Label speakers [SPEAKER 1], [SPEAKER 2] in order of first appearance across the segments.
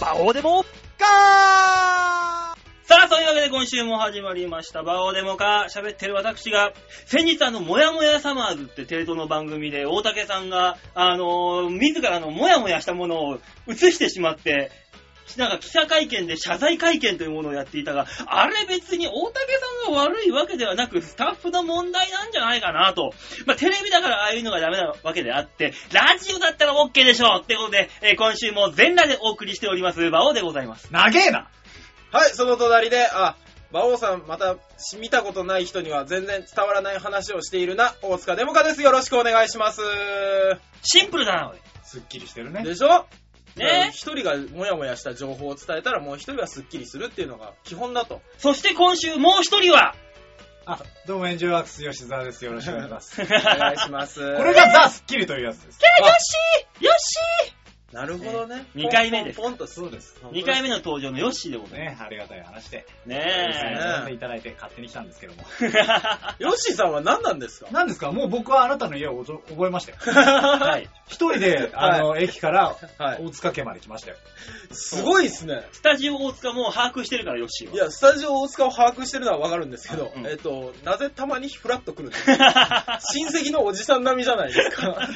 [SPEAKER 1] バオでもガー
[SPEAKER 2] さあ、そういうわけで今週も始まりました。バオデモか、喋ってる私が、フェニさんのモヤモヤサマーズって程度の番組で、大竹さんが、あのー自らのモヤモヤしたものを映してしまって、なんか記者会見で謝罪会見というものをやっていたが、あれ別に大竹さんが悪いわけではなく、スタッフの問題なんじゃないかなと。まあ、テレビだからああいうのがダメなわけであって、ラジオだったら OK でしょうってことで、えー今週も全裸でお送りしております、バオでございます。
[SPEAKER 1] 長えな
[SPEAKER 3] はい、その隣で、あ、馬王さん、また、し見たことない人には全然伝わらない話をしているな、大塚デモカです。よろしくお願いします。
[SPEAKER 2] シンプルだな、おい。
[SPEAKER 1] すっきりしてるね。
[SPEAKER 3] でしょ
[SPEAKER 2] ね
[SPEAKER 3] 一人がもやもやした情報を伝えたら、もう一人がスッキリするっていうのが基本だ と。
[SPEAKER 2] そして今週もう一人は、
[SPEAKER 1] あ、どうも、エンジョイワークス吉沢です。よろしくお願いしま す。
[SPEAKER 2] お
[SPEAKER 3] お願いしま す。
[SPEAKER 1] これがザ・スッキリというやつです。
[SPEAKER 2] よしよし
[SPEAKER 3] なるほどね。
[SPEAKER 2] 二回目です
[SPEAKER 3] ポンポンポンと
[SPEAKER 1] そうです。
[SPEAKER 2] !2 回目の登場のヨッシーでござい
[SPEAKER 1] ね、ありがたい話で。
[SPEAKER 2] ます。ね
[SPEAKER 1] 選んでいただいて勝手に来たんですけども。
[SPEAKER 2] え。
[SPEAKER 3] ヨッシーさんは何なんですか
[SPEAKER 1] なんですかもう僕はあなたの家をおぞ覚えま したよ。
[SPEAKER 2] はい。
[SPEAKER 1] 一人で、あの、駅から
[SPEAKER 3] は、い
[SPEAKER 1] 大塚家まで来ましたよ。
[SPEAKER 3] すごいですね。
[SPEAKER 2] スタジオ大塚もう把握してるから、ヨッシー
[SPEAKER 3] いや、スタジオ大塚を把握してるのはわかるんですけど、
[SPEAKER 2] うん
[SPEAKER 3] えっと、なぜたまにフラッと来るんですか
[SPEAKER 2] は。
[SPEAKER 3] 親戚のおじさん並みじゃないですか。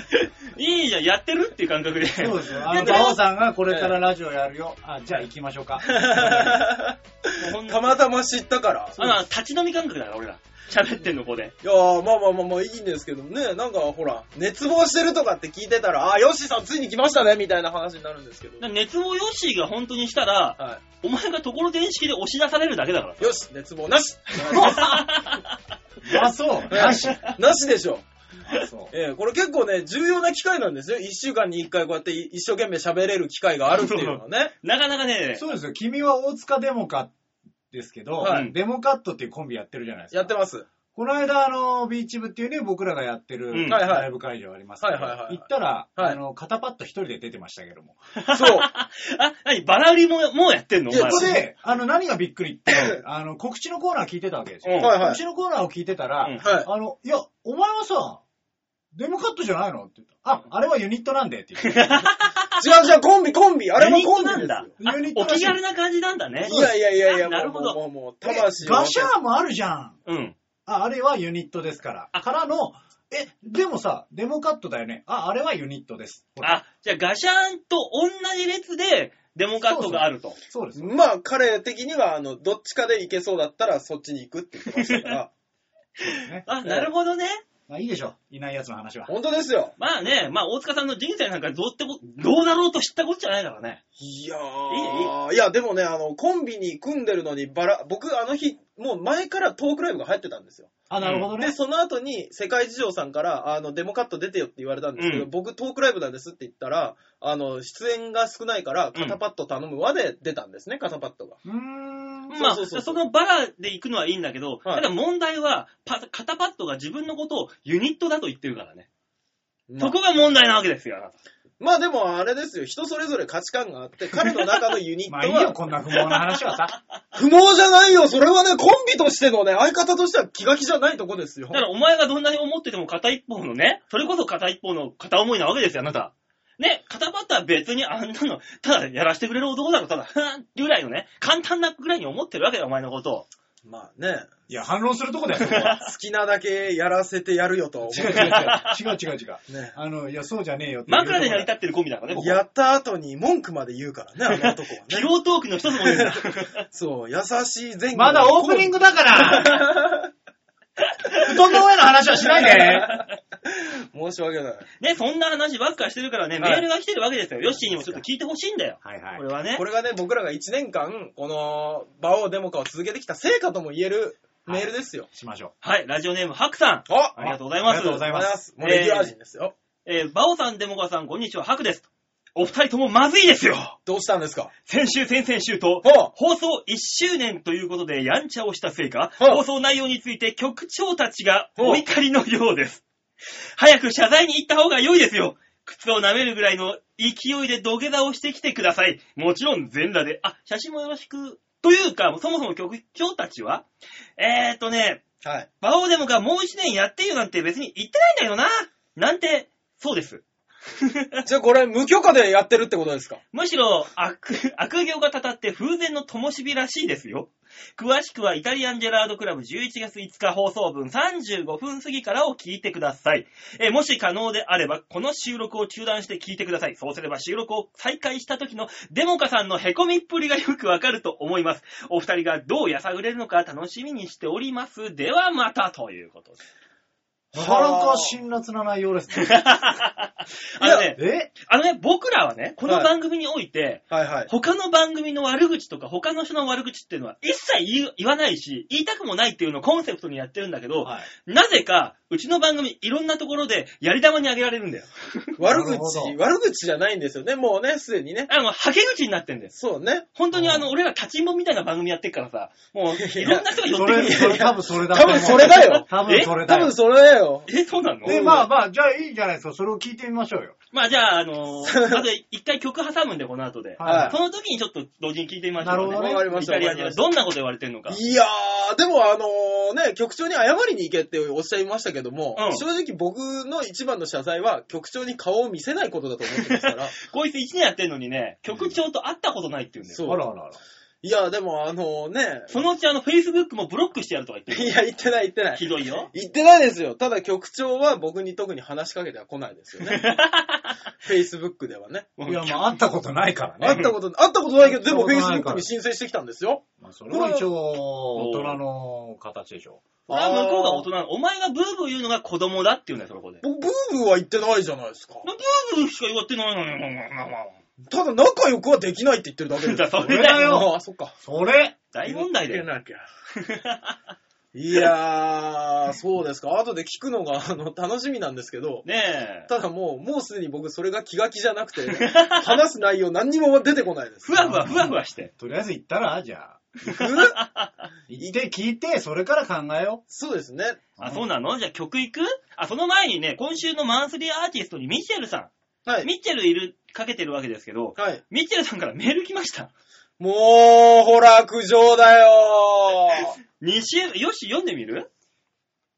[SPEAKER 2] いいじゃん、やってるっていう感覚で。
[SPEAKER 1] そうですよ。あの、
[SPEAKER 3] でも
[SPEAKER 1] 馬王さんがこれからラジオやるよ。あ、じゃあ行きましょ うか。
[SPEAKER 2] もうほんと
[SPEAKER 3] たまたま知ったから。
[SPEAKER 2] あの、立ち飲み感覚だから、俺ら。喋ってんの、ここで。
[SPEAKER 3] いやー、まあまあまあまあいいんですけどね、なんかほら、熱望してるとかって聞いてたら、あー、ヨッシーさんついに来ましたね、みたいな話になるんですけど。
[SPEAKER 2] 熱望ヨッシーが本当にしたら、
[SPEAKER 3] は
[SPEAKER 2] お前がところでん式で押し出されるだけだから。
[SPEAKER 3] い。よし、熱望 なし
[SPEAKER 1] あ、そう。なし。あ、
[SPEAKER 3] なしでしょ。
[SPEAKER 1] そ
[SPEAKER 3] ええこれ結構ね、重要な機会なんですよ。一週間に一回こうやって一生懸命喋れる機会があるっていうの はね。
[SPEAKER 2] なかなか
[SPEAKER 1] う。
[SPEAKER 2] ね、、
[SPEAKER 1] そうですよ。君は大塚デモカですけど
[SPEAKER 3] はい
[SPEAKER 1] デモカットっていうコンビやってるじゃないですか。
[SPEAKER 3] やってます。
[SPEAKER 1] この間、あの、ビーチ部っていうね、僕らがやって
[SPEAKER 2] う
[SPEAKER 1] る
[SPEAKER 2] ん
[SPEAKER 3] はいはい
[SPEAKER 1] ライブ会場ありますけど、
[SPEAKER 3] はいはいはいはい
[SPEAKER 1] 行ったら、
[SPEAKER 3] はい
[SPEAKER 1] あの、肩パッド一人で出てましたけども。
[SPEAKER 3] そう。
[SPEAKER 2] あ、なに、バラ売りも、もうやってんのお
[SPEAKER 3] いや
[SPEAKER 2] 前
[SPEAKER 1] ここで、あの、何がびっくりって、あの、告知のコーナー聞いてたわけですよ。
[SPEAKER 2] うん
[SPEAKER 3] はいは
[SPEAKER 1] 告
[SPEAKER 3] い。
[SPEAKER 1] 知のコーナーを聞いてたら、
[SPEAKER 2] うん
[SPEAKER 3] はい。
[SPEAKER 1] あの、いや、お前はさ、デモカットじゃないのって言った。あ、あれはユニットなんでって言っ て。
[SPEAKER 3] 違う違う、コンビ、コンビ。あれもコンビ
[SPEAKER 2] ユニットなん
[SPEAKER 3] です
[SPEAKER 2] だ
[SPEAKER 3] よ。。
[SPEAKER 2] あ
[SPEAKER 1] ユニット
[SPEAKER 2] お
[SPEAKER 1] らしい
[SPEAKER 2] 気軽な感じなんだね。
[SPEAKER 3] いやいやいやいや、
[SPEAKER 2] あなるほど
[SPEAKER 3] もうもうもう、魂
[SPEAKER 1] え
[SPEAKER 3] を
[SPEAKER 1] ガシャーもあるじゃん。
[SPEAKER 2] うん。
[SPEAKER 1] あ、あれはユニットですから。
[SPEAKER 2] あ
[SPEAKER 1] からの、え、でもさ、デモカットだよね。あ、あれはユニットです。ほら
[SPEAKER 2] あ、じゃあガシャーンと同じ列でデモカットがあると。
[SPEAKER 1] そうです。
[SPEAKER 3] まあ、彼的には、あの、どっちかで行けそうだったら、そっちに行くって言ってましたから。
[SPEAKER 1] ね、
[SPEAKER 2] あ、なるほどね。
[SPEAKER 1] まあいいでしょう。いない奴の話は。
[SPEAKER 3] 本当ですよ。
[SPEAKER 2] まあね、まあ大塚さんの人生なんかどうってこ、どうだろうと知ったことじゃないからね。
[SPEAKER 3] いやー、いや、でもね、あの、コンビに組んでるのにバラ、僕、あの日、もう前からトークライブが入ってたんですよ。
[SPEAKER 1] あ、なるほどね
[SPEAKER 3] で、。その後に、世界事情さんから、あの、デモカット出てよって言われたんですけど、
[SPEAKER 2] うん
[SPEAKER 3] 僕、トークライブなんですって言ったら、あの、出演が少ないから、肩パッド頼むわで出たんですね、肩パッドが。
[SPEAKER 1] うーん。
[SPEAKER 2] まあ、
[SPEAKER 3] そうそうそう
[SPEAKER 2] そのバラで行くのはいいんだけど、
[SPEAKER 3] はい
[SPEAKER 2] ただ問題は、パ肩パッドが自分のことをユニットだと言ってるからね。
[SPEAKER 3] ま
[SPEAKER 2] そ
[SPEAKER 3] あ、
[SPEAKER 2] こが問題なわけですよ。あなた
[SPEAKER 3] まあでも、あれですよ、人それぞれ価値観があって、彼の中のユニット
[SPEAKER 1] まあいいよ、
[SPEAKER 3] は、
[SPEAKER 1] こんな不毛な話はさ。
[SPEAKER 3] 不毛じゃないよ、それはね、コンビとしてのね、相方としては気が気じゃないとこですよ
[SPEAKER 2] だ。からお前がどんなに思ってても片一方のね、それこそ片一方の片思いなわけですよ、あなた。ね、片パッドは別にあんなの、ただやらせてくれる男だろ、ただ、ふーんってぐらいのね、簡単なぐらいに思ってるわけよ、お前のことを。
[SPEAKER 3] まあね、
[SPEAKER 1] いや、反論するとこだよ、そこは。
[SPEAKER 3] 好きなだけやらせてやるよとは思
[SPEAKER 1] 違 う
[SPEAKER 3] う。
[SPEAKER 1] 違う違う。違う違う違う。
[SPEAKER 3] ね、
[SPEAKER 1] あの、いや、そうじゃねえよっていうところ
[SPEAKER 2] 枕で成り立ってるコンビだからね、ここ。
[SPEAKER 3] やった後に文句まで言うからね、あの男は
[SPEAKER 2] ピ
[SPEAKER 3] ね。
[SPEAKER 2] ロートークの一つも言うん だ。
[SPEAKER 3] そう、優しい前後。
[SPEAKER 1] まだオープニングだから布団の上の話はしないで
[SPEAKER 3] 申し訳ない。
[SPEAKER 2] ね、そんな話ばっかしてるからね、
[SPEAKER 3] はい
[SPEAKER 2] メールが来てるわけですよ。ヨッシーにもちょっと聞いてほしいんだよ。
[SPEAKER 1] はいは
[SPEAKER 2] これはね
[SPEAKER 3] こ。れがね、僕らが1年間、この、バオデモカを続けてきた成果とも言えるメールですよ。
[SPEAKER 1] い。しましょ
[SPEAKER 2] はい、ラジオネーム、ハクさん。
[SPEAKER 3] あ
[SPEAKER 1] う。
[SPEAKER 2] ありがとうございます
[SPEAKER 1] ありがとうございます。
[SPEAKER 3] もうレギュラー人ですよ。
[SPEAKER 2] えー、バオさん、デモカさん、こんにちは、ハクです。お二人ともまずいですよ
[SPEAKER 3] どうしたんですか
[SPEAKER 2] 先週、先々週と、
[SPEAKER 3] ほ
[SPEAKER 2] 放送1周年ということで、やんちゃをしたせいか、
[SPEAKER 3] ほう
[SPEAKER 2] 放送内容について局長たちが
[SPEAKER 3] ほう
[SPEAKER 2] お怒りのようです。早く謝罪に行った方が良いですよ。靴を舐めるぐらいの勢いで土下座をしてきてください。もちろん全裸で、あ、写真もよろしく。というか、そもそも局長たちは、えーっとね、
[SPEAKER 3] うはい。
[SPEAKER 2] バオデモがもう一年やってよなんて別に言ってないんだけどな。なんて、そうです。
[SPEAKER 3] じゃあこれ無許可でやってるってことですか
[SPEAKER 2] むしろ悪、 悪行がたたって風前の灯火らしいですよ。詳しくはイタリアンジェラードクラブ11月5日放送分35分過ぎからを聞いてください。えーもし可能であれば、この収録を中断して聞いてください。そうすれば収録を再開した時のデモカさんの凹みっぷりがよくわかると思います。お二人がどうやさぐれるのか楽しみにしております。ではまたということで。
[SPEAKER 1] なかなか辛辣な内容ですね。
[SPEAKER 2] あのね、
[SPEAKER 1] え
[SPEAKER 2] あのね、僕らはね、この
[SPEAKER 3] はい
[SPEAKER 2] 番組において、
[SPEAKER 3] はいはい。
[SPEAKER 2] 他の番組の悪口とか他の人の悪口っていうのは一切言う言わないし、言いたくもないっていうのをコンセプトにやってるんだけど、
[SPEAKER 1] はい
[SPEAKER 2] なぜか、うちの番組いろんなところでやり玉にあげられるんだよ。
[SPEAKER 3] 悪
[SPEAKER 1] なるほ
[SPEAKER 3] 口、
[SPEAKER 1] ど
[SPEAKER 3] 悪口じゃないんですよね、もうね、すでにね。
[SPEAKER 2] あの、はけ口になってんだよ。
[SPEAKER 3] そうね。
[SPEAKER 2] 本当にあの、俺ら立ちんぼみたいな番組やってっからさ、もういろんな人が寄っ
[SPEAKER 1] そ
[SPEAKER 2] てくるん
[SPEAKER 1] れ、
[SPEAKER 2] だ
[SPEAKER 1] そ
[SPEAKER 2] よ。
[SPEAKER 1] れ多分それだ
[SPEAKER 3] 多 分それだよ
[SPEAKER 1] 多分それだ
[SPEAKER 3] 多
[SPEAKER 1] よ
[SPEAKER 3] 分。それだよ。
[SPEAKER 2] え、そうなの
[SPEAKER 1] で、まあまあ、じゃあいいんじゃないですか。それを聞いてみましょうよ。
[SPEAKER 2] まあじゃあ、あ のー、あと一回曲挟むんで、この後で。
[SPEAKER 3] はい
[SPEAKER 2] その時にちょっと同時に聞いてみましょう、
[SPEAKER 1] なるほどね
[SPEAKER 3] わかりまし
[SPEAKER 2] イ
[SPEAKER 3] た
[SPEAKER 2] タリア人はどんなこと言われてんのか。
[SPEAKER 3] いやー、でもあのーね、局長に謝りに行けっておっしゃいましたけども、
[SPEAKER 2] うん
[SPEAKER 3] 正直僕の一番の謝罪は局長に顔を見せないことだと思ってま すから、
[SPEAKER 2] こいつ1年やってんのにね、局長と会ったことないっていうんだよ。
[SPEAKER 1] あ
[SPEAKER 3] そう。
[SPEAKER 1] らあらあら。
[SPEAKER 3] いや、でもあ のね、
[SPEAKER 2] そのうちあの、Facebook もブロックしてやるとか言って
[SPEAKER 3] い
[SPEAKER 2] る。
[SPEAKER 3] や、言ってない言ってない。
[SPEAKER 2] ひどいよ。
[SPEAKER 3] 言ってないですよ。ただ局長は僕に特に話しかけては来ないですよ ね。Facebook ではね。
[SPEAKER 1] いや、まあ、会ったことないからね。
[SPEAKER 3] 会ったこと、会ったことないけど、でも
[SPEAKER 1] 会ったことないか
[SPEAKER 3] Facebook
[SPEAKER 1] ら
[SPEAKER 3] に申請してきたんですよ。
[SPEAKER 1] まあ、それは一応、大人の形でしょ。
[SPEAKER 2] これは向こうが大人なの。お前がブーブー言うのが子供だっていうんだよ、そこで。
[SPEAKER 3] 僕、ブーブーは言ってないじゃないですか。
[SPEAKER 2] ブーブーしか言われてないのに、まあまあまあまあ
[SPEAKER 3] ただ仲良くはできないって言ってるだけですよ。
[SPEAKER 2] そ れだ
[SPEAKER 1] よ
[SPEAKER 3] ああ、そっか。
[SPEAKER 1] それ
[SPEAKER 2] 大問題だよ。
[SPEAKER 3] なきゃ。 いやー、そうですか。後で聞くのが、あの、楽しみなんですけど、
[SPEAKER 2] ねえ。
[SPEAKER 3] ただもう、もうすでに僕、それが気が気じゃ なくて、話す内容何にも出てこないです。
[SPEAKER 2] ふわふわ、ふわふわして。
[SPEAKER 1] とりあえず行ったら、じゃ あ。行って聞いて、それから考えよ
[SPEAKER 3] そうですね。
[SPEAKER 2] あ、そうなのじゃあ曲行くあ、その前にね、今週のマンスリーアーティストにミッチェルさ
[SPEAKER 3] は
[SPEAKER 2] ん。
[SPEAKER 3] い。
[SPEAKER 2] ミッチェルいる、かけてるわけですけど、
[SPEAKER 3] はい。
[SPEAKER 2] ミッチェルさんからメール来ました。
[SPEAKER 3] もう、ほら、苦情だよ
[SPEAKER 2] 2週、よし、読んでみる
[SPEAKER 1] う。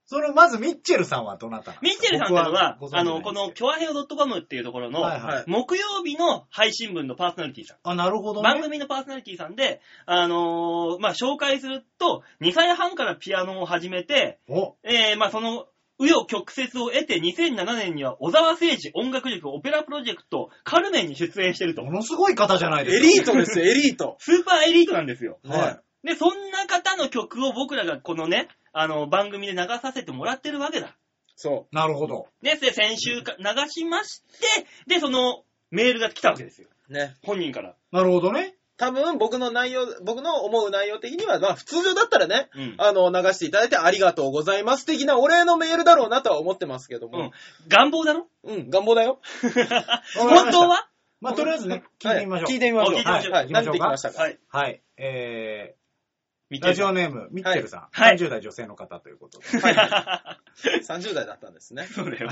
[SPEAKER 1] その、まず、ミッチェルさんはどなた
[SPEAKER 2] ミッチェルさんっていうのは、
[SPEAKER 1] 僕ご存知
[SPEAKER 2] あ
[SPEAKER 1] ない
[SPEAKER 2] の、この、キョアヘオ .com っていうところの、
[SPEAKER 1] はい
[SPEAKER 3] は
[SPEAKER 1] はいい。
[SPEAKER 2] 木曜日の配信分のパーソナリティさん。
[SPEAKER 1] あ、なるほどね。
[SPEAKER 2] 番組のパーソナリティさんで、あのーまあ、紹介すると、2歳半からピアノを始めて、
[SPEAKER 1] お、
[SPEAKER 2] えーまあ、その、紆余曲折を得て、2007年には小沢誠二音楽塾オペラプロジェクト、カルメンに出演してると
[SPEAKER 1] も。のすごい方じゃないです
[SPEAKER 3] エ
[SPEAKER 1] か。
[SPEAKER 3] リートですよ、エリート。
[SPEAKER 2] スーパーエリートなんですよ。
[SPEAKER 1] は
[SPEAKER 2] で、そんな方の曲を僕らがこのね、あの、番組で流させてもらってるわけだ。
[SPEAKER 3] そ
[SPEAKER 1] なるほど。
[SPEAKER 2] ね、で、先週か流しまして、で、その、メールが来たわけですよ。
[SPEAKER 3] う。ね。
[SPEAKER 2] 本人から。
[SPEAKER 1] なるほどね。
[SPEAKER 3] 多分、僕の内容、僕の思う内容的には、まあ、普通常だったらね、
[SPEAKER 2] うん。
[SPEAKER 3] あの、流していただいてありがとうございます的なお礼のメールだろうなとは思ってますけど
[SPEAKER 2] うん
[SPEAKER 3] も。。
[SPEAKER 2] 願望だ ろ
[SPEAKER 3] うん、願望だよ。
[SPEAKER 2] 本当は
[SPEAKER 1] まあ、とりあえずね、聞いてみましょう。
[SPEAKER 3] はい聞いてみましょう。
[SPEAKER 2] 聞いてみましょう
[SPEAKER 3] はい、
[SPEAKER 1] 行きま
[SPEAKER 3] 何
[SPEAKER 1] しょ
[SPEAKER 3] て
[SPEAKER 1] う
[SPEAKER 3] き
[SPEAKER 1] か
[SPEAKER 3] ましたか。
[SPEAKER 2] はい。
[SPEAKER 1] はい。え
[SPEAKER 2] 見
[SPEAKER 1] ー、ラ
[SPEAKER 2] て
[SPEAKER 1] ジオネーム、ミッチェルさん。
[SPEAKER 2] はい
[SPEAKER 1] 30代女性の方ということで。
[SPEAKER 3] 30代だったんですね。
[SPEAKER 2] そう だよ。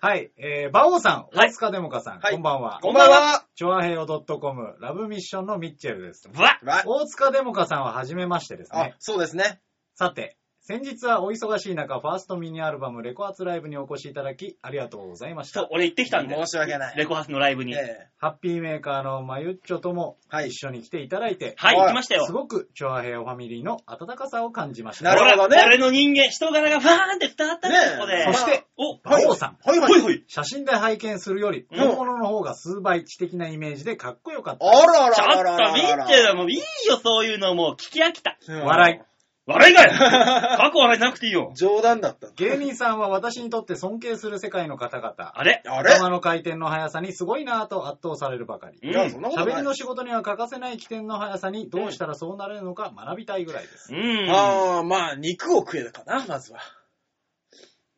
[SPEAKER 1] はい。えー、馬王さん、
[SPEAKER 2] はい
[SPEAKER 1] 大塚デモカさん、
[SPEAKER 3] はい
[SPEAKER 1] こんばんは。
[SPEAKER 3] こんばんは。
[SPEAKER 1] チョアヘオ .com、ラブミッションのミッチェルです。
[SPEAKER 2] わ
[SPEAKER 3] わ
[SPEAKER 1] 大塚デモカさんは初めましてです
[SPEAKER 3] あ
[SPEAKER 1] ね、。
[SPEAKER 3] そうですね。
[SPEAKER 1] さて、先日はお忙しい中、ファーストミニアルバム、レコアツライブにお越しいただき、ありがとうございまし
[SPEAKER 2] そう
[SPEAKER 1] た、。
[SPEAKER 2] 俺行ってきたんだよ
[SPEAKER 3] 申。し訳ない。
[SPEAKER 2] レコハスのライブに。
[SPEAKER 3] え
[SPEAKER 1] ハッピーメーカーのマユッチョとも
[SPEAKER 3] はい
[SPEAKER 1] 一緒に来ていただいて、
[SPEAKER 2] はい、
[SPEAKER 3] はい
[SPEAKER 2] 行きましたよ
[SPEAKER 1] す。ごくチョアヘオファミリーの温かさを感じました。
[SPEAKER 3] なるほどね
[SPEAKER 2] ほら俺の人間、人柄がファーンって伝わったね、
[SPEAKER 3] ねえ
[SPEAKER 2] ここで
[SPEAKER 1] そ。して、
[SPEAKER 2] お、
[SPEAKER 1] 馬王さん、
[SPEAKER 3] えはい
[SPEAKER 2] ほい
[SPEAKER 3] はい。
[SPEAKER 2] ほい。
[SPEAKER 1] 写真で拝見するより、
[SPEAKER 2] うん
[SPEAKER 1] 本物の方が数倍知的なイメージでかっこよかっ
[SPEAKER 3] あ
[SPEAKER 1] た。
[SPEAKER 3] らら
[SPEAKER 2] ちょっ
[SPEAKER 3] ららら
[SPEAKER 2] と見
[SPEAKER 3] ら
[SPEAKER 2] てよ、もういいよ、そういうの、もう聞き飽きた。
[SPEAKER 3] うん
[SPEAKER 1] 笑
[SPEAKER 2] 笑いかよ過去笑いなくていいよ。
[SPEAKER 3] 冗談だった。
[SPEAKER 1] 芸人さんは私にとって尊敬する世界の方々。
[SPEAKER 2] あれ
[SPEAKER 3] あれ
[SPEAKER 1] 頭の回転の速さにすごいなぁと圧倒されるばかり。
[SPEAKER 2] う
[SPEAKER 3] いや、
[SPEAKER 2] ん
[SPEAKER 3] そんなこと
[SPEAKER 1] 喋
[SPEAKER 3] な
[SPEAKER 1] り
[SPEAKER 3] い。
[SPEAKER 1] の仕事には欠かせない起点の速さにどうしたらそうなれるのか学びたいぐらいです。
[SPEAKER 2] うん。
[SPEAKER 3] ああ、まあ、肉を食えるかな、まずは。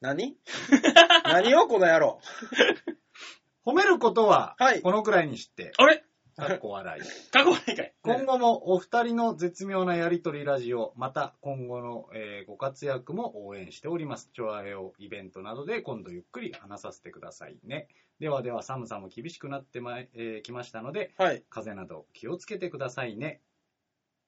[SPEAKER 3] 何何をこの野郎。
[SPEAKER 1] 褒めることは
[SPEAKER 3] はい、
[SPEAKER 1] このくらいにして、
[SPEAKER 2] あれ
[SPEAKER 1] かっこ笑 い。
[SPEAKER 2] 過去笑いかい。
[SPEAKER 1] 今後もお二人の絶妙なやりとりラジオ、また今後の、えーご活躍も応援しております。チョアヘオイベントなどで今度ゆっくり話させてくださいね。ではでは寒さも厳しくなってまい、えーきましたので、
[SPEAKER 3] はい。
[SPEAKER 1] 風邪など気をつけてくださいね。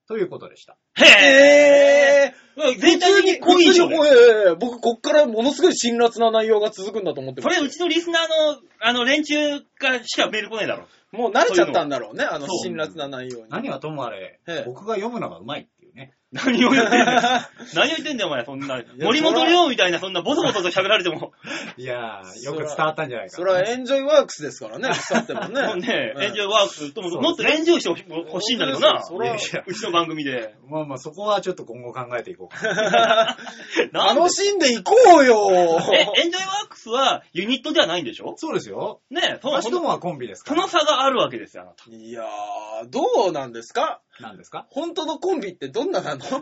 [SPEAKER 1] ということでした。
[SPEAKER 2] へぇ
[SPEAKER 4] え
[SPEAKER 2] ー
[SPEAKER 4] 普通
[SPEAKER 2] 全体
[SPEAKER 4] に、
[SPEAKER 2] に
[SPEAKER 4] 普
[SPEAKER 2] 好印
[SPEAKER 4] 通
[SPEAKER 2] 象
[SPEAKER 4] に、
[SPEAKER 2] で
[SPEAKER 4] ええええ僕、こっからものすごい辛辣な内容が続くんだと思って
[SPEAKER 2] そ
[SPEAKER 4] ま
[SPEAKER 2] れ、
[SPEAKER 4] す。
[SPEAKER 2] うちのリスナーの、あの、連中からしかメール来ねえだろ。
[SPEAKER 3] もう慣れちゃったんだろうね、あの、
[SPEAKER 2] そう
[SPEAKER 3] 辛辣な内容に。
[SPEAKER 1] 何はともあれ
[SPEAKER 3] ええ、
[SPEAKER 1] 僕が読むのがうまいっていうね。
[SPEAKER 2] 何を言ってんだよ。 何を言ってんだよ、お前、そんな。森本亮みたいな、そんなボソボソと喋られても。
[SPEAKER 1] いやー、よく伝わったんじゃないか。
[SPEAKER 3] それはエンジョイワークスですか らね、腐っても
[SPEAKER 2] もう
[SPEAKER 3] ね。
[SPEAKER 2] ね、
[SPEAKER 3] ええ
[SPEAKER 2] 炎上ワークスとも、
[SPEAKER 1] そう
[SPEAKER 2] もっと炎上してほし欲しいんだけどな。
[SPEAKER 3] そうです
[SPEAKER 1] それ
[SPEAKER 3] よ
[SPEAKER 1] は
[SPEAKER 2] うちの番組で。
[SPEAKER 1] まあまあ、そこはちょっと今後考えていこうか。
[SPEAKER 2] なんで
[SPEAKER 3] 楽しんでいこ うよ
[SPEAKER 2] え、エンジョイワークスはユニットではないんでしょ
[SPEAKER 1] そうですよ。
[SPEAKER 2] ねえ、その
[SPEAKER 1] 私
[SPEAKER 2] そ
[SPEAKER 1] ど
[SPEAKER 2] の
[SPEAKER 1] もはコンビですか
[SPEAKER 2] そ
[SPEAKER 1] ら
[SPEAKER 2] の差があるわけですよ、あなた。
[SPEAKER 3] いやー、どうなんですか
[SPEAKER 1] なんですか
[SPEAKER 3] 本当のコンビってどんなな のも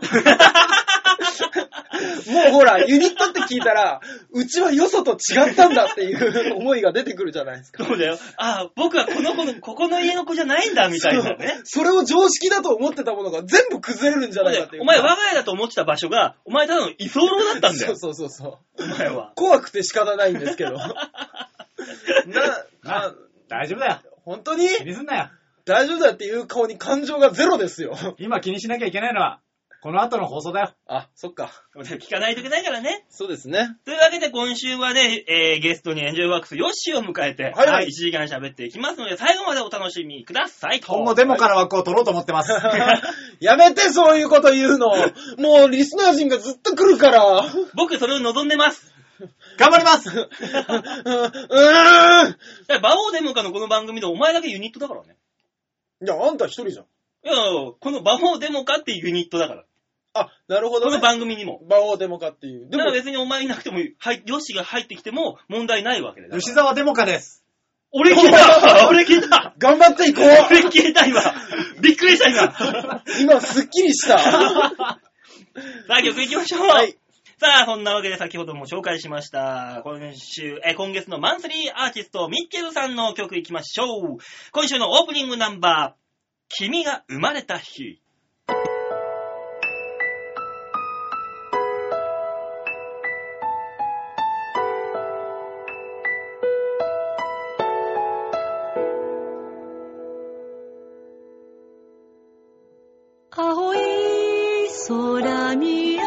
[SPEAKER 3] うほら、ユニットって聞いたら、うちはよそと違ったんだっていう思いが出てくるじゃないですか。
[SPEAKER 2] そうだよ。ああ、僕はこの子の、ここの家の子じゃないんだ、みたいなね。
[SPEAKER 3] それを常識だと思ってたものが全部崩れるんじゃないかっていう。
[SPEAKER 2] お前、我が家だと思ってた場所が、お前ただの居候だったんだ
[SPEAKER 3] そ
[SPEAKER 2] よ
[SPEAKER 3] う、そうそうそう。
[SPEAKER 2] お前は。
[SPEAKER 3] 怖くて仕方ないんですけど。な、
[SPEAKER 1] な
[SPEAKER 3] な、
[SPEAKER 1] 大丈夫だよ。
[SPEAKER 3] 本当に
[SPEAKER 1] 気にすんなよ。
[SPEAKER 3] 大丈夫だっていう顔に感情がゼロですよ。
[SPEAKER 1] 今気にしなきゃいけないのは、この後の放送だよ。
[SPEAKER 3] あ、そっか。
[SPEAKER 2] 聞かないといけないからね。
[SPEAKER 3] そうですね。
[SPEAKER 2] というわけで今週はね、えー、ゲストにエンジョイワークスヨッシーを迎えて、
[SPEAKER 3] はいはい
[SPEAKER 2] 1時間喋っていきますので、最後までお楽しみくださいと。
[SPEAKER 1] 今後デモから枠を取ろうと思って ます。
[SPEAKER 3] やめて、そういうこと言う の。もうリスナー陣がずっと来るから。
[SPEAKER 2] 僕それを望んでます。
[SPEAKER 1] 頑張り ます
[SPEAKER 3] うーん。
[SPEAKER 2] だから、バオーデモカのこの番組でお前だけユニットだからね。
[SPEAKER 3] いや、あんた一人じゃん。
[SPEAKER 2] いや、このバオーデモカっていうユニットだから。
[SPEAKER 3] あ、なるほ
[SPEAKER 2] こ
[SPEAKER 3] ど、
[SPEAKER 2] の
[SPEAKER 3] ね。
[SPEAKER 2] 番組にも。
[SPEAKER 3] 馬王デモかっていう。で
[SPEAKER 2] だか
[SPEAKER 3] も
[SPEAKER 2] ら、別にお前いなくても、はい、ヨッシーが入ってきても問題ないわけだよ。
[SPEAKER 1] 吉沢デモカです。
[SPEAKER 2] 俺聞いた 俺聞い た
[SPEAKER 3] 頑張っていこ
[SPEAKER 2] 俺
[SPEAKER 3] う
[SPEAKER 2] 聞いた今びっくりした今さ
[SPEAKER 3] 今、すっきり した。
[SPEAKER 2] あ曲行きましょう、
[SPEAKER 3] はい。
[SPEAKER 2] さあ、そんなわけで先ほども紹介しました、今週、え、今月のマンスリーアーティスト、ミッケルさんの曲いきましょう。今週のオープニングナンバー、君が生まれた日。
[SPEAKER 5] 青い空見上げて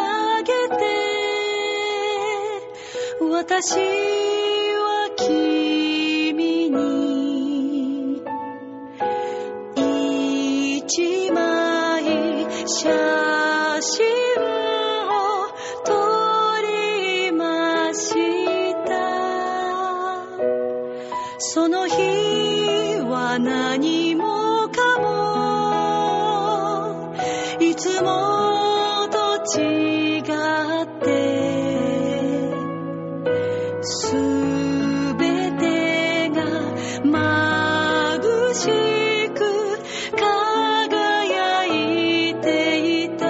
[SPEAKER 5] 私は君に一枚写真を撮りましたその日は何もかもいつもと違ってすべてが眩しく輝いていた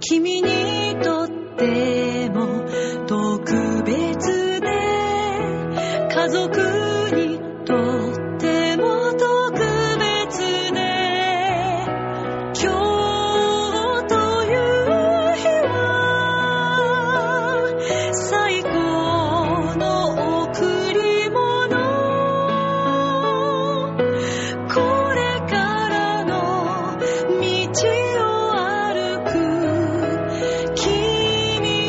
[SPEAKER 5] 君にとっても特別で家族にとっても特別で今日という日は最高の贈り物これからの道を歩く君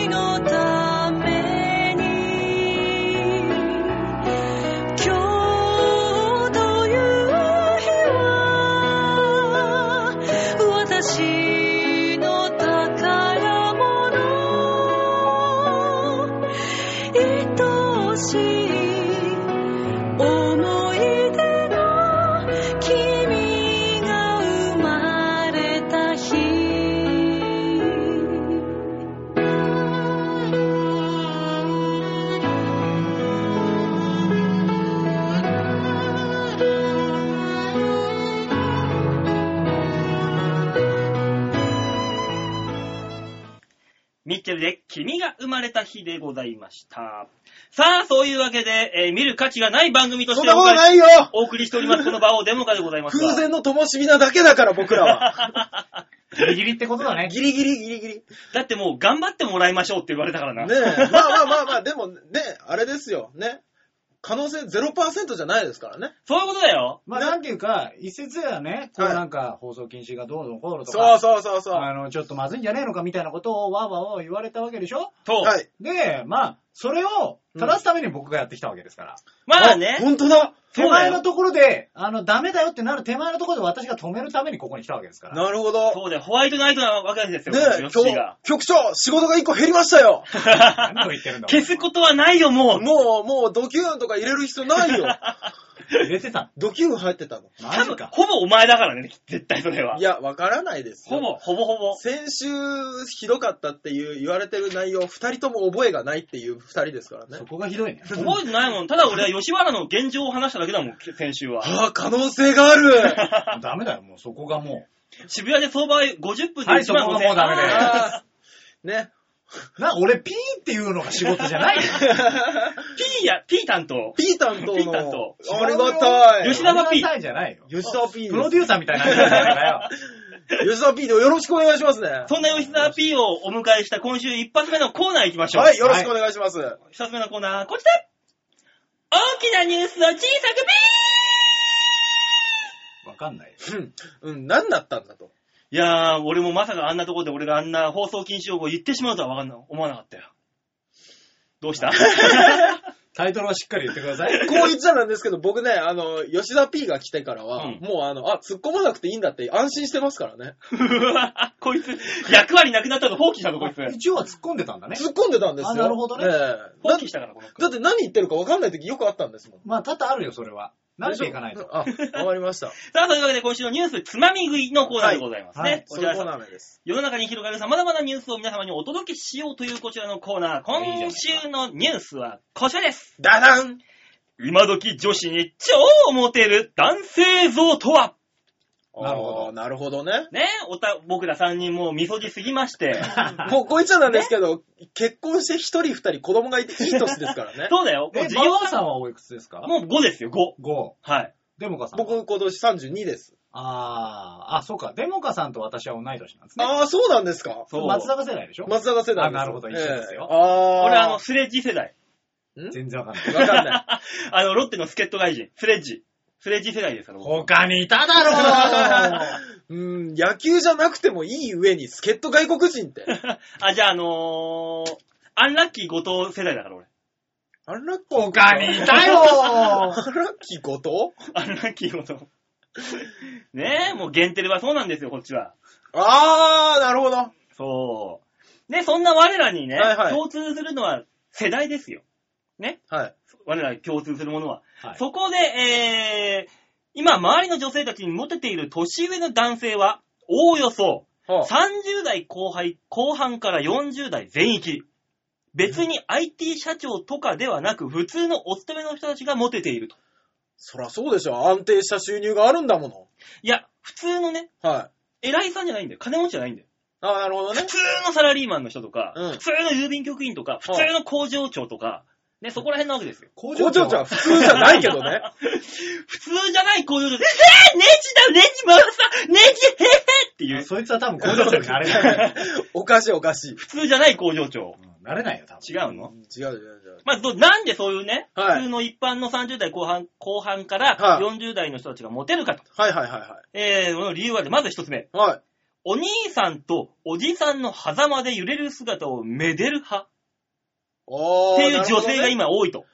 [SPEAKER 5] のために今日という日は私の宝物愛おしい思い出の君が生まれた日
[SPEAKER 2] ミッチェルで君が生まれた日でございました。さあ、そういうわけで、えー見る価値がない番組と
[SPEAKER 3] そ
[SPEAKER 2] し
[SPEAKER 3] ん
[SPEAKER 2] て
[SPEAKER 3] な
[SPEAKER 2] お
[SPEAKER 3] こと
[SPEAKER 2] 送り
[SPEAKER 3] ないよ
[SPEAKER 2] お送りしております、この場をデモカでございます
[SPEAKER 3] 空
[SPEAKER 2] が。
[SPEAKER 3] 前の灯火なだけだから、僕らは。
[SPEAKER 1] ギリギリってことだね。
[SPEAKER 3] ギリギリ、ギリギリ。ね
[SPEAKER 2] だってもう頑張ってもらいましょうって言われたからな。
[SPEAKER 3] え。まあまあまあまあ、でもね、あれですよ。ね。可能性0%じゃないですからね。
[SPEAKER 2] そういうことだよ。
[SPEAKER 1] まあ、
[SPEAKER 3] ね
[SPEAKER 1] なんていうか、一説ではね、こう
[SPEAKER 3] はい
[SPEAKER 1] なんか放送禁止がどうのこうのとか、
[SPEAKER 3] そうそうそうそう。は
[SPEAKER 1] あの、ちょっとまずいんじゃねえのかみたいなことをわーわーわー言われたわけでしょ
[SPEAKER 2] と、
[SPEAKER 3] い。
[SPEAKER 1] で、まあ、それを正すために僕がやってきたわけですから。
[SPEAKER 2] まあね、
[SPEAKER 3] 本当だ。
[SPEAKER 2] そ
[SPEAKER 1] 手
[SPEAKER 2] うだ
[SPEAKER 1] 前の
[SPEAKER 2] よ。
[SPEAKER 1] ところで、あの、ダメだよってなる手前のところで私が止めるためにここに来たわけですから。
[SPEAKER 3] なるほど。
[SPEAKER 2] そうだよ。ホワイトナイトなわけですよ。
[SPEAKER 3] ねえ、
[SPEAKER 2] ヨッ
[SPEAKER 3] 今
[SPEAKER 2] シー
[SPEAKER 3] 日
[SPEAKER 2] が。、
[SPEAKER 3] 局長、仕事が1個減りましたよ。
[SPEAKER 1] 何を言ってるんだ
[SPEAKER 2] 消すことはないよ、もう。
[SPEAKER 3] もう、もう、ドキュンとか入れる必要ないよ。
[SPEAKER 1] 入れてた。
[SPEAKER 3] ドキュン入ってたの。。
[SPEAKER 1] マ
[SPEAKER 2] 多
[SPEAKER 1] ジ
[SPEAKER 2] 分
[SPEAKER 1] か。
[SPEAKER 2] ほぼお前だからね、絶対それはい
[SPEAKER 3] や、わからないですよ
[SPEAKER 2] ほぼ、ほぼほぼ。
[SPEAKER 3] 先週、ひどかったっていう言われてる内容、二人とも覚えがないっていう二人ですから
[SPEAKER 1] そ
[SPEAKER 3] ね。
[SPEAKER 1] こがひどいね。
[SPEAKER 2] 覚えてないもん。ただ俺は吉原の現状を話しただけだもん、先週は。
[SPEAKER 3] ああ、可能性がある
[SPEAKER 1] ダメだよ、もうそこがも
[SPEAKER 2] 渋谷で相場50分で
[SPEAKER 1] はい
[SPEAKER 2] 1万
[SPEAKER 1] そ
[SPEAKER 2] 5
[SPEAKER 1] こは
[SPEAKER 2] 千
[SPEAKER 1] もうダメだよ
[SPEAKER 3] あーね。
[SPEAKER 1] う。な、俺ピーっていうのが仕事じゃ ないよ。
[SPEAKER 2] P や、P 担当。
[SPEAKER 3] ピー担当
[SPEAKER 2] P 担当
[SPEAKER 3] の、ありがたい。
[SPEAKER 2] 吉田はピー
[SPEAKER 1] ありがたいじゃないよ。
[SPEAKER 3] 吉田 P です
[SPEAKER 1] プロデューサーみたいな感じじゃないかよ。
[SPEAKER 3] 吉田 P でよろしくお願いしますね。は
[SPEAKER 2] そんな吉沢 P をお迎えした今週一発目のコーナー行きましょう。
[SPEAKER 3] い、よろしくお願いします。
[SPEAKER 2] 一つ目のコーナー、こちら大きなニュースを小さく
[SPEAKER 1] わかんないよ。
[SPEAKER 3] うん、うん、何だったんだと。
[SPEAKER 2] ピーいやー、俺もまさかあんなとこで俺があんな放送禁止用語を言ってしまうとはわかんな、思わなかったよ。どうした
[SPEAKER 1] タイトルはしっかり言ってください。
[SPEAKER 3] こう言っちゃなんですけど、僕ね、あの、吉田 P が来てからは、
[SPEAKER 2] うん
[SPEAKER 3] もうあの、あ、突っ込まなくていいんだって安心してますからね。
[SPEAKER 2] うわ こいつ、役割なくなったの放棄したぞ、こいつ。
[SPEAKER 1] 一応は突っ込んでたんだね。
[SPEAKER 3] 突っ込んでたんですよ。
[SPEAKER 1] あなるほどね
[SPEAKER 3] ええ
[SPEAKER 2] 放
[SPEAKER 3] だ
[SPEAKER 2] 棄したから、この
[SPEAKER 3] だって何言ってるか分かんない時よくあったんですもん。
[SPEAKER 1] まあ、多々あるよ、それは。慣れていかないと。
[SPEAKER 3] あ、わかり ました。
[SPEAKER 2] さあ、というわけで今週のニュースつまみ食いのコーナーでございますね。
[SPEAKER 1] はいはい
[SPEAKER 2] こ
[SPEAKER 3] そ
[SPEAKER 2] ちら
[SPEAKER 3] のコーナー名です。
[SPEAKER 2] 世の中に広がる様々なニュースを皆様にお届けしようというこちらのコーナー。
[SPEAKER 1] いいじゃな
[SPEAKER 2] 今
[SPEAKER 1] いか
[SPEAKER 2] 週のニュースはこちらです。
[SPEAKER 3] ダダン
[SPEAKER 2] 今時女子に超モテる男性像とは
[SPEAKER 1] なるほど
[SPEAKER 3] あーなるほどね。
[SPEAKER 2] ねおた、僕ら3人もうみそじすぎま して。
[SPEAKER 3] もうこいつらなんですけど、結婚して一人二人子供がいていい年ですからね。
[SPEAKER 2] そうだよ。もう
[SPEAKER 1] え、
[SPEAKER 2] 事
[SPEAKER 1] バ
[SPEAKER 2] 業
[SPEAKER 1] オさんはおいくつですか
[SPEAKER 2] もう5ですよ、5。
[SPEAKER 1] ?5。
[SPEAKER 2] はい。
[SPEAKER 1] デモカさん。
[SPEAKER 3] 僕今年32です。
[SPEAKER 1] あー、あ、そうか。デモカさんと私は同い年なんですね。
[SPEAKER 3] ああ、そうなんですか
[SPEAKER 2] そう。
[SPEAKER 1] 松坂世代でしょ
[SPEAKER 3] 松坂世代ですよ
[SPEAKER 1] あなるほど一緒ですよ
[SPEAKER 3] ええああ。
[SPEAKER 2] 俺あの、スレッジ世代。
[SPEAKER 1] 全然わかんない。
[SPEAKER 3] わかんない。
[SPEAKER 2] あの、ロッテの助っ人外人。スレッジ。スレッジ世代ですから、僕
[SPEAKER 1] 他にいただろう
[SPEAKER 3] うん、野球じゃなくてもいい上に、助っ人外国人って。
[SPEAKER 2] あ、じゃああのー、アンラッキー後藤世代だから、俺。
[SPEAKER 3] あらっこ、
[SPEAKER 1] 他にいたよ
[SPEAKER 3] あらっきこと
[SPEAKER 2] アンラッキーこと。 ねえ、もう限定はそうなんですよ、こっちは。
[SPEAKER 3] あー、なるほど。
[SPEAKER 2] そう。ね、そんな我らにね、
[SPEAKER 3] はいはい
[SPEAKER 2] 共通するのは世代ですよ。
[SPEAKER 3] はい。
[SPEAKER 2] 我らに共通するものは。
[SPEAKER 1] はい
[SPEAKER 2] そこで、えー、今、周りの女性たちにモテている年上の男性は、おおよそ、
[SPEAKER 3] はあ、
[SPEAKER 2] 30代後輩、後半から40代全域。別に IT 社長とかではなく、普通のお勤めの人たちがモテていると。
[SPEAKER 3] そらそうでしょ。安定した収入があるんだも
[SPEAKER 2] いや、普通のね、
[SPEAKER 3] の。はい。
[SPEAKER 2] 偉いさんじゃないんだよ。金持ちじゃないんだよ。
[SPEAKER 3] あー、なるほどね
[SPEAKER 2] 普。通のサラリーマンの人とか、
[SPEAKER 3] うん
[SPEAKER 2] 普通の郵便局員とか、普通の工場長とか、ね、そこら辺なわけですよ。
[SPEAKER 1] 工
[SPEAKER 3] 工場長は普通じゃないけど ね。
[SPEAKER 2] 普通じゃない工場長、えぇ、ネジだ、ネジ回さ、ネジ、へへっていう、
[SPEAKER 1] そいつは多分工場長になれない。
[SPEAKER 3] おかしいおかしい。
[SPEAKER 2] 普通じゃない工場長。
[SPEAKER 1] うんなれないよ、多分。
[SPEAKER 2] 違うの
[SPEAKER 3] 違う違う違う。
[SPEAKER 2] まあ、どなんでそういうね、
[SPEAKER 3] はい
[SPEAKER 2] 普通の一般の30代後半、後半から
[SPEAKER 3] はい
[SPEAKER 2] 40代の人たちがモテるかと、
[SPEAKER 3] はいはいはいは
[SPEAKER 2] えー、の理由はね、まず一つ目。
[SPEAKER 3] い。はい。
[SPEAKER 2] お兄さんとおじさんの狭間で揺れる姿をめでる派
[SPEAKER 3] おー。
[SPEAKER 2] っていう女性が
[SPEAKER 3] なるほどね。
[SPEAKER 2] 今多いと。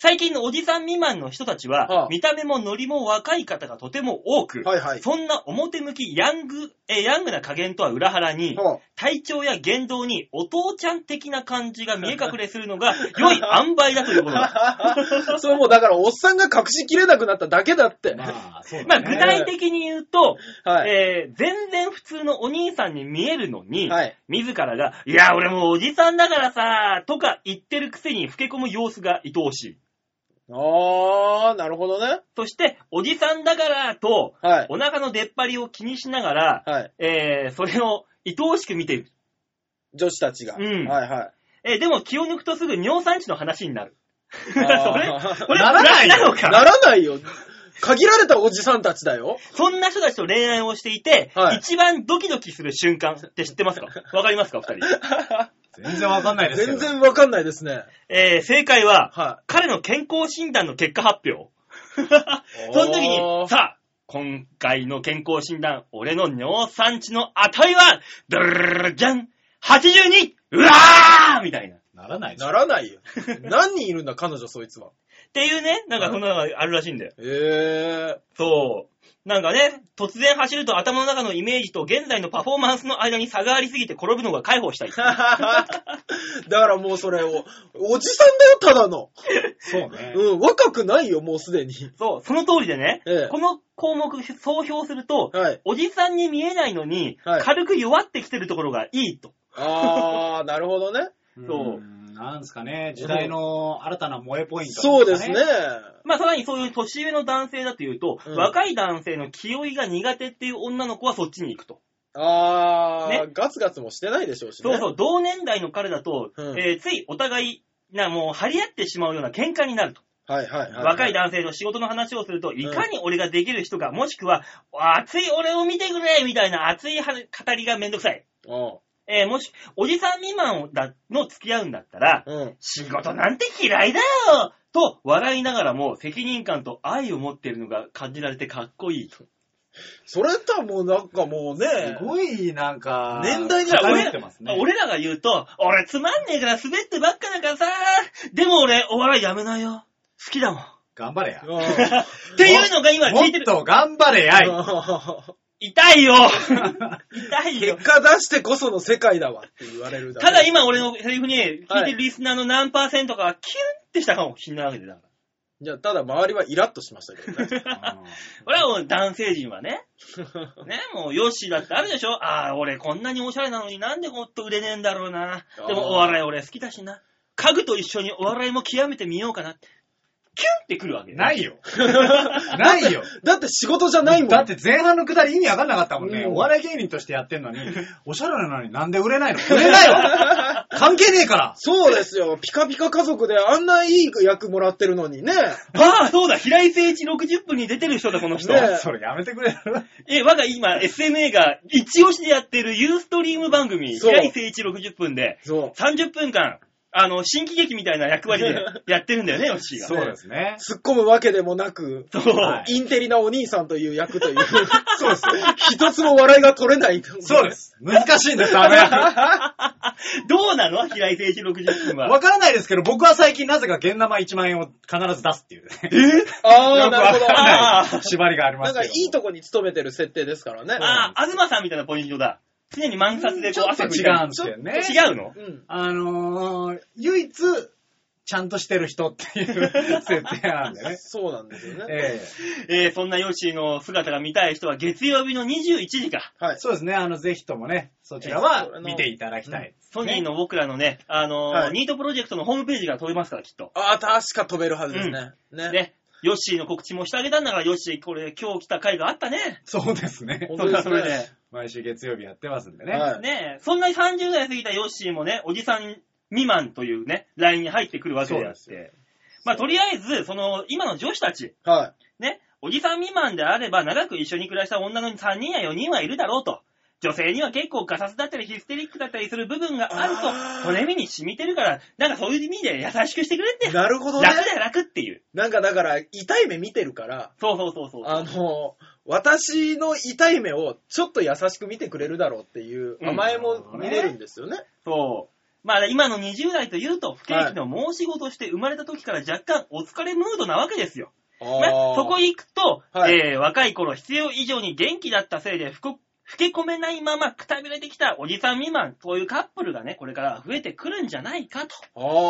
[SPEAKER 2] 最近のおじさん未満の人たち
[SPEAKER 3] は
[SPEAKER 2] は
[SPEAKER 3] あ、
[SPEAKER 2] 見た目もノリも若い方がとても多く、
[SPEAKER 3] はいはい。
[SPEAKER 2] そんな表向きヤング、えーヤングな加減とは裏腹に、
[SPEAKER 3] は
[SPEAKER 2] 体調や言動にお父ちゃん的な感じが見え隠れするのが良 い塩梅だということだ。
[SPEAKER 3] あそれもうだから、おっさんが隠しきれなくなっただけだって。
[SPEAKER 1] まあ、そう
[SPEAKER 2] まあ
[SPEAKER 1] だね。
[SPEAKER 2] 具体的に言うと、
[SPEAKER 3] はい。
[SPEAKER 2] えー全然普通のお兄さんに見えるのに、
[SPEAKER 3] はい。
[SPEAKER 2] 自らが、いや、俺もうおじさんだからさ、とか言ってるくせに老け込む様子が愛おしい。
[SPEAKER 3] あー、なるほどね。
[SPEAKER 2] そして、おじさんだからと、
[SPEAKER 3] はい。
[SPEAKER 2] お腹の出っ張りを気にしながら、
[SPEAKER 3] はい。
[SPEAKER 2] えーそれを愛おしく見ている。
[SPEAKER 3] 女子たちが。
[SPEAKER 2] うん
[SPEAKER 3] はいはい。
[SPEAKER 2] えーでも気を抜くとすぐ尿酸値の話になる。 それ
[SPEAKER 3] あー
[SPEAKER 2] これ
[SPEAKER 1] ならないよ
[SPEAKER 2] なのか
[SPEAKER 3] ならないよ。限られたおじさんたちだよ。
[SPEAKER 2] そんな人たちと恋愛をしていて、
[SPEAKER 3] はい
[SPEAKER 2] 一番ドキドキする瞬間って知ってますかわかりますか、お二人。
[SPEAKER 1] 全然わかんないですけど。
[SPEAKER 3] 全然わかんないですね。
[SPEAKER 2] えー正解は、
[SPEAKER 3] は
[SPEAKER 2] 彼の健康診断の結果発表。その時に
[SPEAKER 3] お、ー
[SPEAKER 2] さあ、今回の健康診断、俺の尿酸値の値は、ドルルルルルじゃん !82! うわーみたいな。っ
[SPEAKER 1] ならない
[SPEAKER 3] い。
[SPEAKER 1] でしょ
[SPEAKER 3] ならない よ。何人いるんだ、彼女、そいつは。
[SPEAKER 2] ていうね、なんかそんなのがあるらしいんだよ。
[SPEAKER 3] え
[SPEAKER 2] そう。なんかね、突然走ると頭の中のイメージと現在のパフォーマンスの間に差がありすぎて転ぶのが解放したい。
[SPEAKER 3] えー。 だからもうそれを、おじさんだよ、ただの。
[SPEAKER 1] そうね。。
[SPEAKER 3] うん、若くないよ、もうすでに。
[SPEAKER 2] そう、その通りでね、
[SPEAKER 3] ええ
[SPEAKER 2] この項目総評すると、
[SPEAKER 3] はい。
[SPEAKER 2] おじさんに見えないのに、
[SPEAKER 3] はい
[SPEAKER 2] 軽く弱ってきてるところがいいと。
[SPEAKER 3] あー、なるほどね。
[SPEAKER 2] そうん
[SPEAKER 1] なんですかね、時代の新たな萌えポイント、
[SPEAKER 3] そうですね。。
[SPEAKER 2] まあ、さらにそういう年上の男性だというと、
[SPEAKER 3] うん
[SPEAKER 2] 若い男性の気負いが苦手っていう女の子はそっちに行くと。
[SPEAKER 3] あー、
[SPEAKER 2] ね
[SPEAKER 3] ガツガツもしてないでしょうしね。
[SPEAKER 2] そうそう、同年代の彼だと、
[SPEAKER 3] うん
[SPEAKER 2] えーついお互い、な、もう張り合ってしまうような喧嘩になると。
[SPEAKER 3] はいはいはい。
[SPEAKER 2] 若い男性の仕事の話をすると、いかに俺ができる人か、もしくは、熱い俺を見てくれみたいな熱い話語りがめんどくさい。
[SPEAKER 3] うん。
[SPEAKER 2] えーもし、おじさん未満をだの付き合うんだったら、
[SPEAKER 3] うん。
[SPEAKER 2] 仕事なんて嫌いだよと笑いながらも責任感と愛を持っているのが感じられてかっこいいと。
[SPEAKER 3] それとはもうなんかもうね
[SPEAKER 1] す、ごい、なんか、
[SPEAKER 3] 年代に
[SPEAKER 2] じゃあ
[SPEAKER 1] 偏
[SPEAKER 2] 俺
[SPEAKER 1] ってますね。
[SPEAKER 2] 俺らが言うと、俺つまんねえから滑ってばっかだからさ、でも俺お笑いやめないよ。好きだ もん。っ
[SPEAKER 1] 頑張れや。
[SPEAKER 3] うん
[SPEAKER 2] ていうのが今
[SPEAKER 1] も
[SPEAKER 2] 聞
[SPEAKER 1] っ
[SPEAKER 2] いてる。
[SPEAKER 1] と頑張れやい。
[SPEAKER 2] 痛 いよ痛いよ
[SPEAKER 3] 結果出してこその世界だわって言われるだけ
[SPEAKER 2] ただ今俺のセリフに聞いてるリスナーの何パーセントかがキュンってしたかもしれないわけでだから。
[SPEAKER 3] いや、ただ周りはイラッとしましたけどね。
[SPEAKER 2] 俺はもう男性陣はね、ね、もうヨッシーだってあるでしょああ、俺こんなにオシャレなのになんでもっと売れねえんだろうな。でもお笑い俺好きだしな。家具と一緒にお笑いも極めてみようかなって。キュンってくるわけ
[SPEAKER 1] う
[SPEAKER 2] よ
[SPEAKER 1] ん ないよ。ないよ。
[SPEAKER 3] だって仕事じゃないもん。
[SPEAKER 1] だって前半のくだり意味わかんなかったもんね。
[SPEAKER 3] うん
[SPEAKER 1] お笑い芸人としてやってんのに、おしゃれなのになんで売れないの売れないわ関係ねえから
[SPEAKER 3] そうですよ。ピカピカ家族であんないい役もらってるのにね。
[SPEAKER 2] ああ、そうだ、平井誠一60分に出てる人だ、この人。
[SPEAKER 3] ねえ
[SPEAKER 1] それやめてくれる
[SPEAKER 2] え、我が今、SMA が一押しでやってるユーストリーム番組、
[SPEAKER 3] そう
[SPEAKER 2] 平井誠一60分で、
[SPEAKER 3] そう。
[SPEAKER 2] 30分間、あの、新喜劇みたいな役割でやってるんだよね、ヨッシー が。
[SPEAKER 1] そうですね。
[SPEAKER 3] 突っ込むわけでもなく、
[SPEAKER 2] そう。
[SPEAKER 1] はい
[SPEAKER 3] インテリなお兄さんという役という、
[SPEAKER 1] そうです。
[SPEAKER 3] 一つも笑いが取れない。
[SPEAKER 1] そうで。す。難しいんです、あの役。
[SPEAKER 2] どうなの平井誠一60分は。
[SPEAKER 1] わからないですけど、僕は最近なぜか現玉1万円を必ず出すっていうね。
[SPEAKER 3] ああ、なる
[SPEAKER 1] よ
[SPEAKER 3] ほど
[SPEAKER 1] くわ。かん
[SPEAKER 2] あ
[SPEAKER 1] な
[SPEAKER 2] ー
[SPEAKER 1] い縛りがありま
[SPEAKER 3] な
[SPEAKER 1] す
[SPEAKER 3] ん
[SPEAKER 1] けど。
[SPEAKER 3] かいいとこに勤めてる設定ですからね。
[SPEAKER 2] ああ、東さんみたいなポイントだ。常に満札で
[SPEAKER 1] ち
[SPEAKER 2] こう
[SPEAKER 1] ょっと
[SPEAKER 2] 汗拭い
[SPEAKER 1] 違
[SPEAKER 2] た
[SPEAKER 1] うん
[SPEAKER 2] り
[SPEAKER 1] ですよね。
[SPEAKER 2] 違うの
[SPEAKER 3] うん。
[SPEAKER 1] あのー、唯一、ちゃんとしてる人っていう設定なんで ね。
[SPEAKER 3] そうなんですよね。
[SPEAKER 1] え
[SPEAKER 2] えー、そんなヨッシーの姿が見たい人は月曜日の21時か。
[SPEAKER 1] え
[SPEAKER 3] はい。
[SPEAKER 1] そうですね。あの、ぜひともね、そちら
[SPEAKER 3] ええ
[SPEAKER 1] は
[SPEAKER 3] あの
[SPEAKER 1] 見ていただきたい。
[SPEAKER 2] ソニーの僕らのね、あのー
[SPEAKER 3] はい
[SPEAKER 2] ニートプロジェクトのホームページが飛びますから、きっと。
[SPEAKER 3] ああ、確か飛べるはずですね。ね。
[SPEAKER 2] ね。ヨッシーの告知もしてあげたんだから、ヨッシー、これ今日来た回があったね。
[SPEAKER 1] そうですね。
[SPEAKER 3] 本当ですね
[SPEAKER 2] それはそれで
[SPEAKER 1] 毎週月曜日やってますんでね。
[SPEAKER 3] はい
[SPEAKER 2] ねえ、そんなに30代過ぎたヨッシーもね、おじさん未満というね、ラインに入ってくるわけであっ
[SPEAKER 1] そうで
[SPEAKER 2] て。まあ、とりあえず、その、今の女子たち、
[SPEAKER 3] は
[SPEAKER 2] ね、おじさん未満であれば、長く一緒に暮らした女の3人や4人はいるだろうと。女性には結構ガサツだったりヒステリックだったりする部分があ
[SPEAKER 3] あ
[SPEAKER 2] る
[SPEAKER 3] ー
[SPEAKER 2] と、骨身に染みてるから、なんかそういう意味で優しくしてくれって
[SPEAKER 3] い。。なるほどね。
[SPEAKER 2] 楽だよ、楽っていう。
[SPEAKER 3] なんかだから、痛い目見てるから、
[SPEAKER 2] そうそうそうそう。
[SPEAKER 3] あの、私の痛い目をちょっと優しく見てくれるだろうっていう
[SPEAKER 2] うん
[SPEAKER 3] 甘えも見れるんですよね。
[SPEAKER 2] そう。まあ、今の20代というと、不景気の申し子として生まれた時から若干お疲れムードなわけですよ。ねそこ
[SPEAKER 3] に、
[SPEAKER 2] へ行くと、
[SPEAKER 3] はい
[SPEAKER 2] えー若い頃必要以上に元気だったせいで、ふく、老け込めないままくたびれてきたおじさん未満、そういうカップルがね、これから増えてくるんじゃないかと。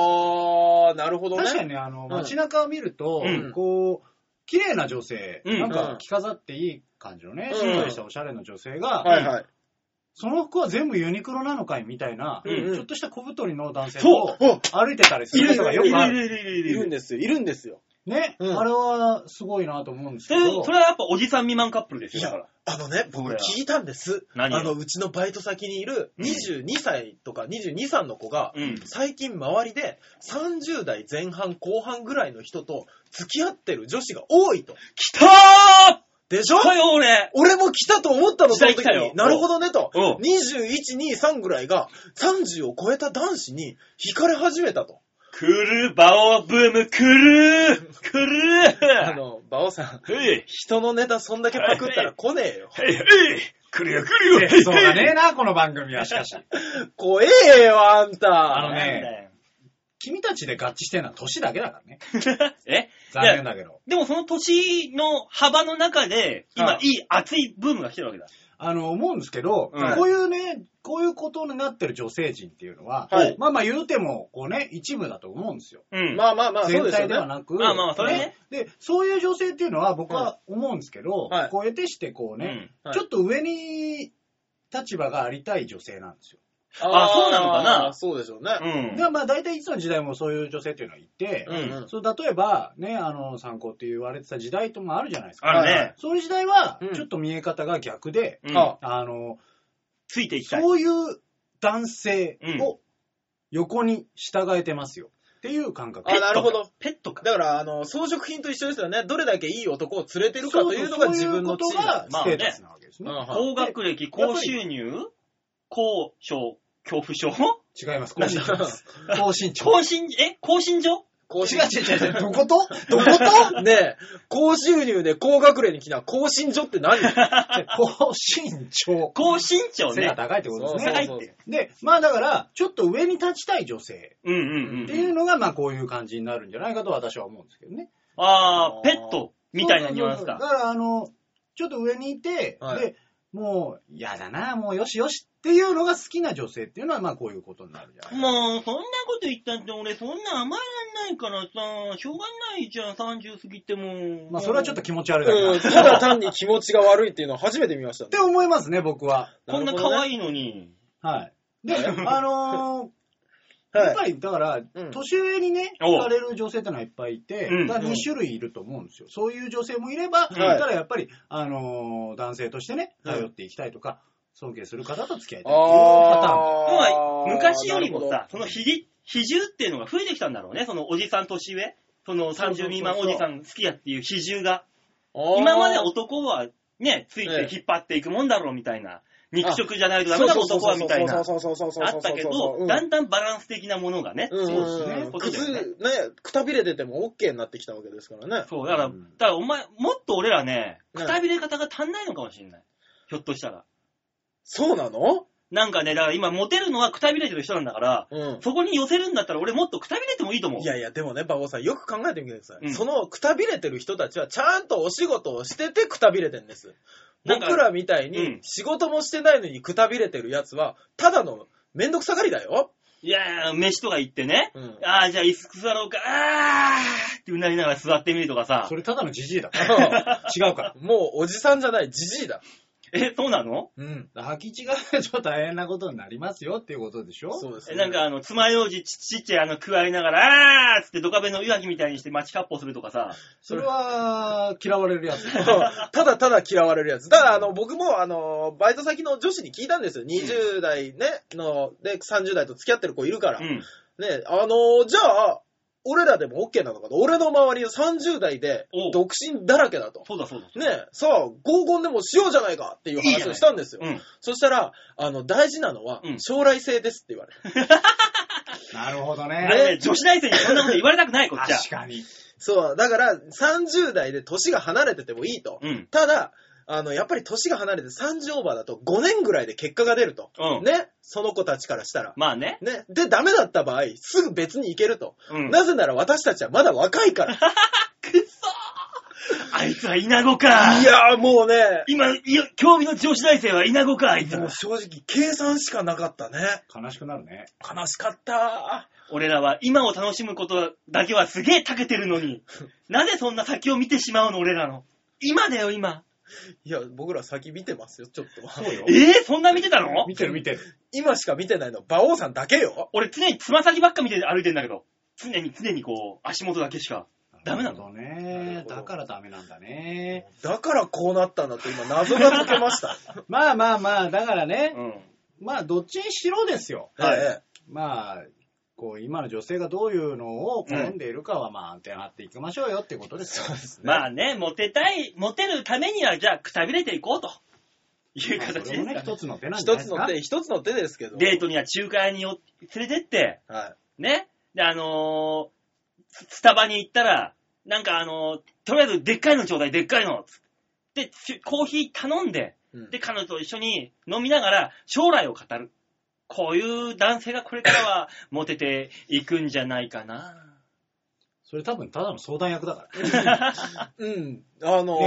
[SPEAKER 3] あー、なるほどね。
[SPEAKER 1] 確かにね、あの、
[SPEAKER 3] ん
[SPEAKER 1] 街中を見ると、
[SPEAKER 2] うん
[SPEAKER 1] こう、綺麗な女性、
[SPEAKER 2] うん
[SPEAKER 1] なんか着飾っていい感じのね、
[SPEAKER 3] うん
[SPEAKER 1] しっかりしたおしゃれな女性が、
[SPEAKER 3] はいはい。
[SPEAKER 1] その服は全部ユニクロなのかいみたいな、
[SPEAKER 3] うんうん
[SPEAKER 1] ちょっとした小太りの男性
[SPEAKER 3] そ
[SPEAKER 1] と
[SPEAKER 3] う
[SPEAKER 1] 歩いてたりすることがよくある。
[SPEAKER 2] いるいるい
[SPEAKER 3] いるん
[SPEAKER 2] る。
[SPEAKER 3] ですよ、いるんですよ。
[SPEAKER 1] ね、
[SPEAKER 3] うん
[SPEAKER 1] あれはすごいなと思うんです
[SPEAKER 2] そ
[SPEAKER 1] け
[SPEAKER 2] れ
[SPEAKER 1] ど。
[SPEAKER 2] それはやっぱおじさん未満カップルですよ、
[SPEAKER 3] い
[SPEAKER 2] だ
[SPEAKER 3] や
[SPEAKER 2] から。
[SPEAKER 3] あのね、僕
[SPEAKER 2] ほら
[SPEAKER 3] 聞いたんです。あ
[SPEAKER 2] 何
[SPEAKER 3] の、うちのバイト先にいる22歳とか22、3の子が、
[SPEAKER 2] うん。
[SPEAKER 3] 最近周りで30代前半後半ぐらいの人と付き合ってる女子が多いと。
[SPEAKER 2] 来たー
[SPEAKER 3] でしょ
[SPEAKER 2] これ俺、
[SPEAKER 3] 俺も来たと思ったの、
[SPEAKER 2] 時
[SPEAKER 3] その
[SPEAKER 2] 代
[SPEAKER 3] 時
[SPEAKER 2] 来たよ
[SPEAKER 3] に。なるほどね、と。
[SPEAKER 2] うん
[SPEAKER 3] 21、23ぐらいが、30を超えた男子に惹かれ始めたと。
[SPEAKER 2] 来る、バオブーム、来る、来る
[SPEAKER 3] あの、バオさん、
[SPEAKER 2] へい、
[SPEAKER 3] 人のネタそんだけパクった ら来ねえよ。
[SPEAKER 2] へい、へい、来るよ、来るよ、
[SPEAKER 1] そうだねえな、この番組は、しかし。
[SPEAKER 3] 怖えよ、あ
[SPEAKER 1] あ
[SPEAKER 3] ん
[SPEAKER 1] の
[SPEAKER 3] た。
[SPEAKER 1] ね君たちで合致してるのは年だけだからね。
[SPEAKER 2] え
[SPEAKER 1] 残念だけど。
[SPEAKER 2] でもその年の幅の中で、
[SPEAKER 1] あ
[SPEAKER 2] 今
[SPEAKER 1] あ、
[SPEAKER 2] いい熱いブームが来てるわけだ。
[SPEAKER 1] あの、思うんですけど、
[SPEAKER 2] うん
[SPEAKER 1] こういうね、こういうことになってる女性陣っていうのは、
[SPEAKER 3] はい
[SPEAKER 1] まあまあ言うても、こうね、一部だと思うんですよ。
[SPEAKER 2] うん。
[SPEAKER 3] まあまあまあ、そう
[SPEAKER 1] 全
[SPEAKER 3] です
[SPEAKER 1] 体
[SPEAKER 3] よ
[SPEAKER 1] では
[SPEAKER 3] ね。
[SPEAKER 1] なく。
[SPEAKER 2] まあまあまあそれはね
[SPEAKER 1] で、そういう女性っていうのは僕は思うんですけど、
[SPEAKER 3] はい
[SPEAKER 1] こう得てしてこうね、
[SPEAKER 3] うんはい
[SPEAKER 1] ちょっと上に立場がありたい女性なんですよ。
[SPEAKER 2] あそうなのかな
[SPEAKER 3] あーそうでしょうね。
[SPEAKER 2] うん。
[SPEAKER 1] でまあ大体いつの時代もそういう女性っていうのはいて、
[SPEAKER 2] うん
[SPEAKER 1] そう例えばね、あの、参考って言われてた時代ともあるじゃないですか。
[SPEAKER 2] あるね。
[SPEAKER 1] そういう時代は
[SPEAKER 3] うん、
[SPEAKER 1] ちょっと見え方が逆で、
[SPEAKER 2] うん
[SPEAKER 3] あ
[SPEAKER 1] あの、
[SPEAKER 2] ついていきたい。
[SPEAKER 1] そういう男性
[SPEAKER 2] う
[SPEAKER 1] を横に従えてますよ。っていう感覚。
[SPEAKER 3] あ、なるほど。
[SPEAKER 2] ペットか。
[SPEAKER 3] だから、あの、装飾品と一緒ですよね。どれだけいい男を連れてるかというのが自分の地位
[SPEAKER 1] そうそうそういうことが
[SPEAKER 2] まあ
[SPEAKER 1] ス
[SPEAKER 2] ね
[SPEAKER 1] テータスなわけですね。
[SPEAKER 3] うん
[SPEAKER 2] 高学歴、高収入、高所、恐怖症
[SPEAKER 1] 違い ます。高身長です。高身長。
[SPEAKER 2] 高身、え高身長
[SPEAKER 3] 高
[SPEAKER 1] 違
[SPEAKER 3] 収
[SPEAKER 1] う違う違う。どことどこと
[SPEAKER 3] 入。ねえ、高収入で高学歴に来た高身所って何
[SPEAKER 1] 高身長。
[SPEAKER 2] 高身長
[SPEAKER 1] 背が
[SPEAKER 2] ね。
[SPEAKER 1] 高いってことです
[SPEAKER 3] そう
[SPEAKER 1] ね。
[SPEAKER 3] そうそう
[SPEAKER 1] で、まあだから、ちょっと上に立ちたい女性
[SPEAKER 2] うんうんうん
[SPEAKER 1] っていうのが、まあこういう感じになるんじゃないかと私は思うんですけどね。
[SPEAKER 2] ああ、ペットみたいなニュアンス
[SPEAKER 1] そうそ
[SPEAKER 2] か。
[SPEAKER 1] うそうだから、あの、ちょっと上にいて、
[SPEAKER 3] はい
[SPEAKER 1] で、もう、やだな、もうよしよしっていうのが好きな女性っていうのは、まあこういうことになるじゃない。
[SPEAKER 2] もう、そんなこと言ったって俺そんな甘えらんないからさ、しょうがないじゃん、30過ぎても。
[SPEAKER 1] まあそれはちょっと気持ち悪いだけだ
[SPEAKER 3] う、
[SPEAKER 1] なん
[SPEAKER 3] ただ単に気持ちが悪いっていうのを初めて見ました
[SPEAKER 1] っ
[SPEAKER 3] ね。
[SPEAKER 1] て思いますね、僕は。
[SPEAKER 2] こんな可
[SPEAKER 3] い。
[SPEAKER 2] 愛いのに。
[SPEAKER 1] はい。で、あのーやっ
[SPEAKER 3] は
[SPEAKER 1] ぱりだから、
[SPEAKER 3] うん
[SPEAKER 1] 年上にね、
[SPEAKER 2] おう
[SPEAKER 1] 惹かれる女性ってのはいっぱいいて、
[SPEAKER 2] うん
[SPEAKER 1] だ2種類いると思うんですよ。そういう女性もいれば、だからやっぱり、あのー男性としてね、
[SPEAKER 3] はい
[SPEAKER 1] 頼っていきたいとか、尊敬する方と付き合いたいっていうパターンも
[SPEAKER 2] でも
[SPEAKER 3] あー
[SPEAKER 2] 昔よりも
[SPEAKER 3] なる
[SPEAKER 2] さ、その比率比重っていうのが増えてきたんだろうね、そのおじさん年上、その30未満おじさん好きやっていう比重が。
[SPEAKER 3] ほど
[SPEAKER 2] 今まで
[SPEAKER 3] あー
[SPEAKER 2] 男はね、つい
[SPEAKER 3] え
[SPEAKER 2] て
[SPEAKER 3] え
[SPEAKER 2] 引っ張っていくもんだろうみたいな。肉食じゃないとダメだ男はみたいな。あ
[SPEAKER 3] そうそうそうそうそうそうそうそうそ
[SPEAKER 2] ったけ
[SPEAKER 3] う
[SPEAKER 2] ど、だんだんバランス的なものがね。
[SPEAKER 3] うんうん
[SPEAKER 1] そうです
[SPEAKER 3] う
[SPEAKER 1] ね
[SPEAKER 3] ん
[SPEAKER 2] こと
[SPEAKER 3] く
[SPEAKER 2] だよ
[SPEAKER 3] ず
[SPEAKER 2] ね
[SPEAKER 3] ね、くたびれてても OK になってきたわけですからね。
[SPEAKER 2] そう、だから、
[SPEAKER 1] う
[SPEAKER 2] だ
[SPEAKER 1] ん
[SPEAKER 2] からお前、もっと俺らね、
[SPEAKER 3] うん
[SPEAKER 2] くたびれ方が足んないのかもしれない。ひょっとしたら。
[SPEAKER 3] そうなの
[SPEAKER 2] なんかね、だから今モテるのはくたびれてる人なんだから、
[SPEAKER 3] うん。
[SPEAKER 2] そこに寄せるんだったら俺もっとくたびれてもいいと思う。
[SPEAKER 3] いやいや、でもね、馬王さん、よく考えてみてください。
[SPEAKER 2] うん
[SPEAKER 3] その、くたびれてる人たちは、ちゃんとお仕事をしててくたびれてんです。
[SPEAKER 2] なんか
[SPEAKER 3] 僕らみたいうに
[SPEAKER 2] ん、
[SPEAKER 3] 仕事もしてないのにくたびれてるやつは、ただの、めんどくさがりだよ。
[SPEAKER 2] いやー、飯とか行ってね、
[SPEAKER 3] うん
[SPEAKER 2] ああ、じゃあ椅子座ろうか、あーってうなりながら座ってみるとかさ
[SPEAKER 1] そ、れただのじじいだか
[SPEAKER 3] も
[SPEAKER 1] ら。違うから。
[SPEAKER 3] う、おじさんじゃない、じじいだ。
[SPEAKER 2] え、そうなの
[SPEAKER 3] うん。
[SPEAKER 1] 履き違えると大変なことになりますよっていうことでしょ
[SPEAKER 3] そうです、
[SPEAKER 2] え
[SPEAKER 3] ね。
[SPEAKER 2] なん、かあの、爪楊枝ちちっちゃいあの、加えながら、あーっつってドカベの岩木みたいにして街割烹するとかさ、
[SPEAKER 1] それは、嫌われるやつ。
[SPEAKER 3] ただただ嫌われるやつ。だから、あの、僕も、あの、バイト先の女子に聞いたんですよ。20代ね、の、で、30代と付き合ってる子いるから。
[SPEAKER 2] うん。
[SPEAKER 3] ね、あの、じゃあ、俺らでも OK なのかと。俺の周りは30代で
[SPEAKER 2] おう、
[SPEAKER 3] 独身だらけだと。
[SPEAKER 2] そうだそうだ。
[SPEAKER 3] ね、さあ、合コンでもしようじゃないかってい
[SPEAKER 2] い
[SPEAKER 3] う
[SPEAKER 2] いじ
[SPEAKER 3] 話
[SPEAKER 2] ゃな
[SPEAKER 3] を
[SPEAKER 2] い
[SPEAKER 3] したんですよ。
[SPEAKER 2] うん。
[SPEAKER 3] そしたら、あの、大事なのは
[SPEAKER 2] うん、
[SPEAKER 3] 将来性ですって言われた。
[SPEAKER 1] なるほど
[SPEAKER 2] あ
[SPEAKER 1] ね。
[SPEAKER 2] れね、女子大生にそんなこと言われたくない、こっちは。
[SPEAKER 1] 確かに。
[SPEAKER 3] そう、だから、30代で年が離れててもいいと。
[SPEAKER 2] うん。
[SPEAKER 3] ただ、あの、やっぱり年が離れて30オーバーだと5年ぐらいで結果が出ると。
[SPEAKER 2] うん
[SPEAKER 3] ね、その子たちからしたら。
[SPEAKER 2] まあね。
[SPEAKER 3] ね、で、ダメだった場合、すぐ別に行けると。
[SPEAKER 2] うん。
[SPEAKER 3] なぜなら私たちはまだ若 いから。
[SPEAKER 2] あいつはイナゴか。
[SPEAKER 3] いやーもうね、
[SPEAKER 2] 今、いや興味の女子大生はイナゴか、あいつ
[SPEAKER 3] も
[SPEAKER 2] は
[SPEAKER 3] う。正直計算しかなかったね。
[SPEAKER 1] 悲しくなるね。
[SPEAKER 3] 悲しかった。
[SPEAKER 2] 俺らは今を楽しむことだけはすげえ長けてるの に、なぜそんな先を見てしまうの、俺らの。今だよ、今。
[SPEAKER 3] いや、僕ら先見てますよ、ちょっと。
[SPEAKER 1] そうよ
[SPEAKER 2] え。ー、そんな見てたの
[SPEAKER 1] 見てる見てる。
[SPEAKER 3] 今しか見てないの、馬王さんだけよ。俺
[SPEAKER 2] 俺常につま先ばっか見て歩いてんだけど、常に常にこう、足元だけしか。ダメなの
[SPEAKER 1] るほど
[SPEAKER 3] なる
[SPEAKER 1] ね
[SPEAKER 3] ほ。ど
[SPEAKER 1] だからダメなんだね。
[SPEAKER 3] だからこうなったんだって今謎が解けました。
[SPEAKER 1] まあまあまあ、だからね
[SPEAKER 2] う、ん。
[SPEAKER 1] まあどっちにしろですよ。
[SPEAKER 3] はい。
[SPEAKER 1] まあ、こう、今の女性がどういうのを好んでいるかは、まあ、アンテナ張っていきましょうよってことですよ。そうです
[SPEAKER 2] まあね、モテたい、モテるためには、じゃあ、くたびれていこうと。いう形です
[SPEAKER 1] これ
[SPEAKER 2] かね。
[SPEAKER 1] もね、一つの手なんじゃない
[SPEAKER 3] 一
[SPEAKER 1] で
[SPEAKER 3] つ
[SPEAKER 1] すか。
[SPEAKER 3] の手、一つの手ですけど。
[SPEAKER 2] デートには仲介によ連れてって、
[SPEAKER 3] は
[SPEAKER 2] ね。で、あのーススタバに行ったら、なんかあのーとりあえずでっかいのちょうだい、でっかいの。つで、ちコーヒー頼んで、
[SPEAKER 3] い。うん
[SPEAKER 2] で、彼女と一緒に飲みながら将来を語る。こういう男性がこれからはモテていくんじゃないかな。
[SPEAKER 1] それ多分、ただの相談役だから。
[SPEAKER 3] うん。あの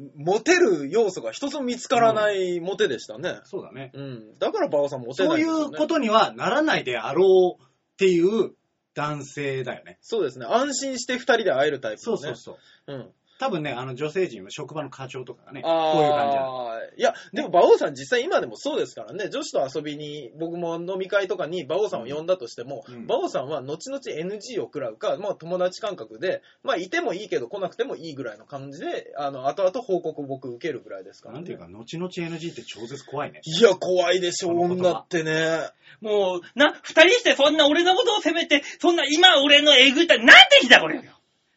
[SPEAKER 3] ー、モテる要素が一つも見つからないモテでしたね。
[SPEAKER 1] そうだね。
[SPEAKER 3] うん。だから馬王さんモテ
[SPEAKER 1] そ
[SPEAKER 3] な
[SPEAKER 1] うい
[SPEAKER 3] いんですよね。
[SPEAKER 1] うことにはならないであろうっていう男性だよね。
[SPEAKER 3] そうですね。安心して二人で会えるタイプ、ね。
[SPEAKER 1] そうそうそう。
[SPEAKER 3] うん。
[SPEAKER 1] 多分ね、あの女性陣は職場の課長とかが ね、こ
[SPEAKER 3] ああ
[SPEAKER 1] ういう感じだ。
[SPEAKER 3] いや、でも馬王さん実際今でもそうですからね、女子と遊びに、僕も飲み会とかに馬王さんを呼んだとしても、
[SPEAKER 1] うん
[SPEAKER 3] 馬王さんは後々 NG を食らうか、まあ友達感覚で、まあいてもいいけど来なくてもいいぐらいの感じで、あの、後々報告を僕受けるぐらいですから、ね。
[SPEAKER 1] なんていうか、後々 NG って超絶怖いね。
[SPEAKER 3] いや、怖いでしょ、
[SPEAKER 1] この言葉
[SPEAKER 3] 女ってね。
[SPEAKER 2] もう、な、二人してそんな俺のことを責めて、そんな今俺のえぐった、なんて日だこれよ。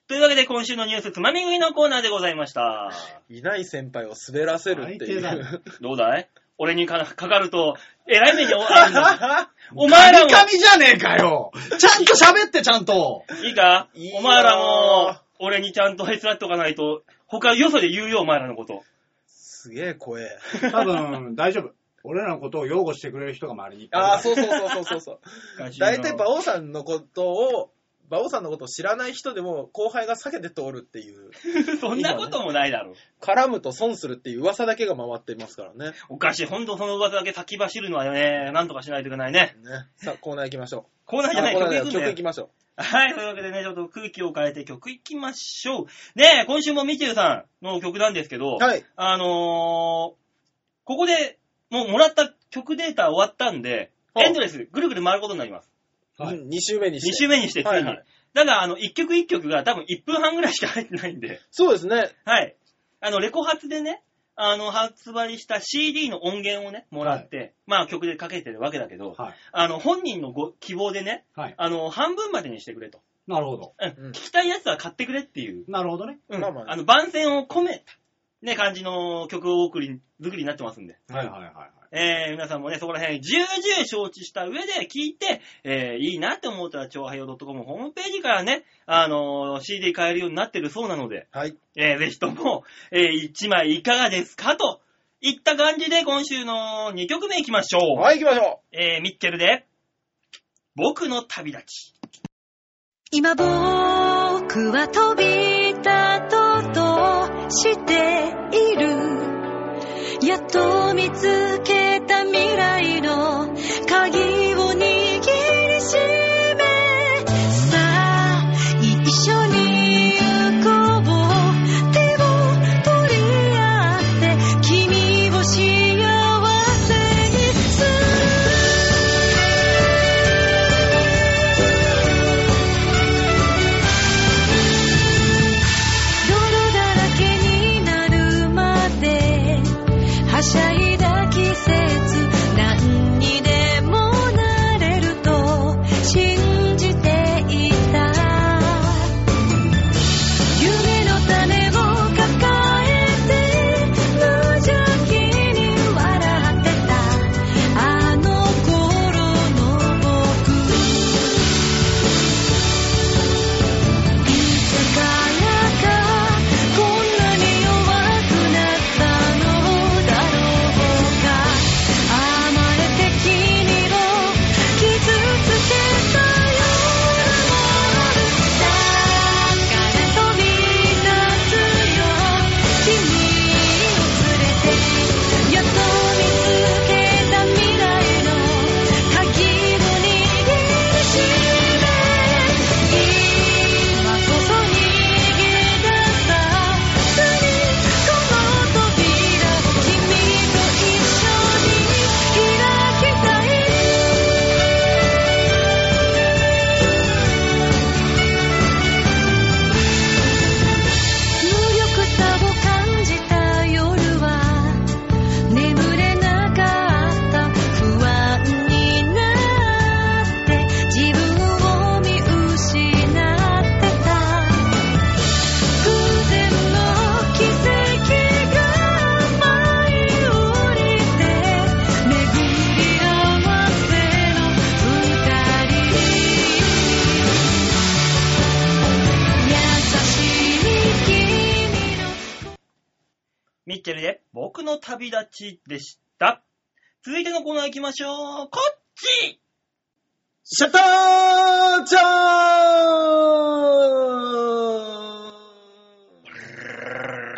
[SPEAKER 2] というわけで今週のニュースつまみ食いのコーナーでございました。
[SPEAKER 3] いない先輩を滑らせるって
[SPEAKER 1] 最低
[SPEAKER 3] い
[SPEAKER 1] だ
[SPEAKER 3] う。
[SPEAKER 2] どうだい俺にかかかると、えらい目に遭われるんだ。お前ら
[SPEAKER 1] 神
[SPEAKER 2] も、
[SPEAKER 1] 々じゃねえかよちゃんと喋って、ちゃん と
[SPEAKER 2] いいか
[SPEAKER 3] いいよ
[SPEAKER 2] お前らも、俺にちゃんとへつらっとかないと、他よそで言うよ、お前らのこと。
[SPEAKER 3] すげえ怖え。
[SPEAKER 1] 多分、大丈夫。俺らのことを擁護してくれる人が周りにいっぱいいる
[SPEAKER 3] ああ、そうそうそうそうそうそう。大体馬
[SPEAKER 2] 王
[SPEAKER 3] 王さんのことを、馬王さんのことを知らない人でも後輩が避けて通るっていう、
[SPEAKER 2] そんなこともないだろう。
[SPEAKER 3] 絡むと損するっていう噂だけが回ってますからね。
[SPEAKER 2] おかしい。ほんとその噂だけ先走るのはね、なんとかしないといけないね。
[SPEAKER 3] ねさあ、コーナー行きましょ
[SPEAKER 2] コー
[SPEAKER 3] う。
[SPEAKER 2] ナーじゃない、
[SPEAKER 3] あコーナ
[SPEAKER 2] 曲
[SPEAKER 3] ー
[SPEAKER 2] 行くん
[SPEAKER 3] 曲
[SPEAKER 2] だ
[SPEAKER 3] 行
[SPEAKER 2] よ
[SPEAKER 3] き。ましょ
[SPEAKER 2] はい、というわけでね、ちょっと空気を変えて曲行きましょう。ねえ、今週もミチルさんの曲なんですけど、
[SPEAKER 3] う。はい。
[SPEAKER 2] あのー、ここでもうもらった曲データ終わったんで、
[SPEAKER 3] はい
[SPEAKER 2] エンドレス、ぐるぐる回ることになります。
[SPEAKER 1] はい
[SPEAKER 3] 2週目にして。
[SPEAKER 2] 2週目にして、ついに。
[SPEAKER 3] はいはい
[SPEAKER 2] ただ、あの、1曲1曲が多分1分半ぐらいしか入ってないんで、
[SPEAKER 3] そうですね。
[SPEAKER 2] はい。あの、レコ発でね、あの、発売した CD の音源をね、もらって、まあ曲でかけてるわけだけど、
[SPEAKER 1] はい。
[SPEAKER 2] あの、本人のご希望でね、
[SPEAKER 1] はい。
[SPEAKER 2] あの、半分までにしてくれと。
[SPEAKER 1] なるほど。
[SPEAKER 2] うん
[SPEAKER 3] うん
[SPEAKER 2] 聞きたいやつは買ってくれっていう、
[SPEAKER 1] なるほどね。
[SPEAKER 2] うん
[SPEAKER 3] まあまあ
[SPEAKER 2] の、番宣を込めた、ね、感じの曲を送り、作りになってますんで。
[SPEAKER 1] はいはいはいはい。
[SPEAKER 2] えー、皆さんもね、そこら辺、重々承知した上で聞いて、えー、いいなって思ったら、超配用 .com ホームページからね、あのー CD 買えるようになってるそうなので、
[SPEAKER 3] はい。
[SPEAKER 2] えー、ぜひとも、えー、1枚いかがですかと、いった感じで、今週の2曲目いきましょう。
[SPEAKER 3] はい、行きましょ
[SPEAKER 2] えー、ミッケルで、僕の旅立ち。
[SPEAKER 5] 今僕は飛び立とうとしているやっと見つけた未来の鍵を握りしめさあ一緒に行こう手を取り合って君を幸せにする泥だらけになるまではしゃいだ季節何にでもな
[SPEAKER 2] ッチェルで、僕の旅立ちでした。続いてのコーナー行きましょう。こっち
[SPEAKER 6] シャッターチャーン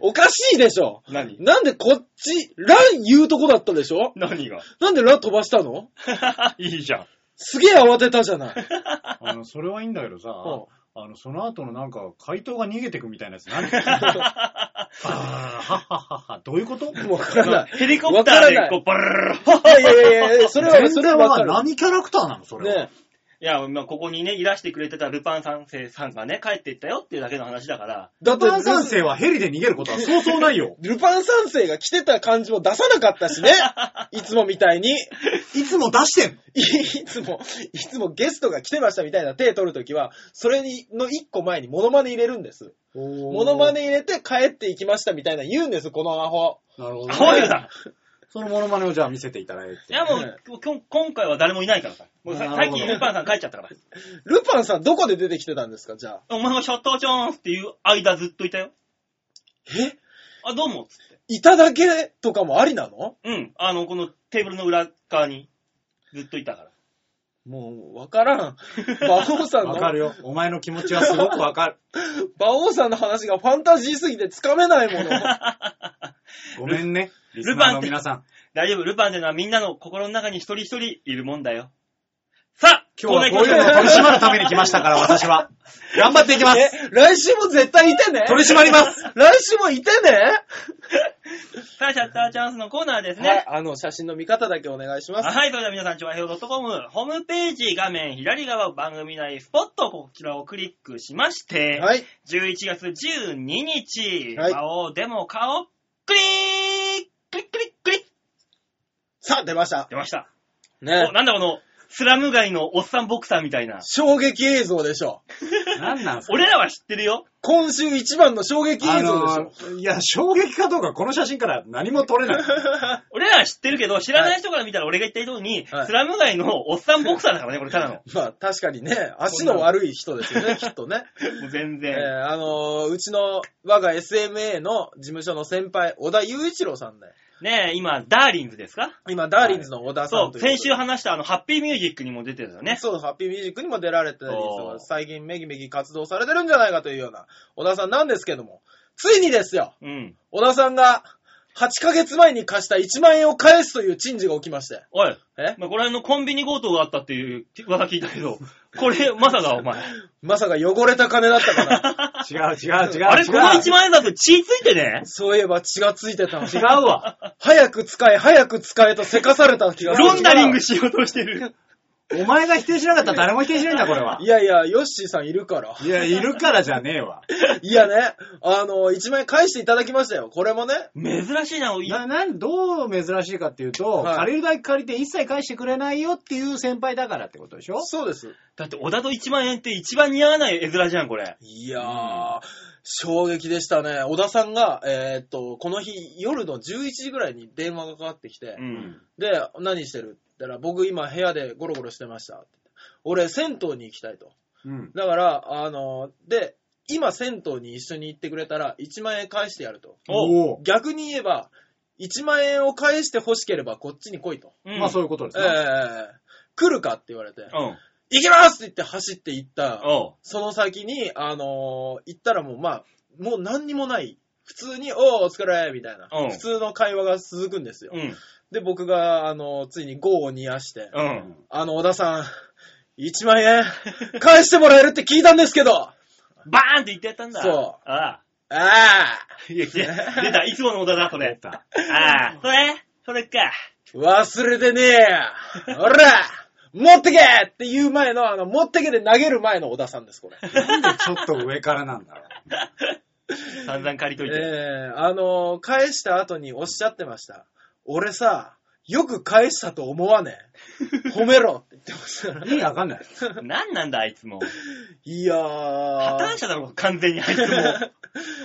[SPEAKER 3] おかしいでしょ
[SPEAKER 2] 何
[SPEAKER 3] なんでこっち、ラン言うとこだったでしょ
[SPEAKER 2] 何が
[SPEAKER 3] なんでラ飛ばしたの
[SPEAKER 2] いいじゃん。
[SPEAKER 3] すげえ慌てたじゃない。
[SPEAKER 1] あの、それはいいんだけどさ、
[SPEAKER 3] うん
[SPEAKER 1] あの、その後のなんか、回答が逃げてくみたいなやつ 何あーはっはっはっは、どういうこと
[SPEAKER 3] わからな い。
[SPEAKER 2] ヘリコプターで、こう、バルルルルル
[SPEAKER 3] いやいやいやいや、それは、
[SPEAKER 1] 全
[SPEAKER 3] それ
[SPEAKER 1] 然
[SPEAKER 3] はわかる。
[SPEAKER 1] 何キャラクターなのそれは。
[SPEAKER 3] ね
[SPEAKER 2] いや、まあ、ここにね、いらしてくれてたルパン三世さんがね、帰っていったよっていうだけの話だから、
[SPEAKER 3] だ
[SPEAKER 1] ル
[SPEAKER 3] って
[SPEAKER 1] パン三世はヘリで逃げることはそうそうない
[SPEAKER 3] 。
[SPEAKER 1] よ
[SPEAKER 3] ルパン三世が着てた感じも出さなかった しね。いつもみたいに。い
[SPEAKER 1] いつも出してんの
[SPEAKER 3] いつも、いつもゲストが来てましたみたいな手取るときは、それにの一個前にモノマネ入れるんです。モノマネ入れて帰っていきましたみたいな言うんです、このアホ。
[SPEAKER 1] なるほど、
[SPEAKER 2] アホよな。
[SPEAKER 1] そのモノマネをじゃあ見せていただいて。
[SPEAKER 2] いや、もう、きょ今回は誰もいないからさ。もう
[SPEAKER 1] なる
[SPEAKER 2] さ
[SPEAKER 1] ほど
[SPEAKER 2] 最近ルパンさん帰っちゃったから。
[SPEAKER 3] ルパンさんどこで出てきてたんですか、じゃあ。
[SPEAKER 2] お前がシャッターチャンスっていう間ずっといたよ。
[SPEAKER 3] え
[SPEAKER 2] あ、どうもっつって。
[SPEAKER 3] いただけとかもありなの
[SPEAKER 2] うん。あの、このテーブルの裏側にずっといたから。
[SPEAKER 3] もう、わからん。馬王さんの
[SPEAKER 1] わ、かるよ。お前の気持ちはすごくわかる。
[SPEAKER 3] 馬王さんの話がファンタジーすぎてつかめないもの。
[SPEAKER 1] ごめん ね。リス
[SPEAKER 2] ル
[SPEAKER 1] ナ
[SPEAKER 2] パン
[SPEAKER 1] ーの
[SPEAKER 2] って
[SPEAKER 1] 皆さん。
[SPEAKER 2] 大丈夫、ルパンってのはみんなの心の中に一人一人いるもんだよ。さあ
[SPEAKER 1] 今日はこ
[SPEAKER 2] コ
[SPEAKER 1] う
[SPEAKER 2] ー
[SPEAKER 1] い
[SPEAKER 2] ナー行き
[SPEAKER 1] うのを
[SPEAKER 2] ましょ
[SPEAKER 1] 取り締まるために来ましたから、私は。頑張っていきます。
[SPEAKER 3] え、来週も絶対いてね。
[SPEAKER 1] 取り締まります。
[SPEAKER 3] 来週もいてね。
[SPEAKER 2] うさあ、シャッターチャンスのコーナーですね。
[SPEAKER 3] はい、あの、写真の見方だけお願いします。
[SPEAKER 2] はい、それでは皆さん、調和表 .com ホームページ画面左側番組内スポット、こちらをクリックしまして、
[SPEAKER 3] はい。
[SPEAKER 2] 11月12日、
[SPEAKER 3] はい
[SPEAKER 2] 魔王デモカをクリッククリックリックリッ
[SPEAKER 3] さあ、出ました。
[SPEAKER 2] 出ました。
[SPEAKER 3] ね
[SPEAKER 2] お。 なんだこの、スラム街のおっさんボクサーみたいな。
[SPEAKER 3] 衝撃映像でしょ。
[SPEAKER 1] 何なんすか
[SPEAKER 2] 俺らは知ってるよ。
[SPEAKER 3] 今週一番の衝撃映像でしょ。
[SPEAKER 1] あのいや、衝撃かどうか、この写真から何も撮れない。
[SPEAKER 2] 俺らは知ってるけど、知らない人から見たら俺が言ったように、
[SPEAKER 3] はい
[SPEAKER 2] スラム街のおっさんボクサーだからね、これただの。
[SPEAKER 3] まあ、確かにね、足の悪い人ですよね、きっとね。
[SPEAKER 2] もう全
[SPEAKER 3] えー
[SPEAKER 2] 然。、
[SPEAKER 3] あのーうちの、我が SMA の事務所の先輩、小田雄一郎さんね。
[SPEAKER 2] ねえ、今、ダーリンズですか
[SPEAKER 3] 今、ダーリンズの小田さ
[SPEAKER 2] そ
[SPEAKER 3] んと
[SPEAKER 2] う、
[SPEAKER 3] いうことで。
[SPEAKER 2] 先週話したあの、ハッピーミュージックにも出てたよね。
[SPEAKER 3] そう、ハッピーミュージックにも出られてたり
[SPEAKER 2] おー
[SPEAKER 3] 最近めぎめぎ活動されてるんじゃないかというような、小田さんなんですけども、ついにですよ、
[SPEAKER 2] うん。
[SPEAKER 3] 小田さんが、8ヶ月前に貸した1万円を返すという珍事が起きまして。
[SPEAKER 2] おい、
[SPEAKER 3] え
[SPEAKER 2] まあ、この辺のコンビニ強盗があったっていう噂聞いたけど、これ、まさかお前。
[SPEAKER 3] まさか汚れた金だっ たから。
[SPEAKER 1] 違う違う違う。
[SPEAKER 2] あれ、この
[SPEAKER 1] 違う
[SPEAKER 2] 1万円だと血ついてね。
[SPEAKER 3] そういえば血がついてた。
[SPEAKER 1] 違うわ。
[SPEAKER 3] 早く使え、早く使えとせかされた気がす る。
[SPEAKER 2] ロンダリングしようとしてる。
[SPEAKER 1] お前が否定しなかったら誰も否定しないんだ、これは。
[SPEAKER 3] いやいや、ヨッシーさんいるから。
[SPEAKER 1] いや、いるからじゃねえわ。
[SPEAKER 3] いやね、あの、1万円返していただきましたよ。これもね、
[SPEAKER 2] 珍しいな、おい
[SPEAKER 1] な、なん、どう珍しいかっていうと、
[SPEAKER 3] はい
[SPEAKER 1] 借りるだけ借りて一切返してくれないよっていう先輩だからってことでしょ
[SPEAKER 3] そうです。
[SPEAKER 2] だって、小田と1万円って一番似合わない絵面じゃん、これ。
[SPEAKER 3] いやー、衝撃でしたね。小田さんが、えーっと、この日、夜の11時ぐらいに電話がかかってきて、
[SPEAKER 2] うん。
[SPEAKER 3] で、何してるって言ったら、僕今部屋でゴロゴロしてました。俺、銭湯に行きたいと。
[SPEAKER 1] うん。
[SPEAKER 3] だから、あの、で、今銭湯に一緒に行ってくれたら、1万円返してやると。
[SPEAKER 1] おお、
[SPEAKER 3] 逆に言えば、1万円を返して欲しければこっちに来いと。
[SPEAKER 2] うん
[SPEAKER 1] まあそういうことです
[SPEAKER 3] ええ
[SPEAKER 1] ね。
[SPEAKER 3] 来るかって言われて、
[SPEAKER 2] うん。
[SPEAKER 3] 行きますって言って走って行った。
[SPEAKER 2] おう。
[SPEAKER 3] その先に、あのー行ったらもう、まあ、もう何にもない。普通に、おー、お疲れ、みたいな
[SPEAKER 2] うん。
[SPEAKER 3] 普通の会話が続くんですよ。
[SPEAKER 2] うん。
[SPEAKER 3] で、僕が、あのーついにゴーを煮やして、
[SPEAKER 2] うん。
[SPEAKER 3] あの、小田さん、1 万円、返してもらえるって聞いたんですけど、
[SPEAKER 2] バーンって言ってやったんだ。。
[SPEAKER 3] そう
[SPEAKER 2] あ
[SPEAKER 3] ああ、
[SPEAKER 2] あ。いや、いや出た。いつもの小田だ、そ
[SPEAKER 1] 出
[SPEAKER 2] れ。
[SPEAKER 1] た
[SPEAKER 2] ああ。それそれか。
[SPEAKER 3] 忘れてねえや。おら、持ってけっていう前の、あの、持ってけで投げる前の小田さんです、これ。
[SPEAKER 1] なんでちょっと上からなんだろ
[SPEAKER 2] 散々借りといて。
[SPEAKER 3] ええあのー返した後におっしゃってました。俺さ、よく返したと思わね え。褒めろって言ってましたか
[SPEAKER 1] う。
[SPEAKER 3] ら。
[SPEAKER 1] 意味わかんない。
[SPEAKER 2] 何なんだ、あいつも。
[SPEAKER 3] いや
[SPEAKER 2] 破
[SPEAKER 3] ー
[SPEAKER 2] 綻。者だろ、完全にあいつも。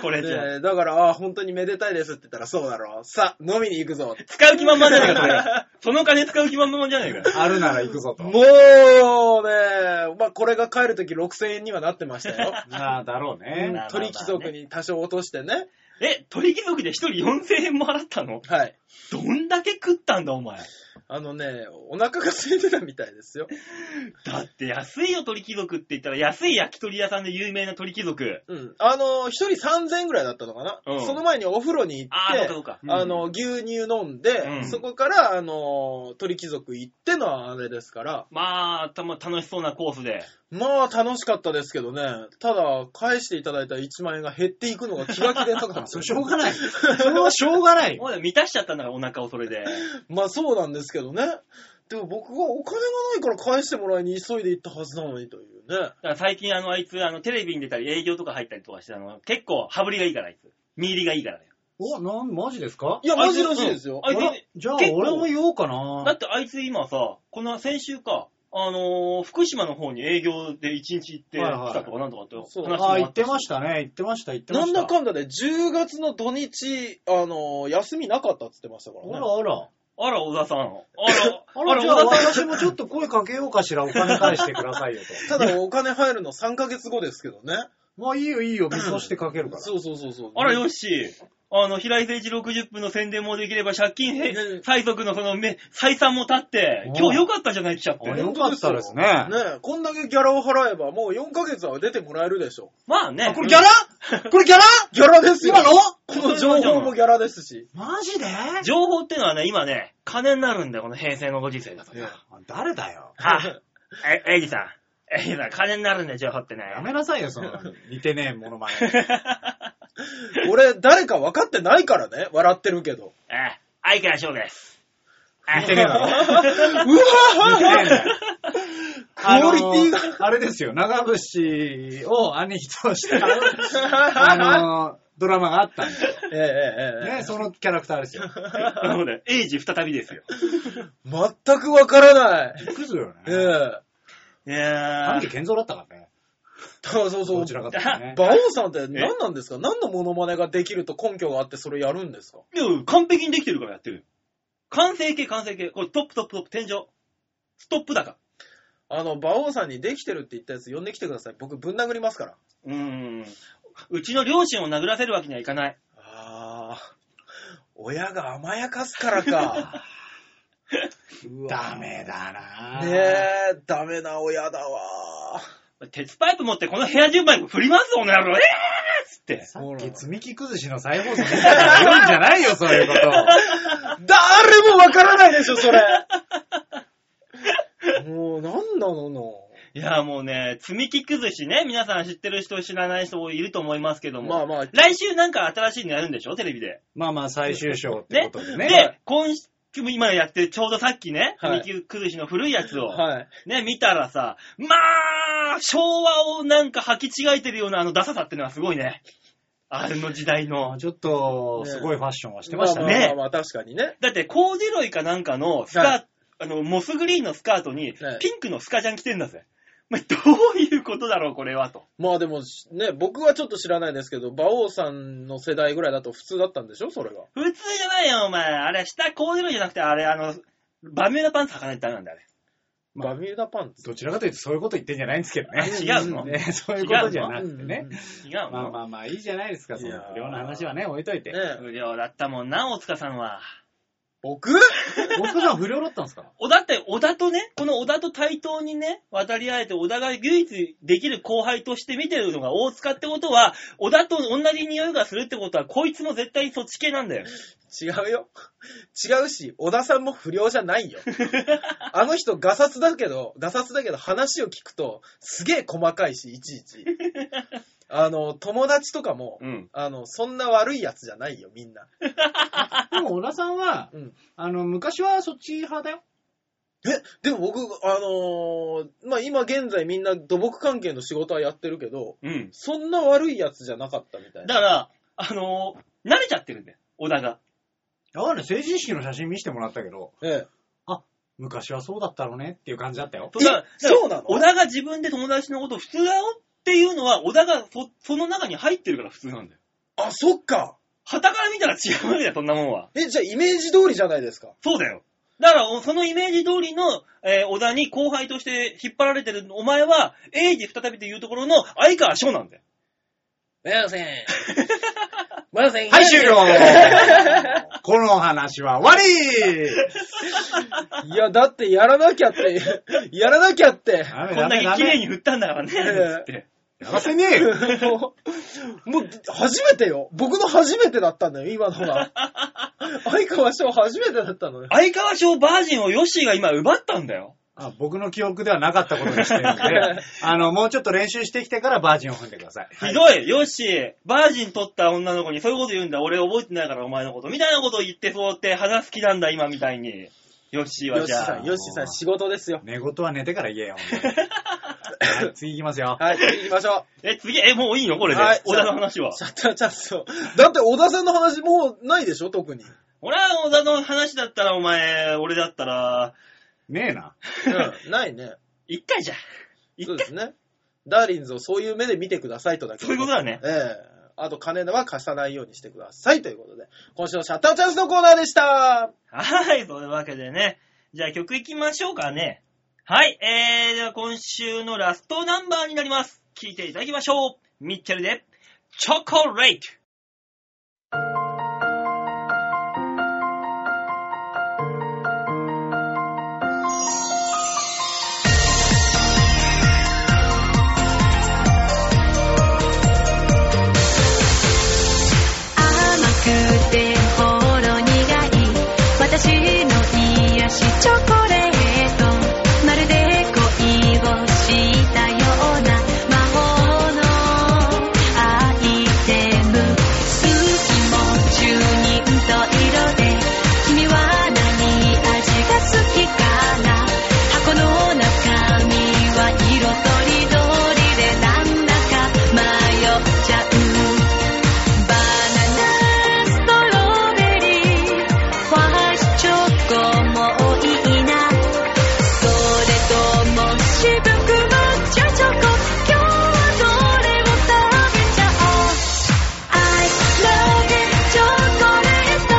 [SPEAKER 2] これじゃ。
[SPEAKER 3] でだから、あー本当にめでたいですって言ったら、そうだろう。さ、飲みに行くぞ。
[SPEAKER 2] 使う気満々じゃねえか、それが。その金使う気満々じゃねえか。
[SPEAKER 1] あるなら行くぞと。
[SPEAKER 3] もうね、まあ、これが帰るとき6000円にはなってました よ。
[SPEAKER 1] なあ、だろう
[SPEAKER 2] な
[SPEAKER 1] ね。
[SPEAKER 2] あ
[SPEAKER 3] 鳥貴族に多少落としてね。
[SPEAKER 2] え、鳥貴族で一人4000円も払ったの
[SPEAKER 3] はい。
[SPEAKER 2] どんだけ食ったんだ、お前。
[SPEAKER 3] あのね、お腹が空いてたみたいですよ。
[SPEAKER 2] だって安いよ、鳥貴族って言ったら、安い焼き鳥屋さんで有名な鳥貴族。
[SPEAKER 3] うん。あの、一人3000円ぐらいだったのかな、
[SPEAKER 2] うん
[SPEAKER 3] その前にお風呂に行
[SPEAKER 2] ああ、そ
[SPEAKER 3] っ
[SPEAKER 2] う
[SPEAKER 3] て
[SPEAKER 2] か、そうか。
[SPEAKER 1] うん
[SPEAKER 3] あの、牛乳飲んで、
[SPEAKER 2] うん
[SPEAKER 3] そこから、あの、鳥貴族行ってのはあれですから、
[SPEAKER 2] まあ、たま、楽しそうなコースで。
[SPEAKER 3] まあ楽しかったですけどね、ただ、返していただいた1万円が減っていくのが気が気でなかったんです
[SPEAKER 1] そ
[SPEAKER 3] よ
[SPEAKER 1] れしょうがない。それはしょう がない。
[SPEAKER 2] お前満たしちゃったんだから、お腹をそれで。
[SPEAKER 3] まあそうなんですけどね。でも僕がお金がないから返してもらいに急いで行ったはずなのにというね。
[SPEAKER 2] だから最近、あの、あいつ、あの、テレビに出たり、営業とか入ったりとかして、あの、結構、羽振りがいいから、あいつ。身入りがいいからだよ。
[SPEAKER 1] お、なん、マジですか
[SPEAKER 3] いや、
[SPEAKER 2] あい
[SPEAKER 3] マ
[SPEAKER 2] つ
[SPEAKER 3] ジらしいですよ
[SPEAKER 2] うん。あいつ
[SPEAKER 1] あらじゃあ、
[SPEAKER 2] 結構
[SPEAKER 1] 俺も言おうか
[SPEAKER 2] だ
[SPEAKER 1] な。
[SPEAKER 2] って、あいつ今さ、この先週か、あのー福島の方に営業で1日行って
[SPEAKER 1] はいはい
[SPEAKER 2] 来たとかなんとかって話
[SPEAKER 3] そう
[SPEAKER 2] も
[SPEAKER 1] あ、
[SPEAKER 2] あ
[SPEAKER 1] 言
[SPEAKER 2] っ
[SPEAKER 1] ったてましたね。言ってました、言ってま
[SPEAKER 3] な
[SPEAKER 1] し
[SPEAKER 3] ん
[SPEAKER 1] た。
[SPEAKER 3] だかんだで、10月の土日、あのー休みなかったって言ってましたから
[SPEAKER 1] あ
[SPEAKER 3] ね。
[SPEAKER 1] らあら。
[SPEAKER 2] あら、小田さん。あら、
[SPEAKER 1] あ
[SPEAKER 2] あ
[SPEAKER 1] ら、
[SPEAKER 2] ら、
[SPEAKER 1] じゃあ
[SPEAKER 2] 小田さん。
[SPEAKER 1] 私もちょっと声かけようかしら、お金返してくださいよ と。
[SPEAKER 3] ただお金入るの3ヶ月後ですけどね。
[SPEAKER 1] まあいいよいいよ、見越してかけるから。
[SPEAKER 3] そうそうそうそう。
[SPEAKER 2] あら、よし。あの、平井誠一60分の宣伝もできれば、借金へ
[SPEAKER 3] ね
[SPEAKER 2] 最速のその、め、採算も立って
[SPEAKER 1] う、ん
[SPEAKER 2] 今日良かったじゃない、来ちゃって。
[SPEAKER 1] あよかったですね。
[SPEAKER 3] ねえ、こんだけギャラを払えばもう4ヶ月は出てもらえるでしょ。
[SPEAKER 2] まあね。
[SPEAKER 3] これギャ ラこれギャラギャラですよ。
[SPEAKER 1] 今の
[SPEAKER 3] この情報もギャラですし。
[SPEAKER 1] マジで
[SPEAKER 2] 情報ってのはね、今ね、金になるんだよ、この平成のご時世だと。
[SPEAKER 1] 誰だよ。
[SPEAKER 2] あ、え、エイジさん。エイジさん、金になるんだよ、情報ってね。
[SPEAKER 1] やめなさいよ、そ の、似てねえものまね。
[SPEAKER 3] 俺、誰か分かってないからね。笑ってるけど。
[SPEAKER 2] え、相川翔です。
[SPEAKER 1] 似てねえだろ。
[SPEAKER 3] うわ
[SPEAKER 1] 似てねえん
[SPEAKER 3] ぁ
[SPEAKER 1] だよ。
[SPEAKER 3] クオリティが
[SPEAKER 1] あのあれですよ、長渕を兄貴として、あ の、ドラマがあったんですよ。
[SPEAKER 3] ええええええ
[SPEAKER 1] ね、そのキャラクターですよ。
[SPEAKER 2] なので、エイジ再びですよ。
[SPEAKER 3] 全く分からない。
[SPEAKER 1] びっくりするよ
[SPEAKER 3] ええ
[SPEAKER 1] ね。
[SPEAKER 2] いやー
[SPEAKER 1] 兄貴健三だったからね。
[SPEAKER 3] そうそうそう
[SPEAKER 1] ど。ちらかというとね。
[SPEAKER 3] 馬王さんって何なんですか何のモノマネができると根拠があってそれやるんですか
[SPEAKER 2] いや完璧にできてるからやってるよ。完成形、完成形。これトップトップトップ、天井。ストップ高。
[SPEAKER 3] あの、馬王さんにできてるって言ったやつ呼んできてください。僕ぶん殴りますから。
[SPEAKER 2] うーん。うちの両親を殴らせるわけにはいかない。
[SPEAKER 3] ああ、親が甘やかすから か。
[SPEAKER 1] ダメだなぁ
[SPEAKER 3] ねえ、ダメな親だわ。
[SPEAKER 2] 鉄パイプ持ってこの部屋中パイプ振りますおの野郎えーっつって。
[SPEAKER 1] さっき積み木崩しの再放送みたいなの言うんじゃないよ、そういう こと。
[SPEAKER 3] 誰もわからないでしょ、 それ。もう、なんなのの。
[SPEAKER 2] いや、もうね、積み木崩しね、皆さん知ってる人知らない人もいると思いますけども。
[SPEAKER 3] まあまあ、
[SPEAKER 2] 来週なんか新しいのやるんでしょテレビで。
[SPEAKER 1] まあまあ、最終章って
[SPEAKER 2] ね
[SPEAKER 1] こ。とでね。
[SPEAKER 2] で、今週、今やってるちょうどさっきね、
[SPEAKER 3] はい
[SPEAKER 2] 積み木崩しの古いやつを、
[SPEAKER 3] はい。
[SPEAKER 2] ね、見たらさ、まあ、昭和をなんか履き違えてるようなあのダサさってのはすごいね。あの時代
[SPEAKER 1] ま
[SPEAKER 2] の
[SPEAKER 1] あ。ちょっと、すごいファッションはしてましたね。
[SPEAKER 2] ね
[SPEAKER 3] まあまあまあ、確かにね。
[SPEAKER 2] だって、コーデュロイかなんかのスカート、
[SPEAKER 3] は
[SPEAKER 2] あの、モスグリーンのスカートに
[SPEAKER 3] はい、
[SPEAKER 2] ピンクのスカジャン着てんだぜ。まあ、どういうことだろう、これは、と。
[SPEAKER 3] まあでも、ね、僕はちょっと知らないですけど、馬王さんの世代ぐらいだと普通だったんでしょ、それが。
[SPEAKER 2] 普通じゃないよ、お前。あれ、下コーデュロイじゃなくて、あれ、あの、バミューダパンツ履かないとダメなんだよ、あれ。
[SPEAKER 1] まあ
[SPEAKER 3] バミューダパンツ。
[SPEAKER 1] どちらかというとそういうこと言ってんじゃないんですけどね。
[SPEAKER 2] 違うの
[SPEAKER 1] ね、そういうことじゃなくてね。
[SPEAKER 2] 違うの、
[SPEAKER 1] まあまあまあ、いいじゃないですか、そ
[SPEAKER 3] いや
[SPEAKER 1] の
[SPEAKER 3] ー
[SPEAKER 1] 不良の話はね、置いといて。
[SPEAKER 3] ね
[SPEAKER 2] 不良だったもんな、大塚さんは。
[SPEAKER 3] 僕
[SPEAKER 1] 大塚さん不良だったんですか
[SPEAKER 2] 小田って、小田とね、この小田と対等にね、渡り合えて、小田が唯一できる後輩として見てるのが大塚ってことは、小田と同じ匂いがするってことは、こいつも絶対そっち系なんだよ。
[SPEAKER 3] 違うよ。違うし、小田さんも不良じゃな いよ。あの人、ガサツだけど、ガサツだけど話を聞くと、すげえ細かいし、いち いち。あの、友達とかも、
[SPEAKER 2] うん。
[SPEAKER 3] あの、そんな悪いやつじゃないよ、みんな。
[SPEAKER 1] でも小田さんは、
[SPEAKER 3] うん
[SPEAKER 1] あの、昔はそっち派だよ。
[SPEAKER 3] え、でも僕、あのーまあ、今現在みんな土木関係の仕事はやってるけど、
[SPEAKER 2] うん。
[SPEAKER 3] そんな悪いやつじゃなかったみたい
[SPEAKER 2] だ
[SPEAKER 3] な。
[SPEAKER 2] から、あのー慣れちゃってるんだよ、小田が。
[SPEAKER 1] だからね、成人式の写真見せてもらったけど、
[SPEAKER 3] ええ、
[SPEAKER 1] 昔はそうだったろうねっていう感じだったよ。
[SPEAKER 2] だから
[SPEAKER 3] そうなの
[SPEAKER 2] 小田が自分で友達のこと普通だよっていうのは、小田がそその中に入ってるから普通なんだよ。
[SPEAKER 3] あ、そっか。
[SPEAKER 2] 旗から見たら違うわけだよ、そんなもんは。
[SPEAKER 3] え、じゃあイメージ通りじゃないで すか。
[SPEAKER 2] そうだよ。だから、おそのイメージ通りの、えー小田に後輩として引っ張られてるお前は、エイジ再びというところの相川翔なんだよ。
[SPEAKER 3] まだせん。まだせん。
[SPEAKER 1] はい、終 了この話は終わり
[SPEAKER 3] いや、だってやらなきゃって、やらなきゃって。
[SPEAKER 1] ダメ
[SPEAKER 2] こ
[SPEAKER 1] ダ
[SPEAKER 2] んだ
[SPEAKER 1] メ
[SPEAKER 2] け
[SPEAKER 1] ダ
[SPEAKER 2] 綺麗
[SPEAKER 1] メ。
[SPEAKER 2] に振ったんだからね、つって。
[SPEAKER 1] やらせねえよ
[SPEAKER 3] もう、もう初めてよ。僕の初めてだったんだよ、今の が。相川翔初めてだったのよ。
[SPEAKER 2] 相川翔バージンをヨッシーが今奪ったんだよ。
[SPEAKER 1] あ僕の記憶ではなかったことにしてるんで、 あの、もうちょっと練習してきてからバージンを踏んでください。
[SPEAKER 2] ひどい、ヨッシー、バージン取った女の子にそういうこと言うんだ、俺覚えてないからお前のこと、みたいなことを言ってそうやって話す気なんだ、今みたいに。ヨッシー
[SPEAKER 3] よ
[SPEAKER 2] は
[SPEAKER 3] し
[SPEAKER 2] じゃ
[SPEAKER 3] さ
[SPEAKER 2] あ
[SPEAKER 3] ん、。よしさん、仕事ですよ。
[SPEAKER 1] 寝言は寝てから言えよ。本 当にはい、次行きますよ。
[SPEAKER 3] はい、次行きましょ
[SPEAKER 2] え、次、え、もういいのこれで
[SPEAKER 3] はい。
[SPEAKER 2] 小田の話は
[SPEAKER 3] う。。 シャッターチャンスを。だって、小田さんの話もうないでしょ、特に。
[SPEAKER 2] 俺は小田の話だったらお前、俺だったら、
[SPEAKER 1] ねえな。
[SPEAKER 3] うん、 ないね。
[SPEAKER 2] 一回じゃん。一
[SPEAKER 3] そう
[SPEAKER 2] 回
[SPEAKER 3] で。すね。ダーリンズをそういう目で見てくださいとだけ。
[SPEAKER 2] そういうことだね。
[SPEAKER 3] ええあと、金は貸さないようにしてくださいということで、今週のシャッターチャンスのコーナーでした
[SPEAKER 2] はい、というわけでね。じゃあ曲行きましょうかね。はい、えー、では今週のラストナンバーになります。聴いていただきましょう。ミッチェルで、チョコレート。
[SPEAKER 5] 甘くてほろ苦い私の癒しチョコレートまるで恋をしたような魔法のアイテム好きも中人と色で君は何味が好きかな箱の中身は色とりどりでなんだか迷っちゃうバナナ、ストロベリー、ファッションチョコもいいな。それとも渋く抹茶チョコ、今日はどれも食べちゃおう。I love it チョコレート、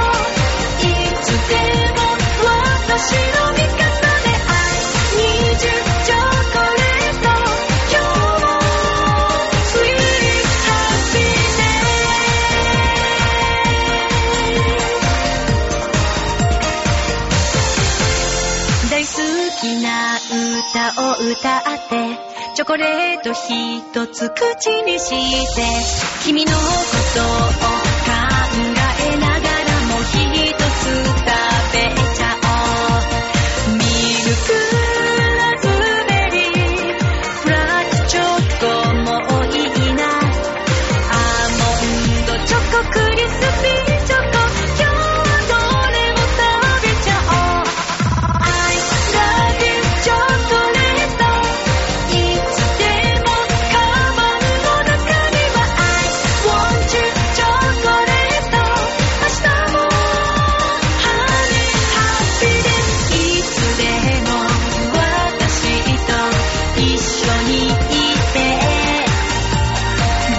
[SPEAKER 5] いつでも私の味方で I need you チョコレート、今日も Sweet Happiness 大好きな歌を歌ってチョコレート一つ口にして君のことを考えながらも一つ食べちゃおうミルクラズベリーフラッツチョコもいいなアーモンドチョコクリスピーチョコ今日はどれも食べちゃおう I love you チョコレートいつでもカバンの中には I want you チョコレート明日も Honey Happy ですいつでも私と一緒にいて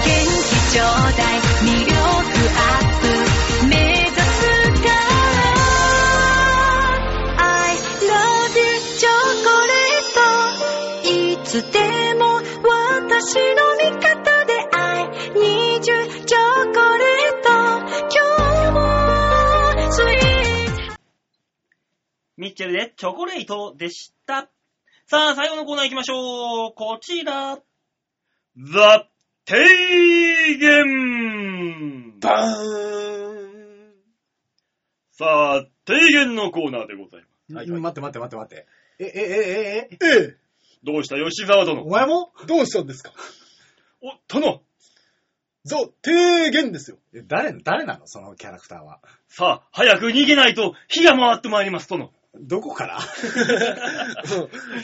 [SPEAKER 5] 元気ちょうだい魅力アップ目指すから I love you チョコレートいつでも私の味方で I need you チョコレート今日もスイーツ
[SPEAKER 2] ミッチェルでチョコレートでした。さあ、最後のコーナー行きましょう。こちら。ザ・提言
[SPEAKER 3] バーン
[SPEAKER 2] さあ、提言のコーナーでございます。
[SPEAKER 3] はいはい
[SPEAKER 1] 待って待って待って待って。え、え、え、え、え、
[SPEAKER 3] え
[SPEAKER 2] どうした吉沢
[SPEAKER 1] お
[SPEAKER 2] 殿。
[SPEAKER 1] 前も
[SPEAKER 3] え、どうしたんですか
[SPEAKER 2] お、殿
[SPEAKER 3] ザ、提言ですよ。
[SPEAKER 1] え誰、誰なのそのキャラクターは。
[SPEAKER 2] さあ、早く逃げないと火が回ってまいります、殿。
[SPEAKER 1] どこ から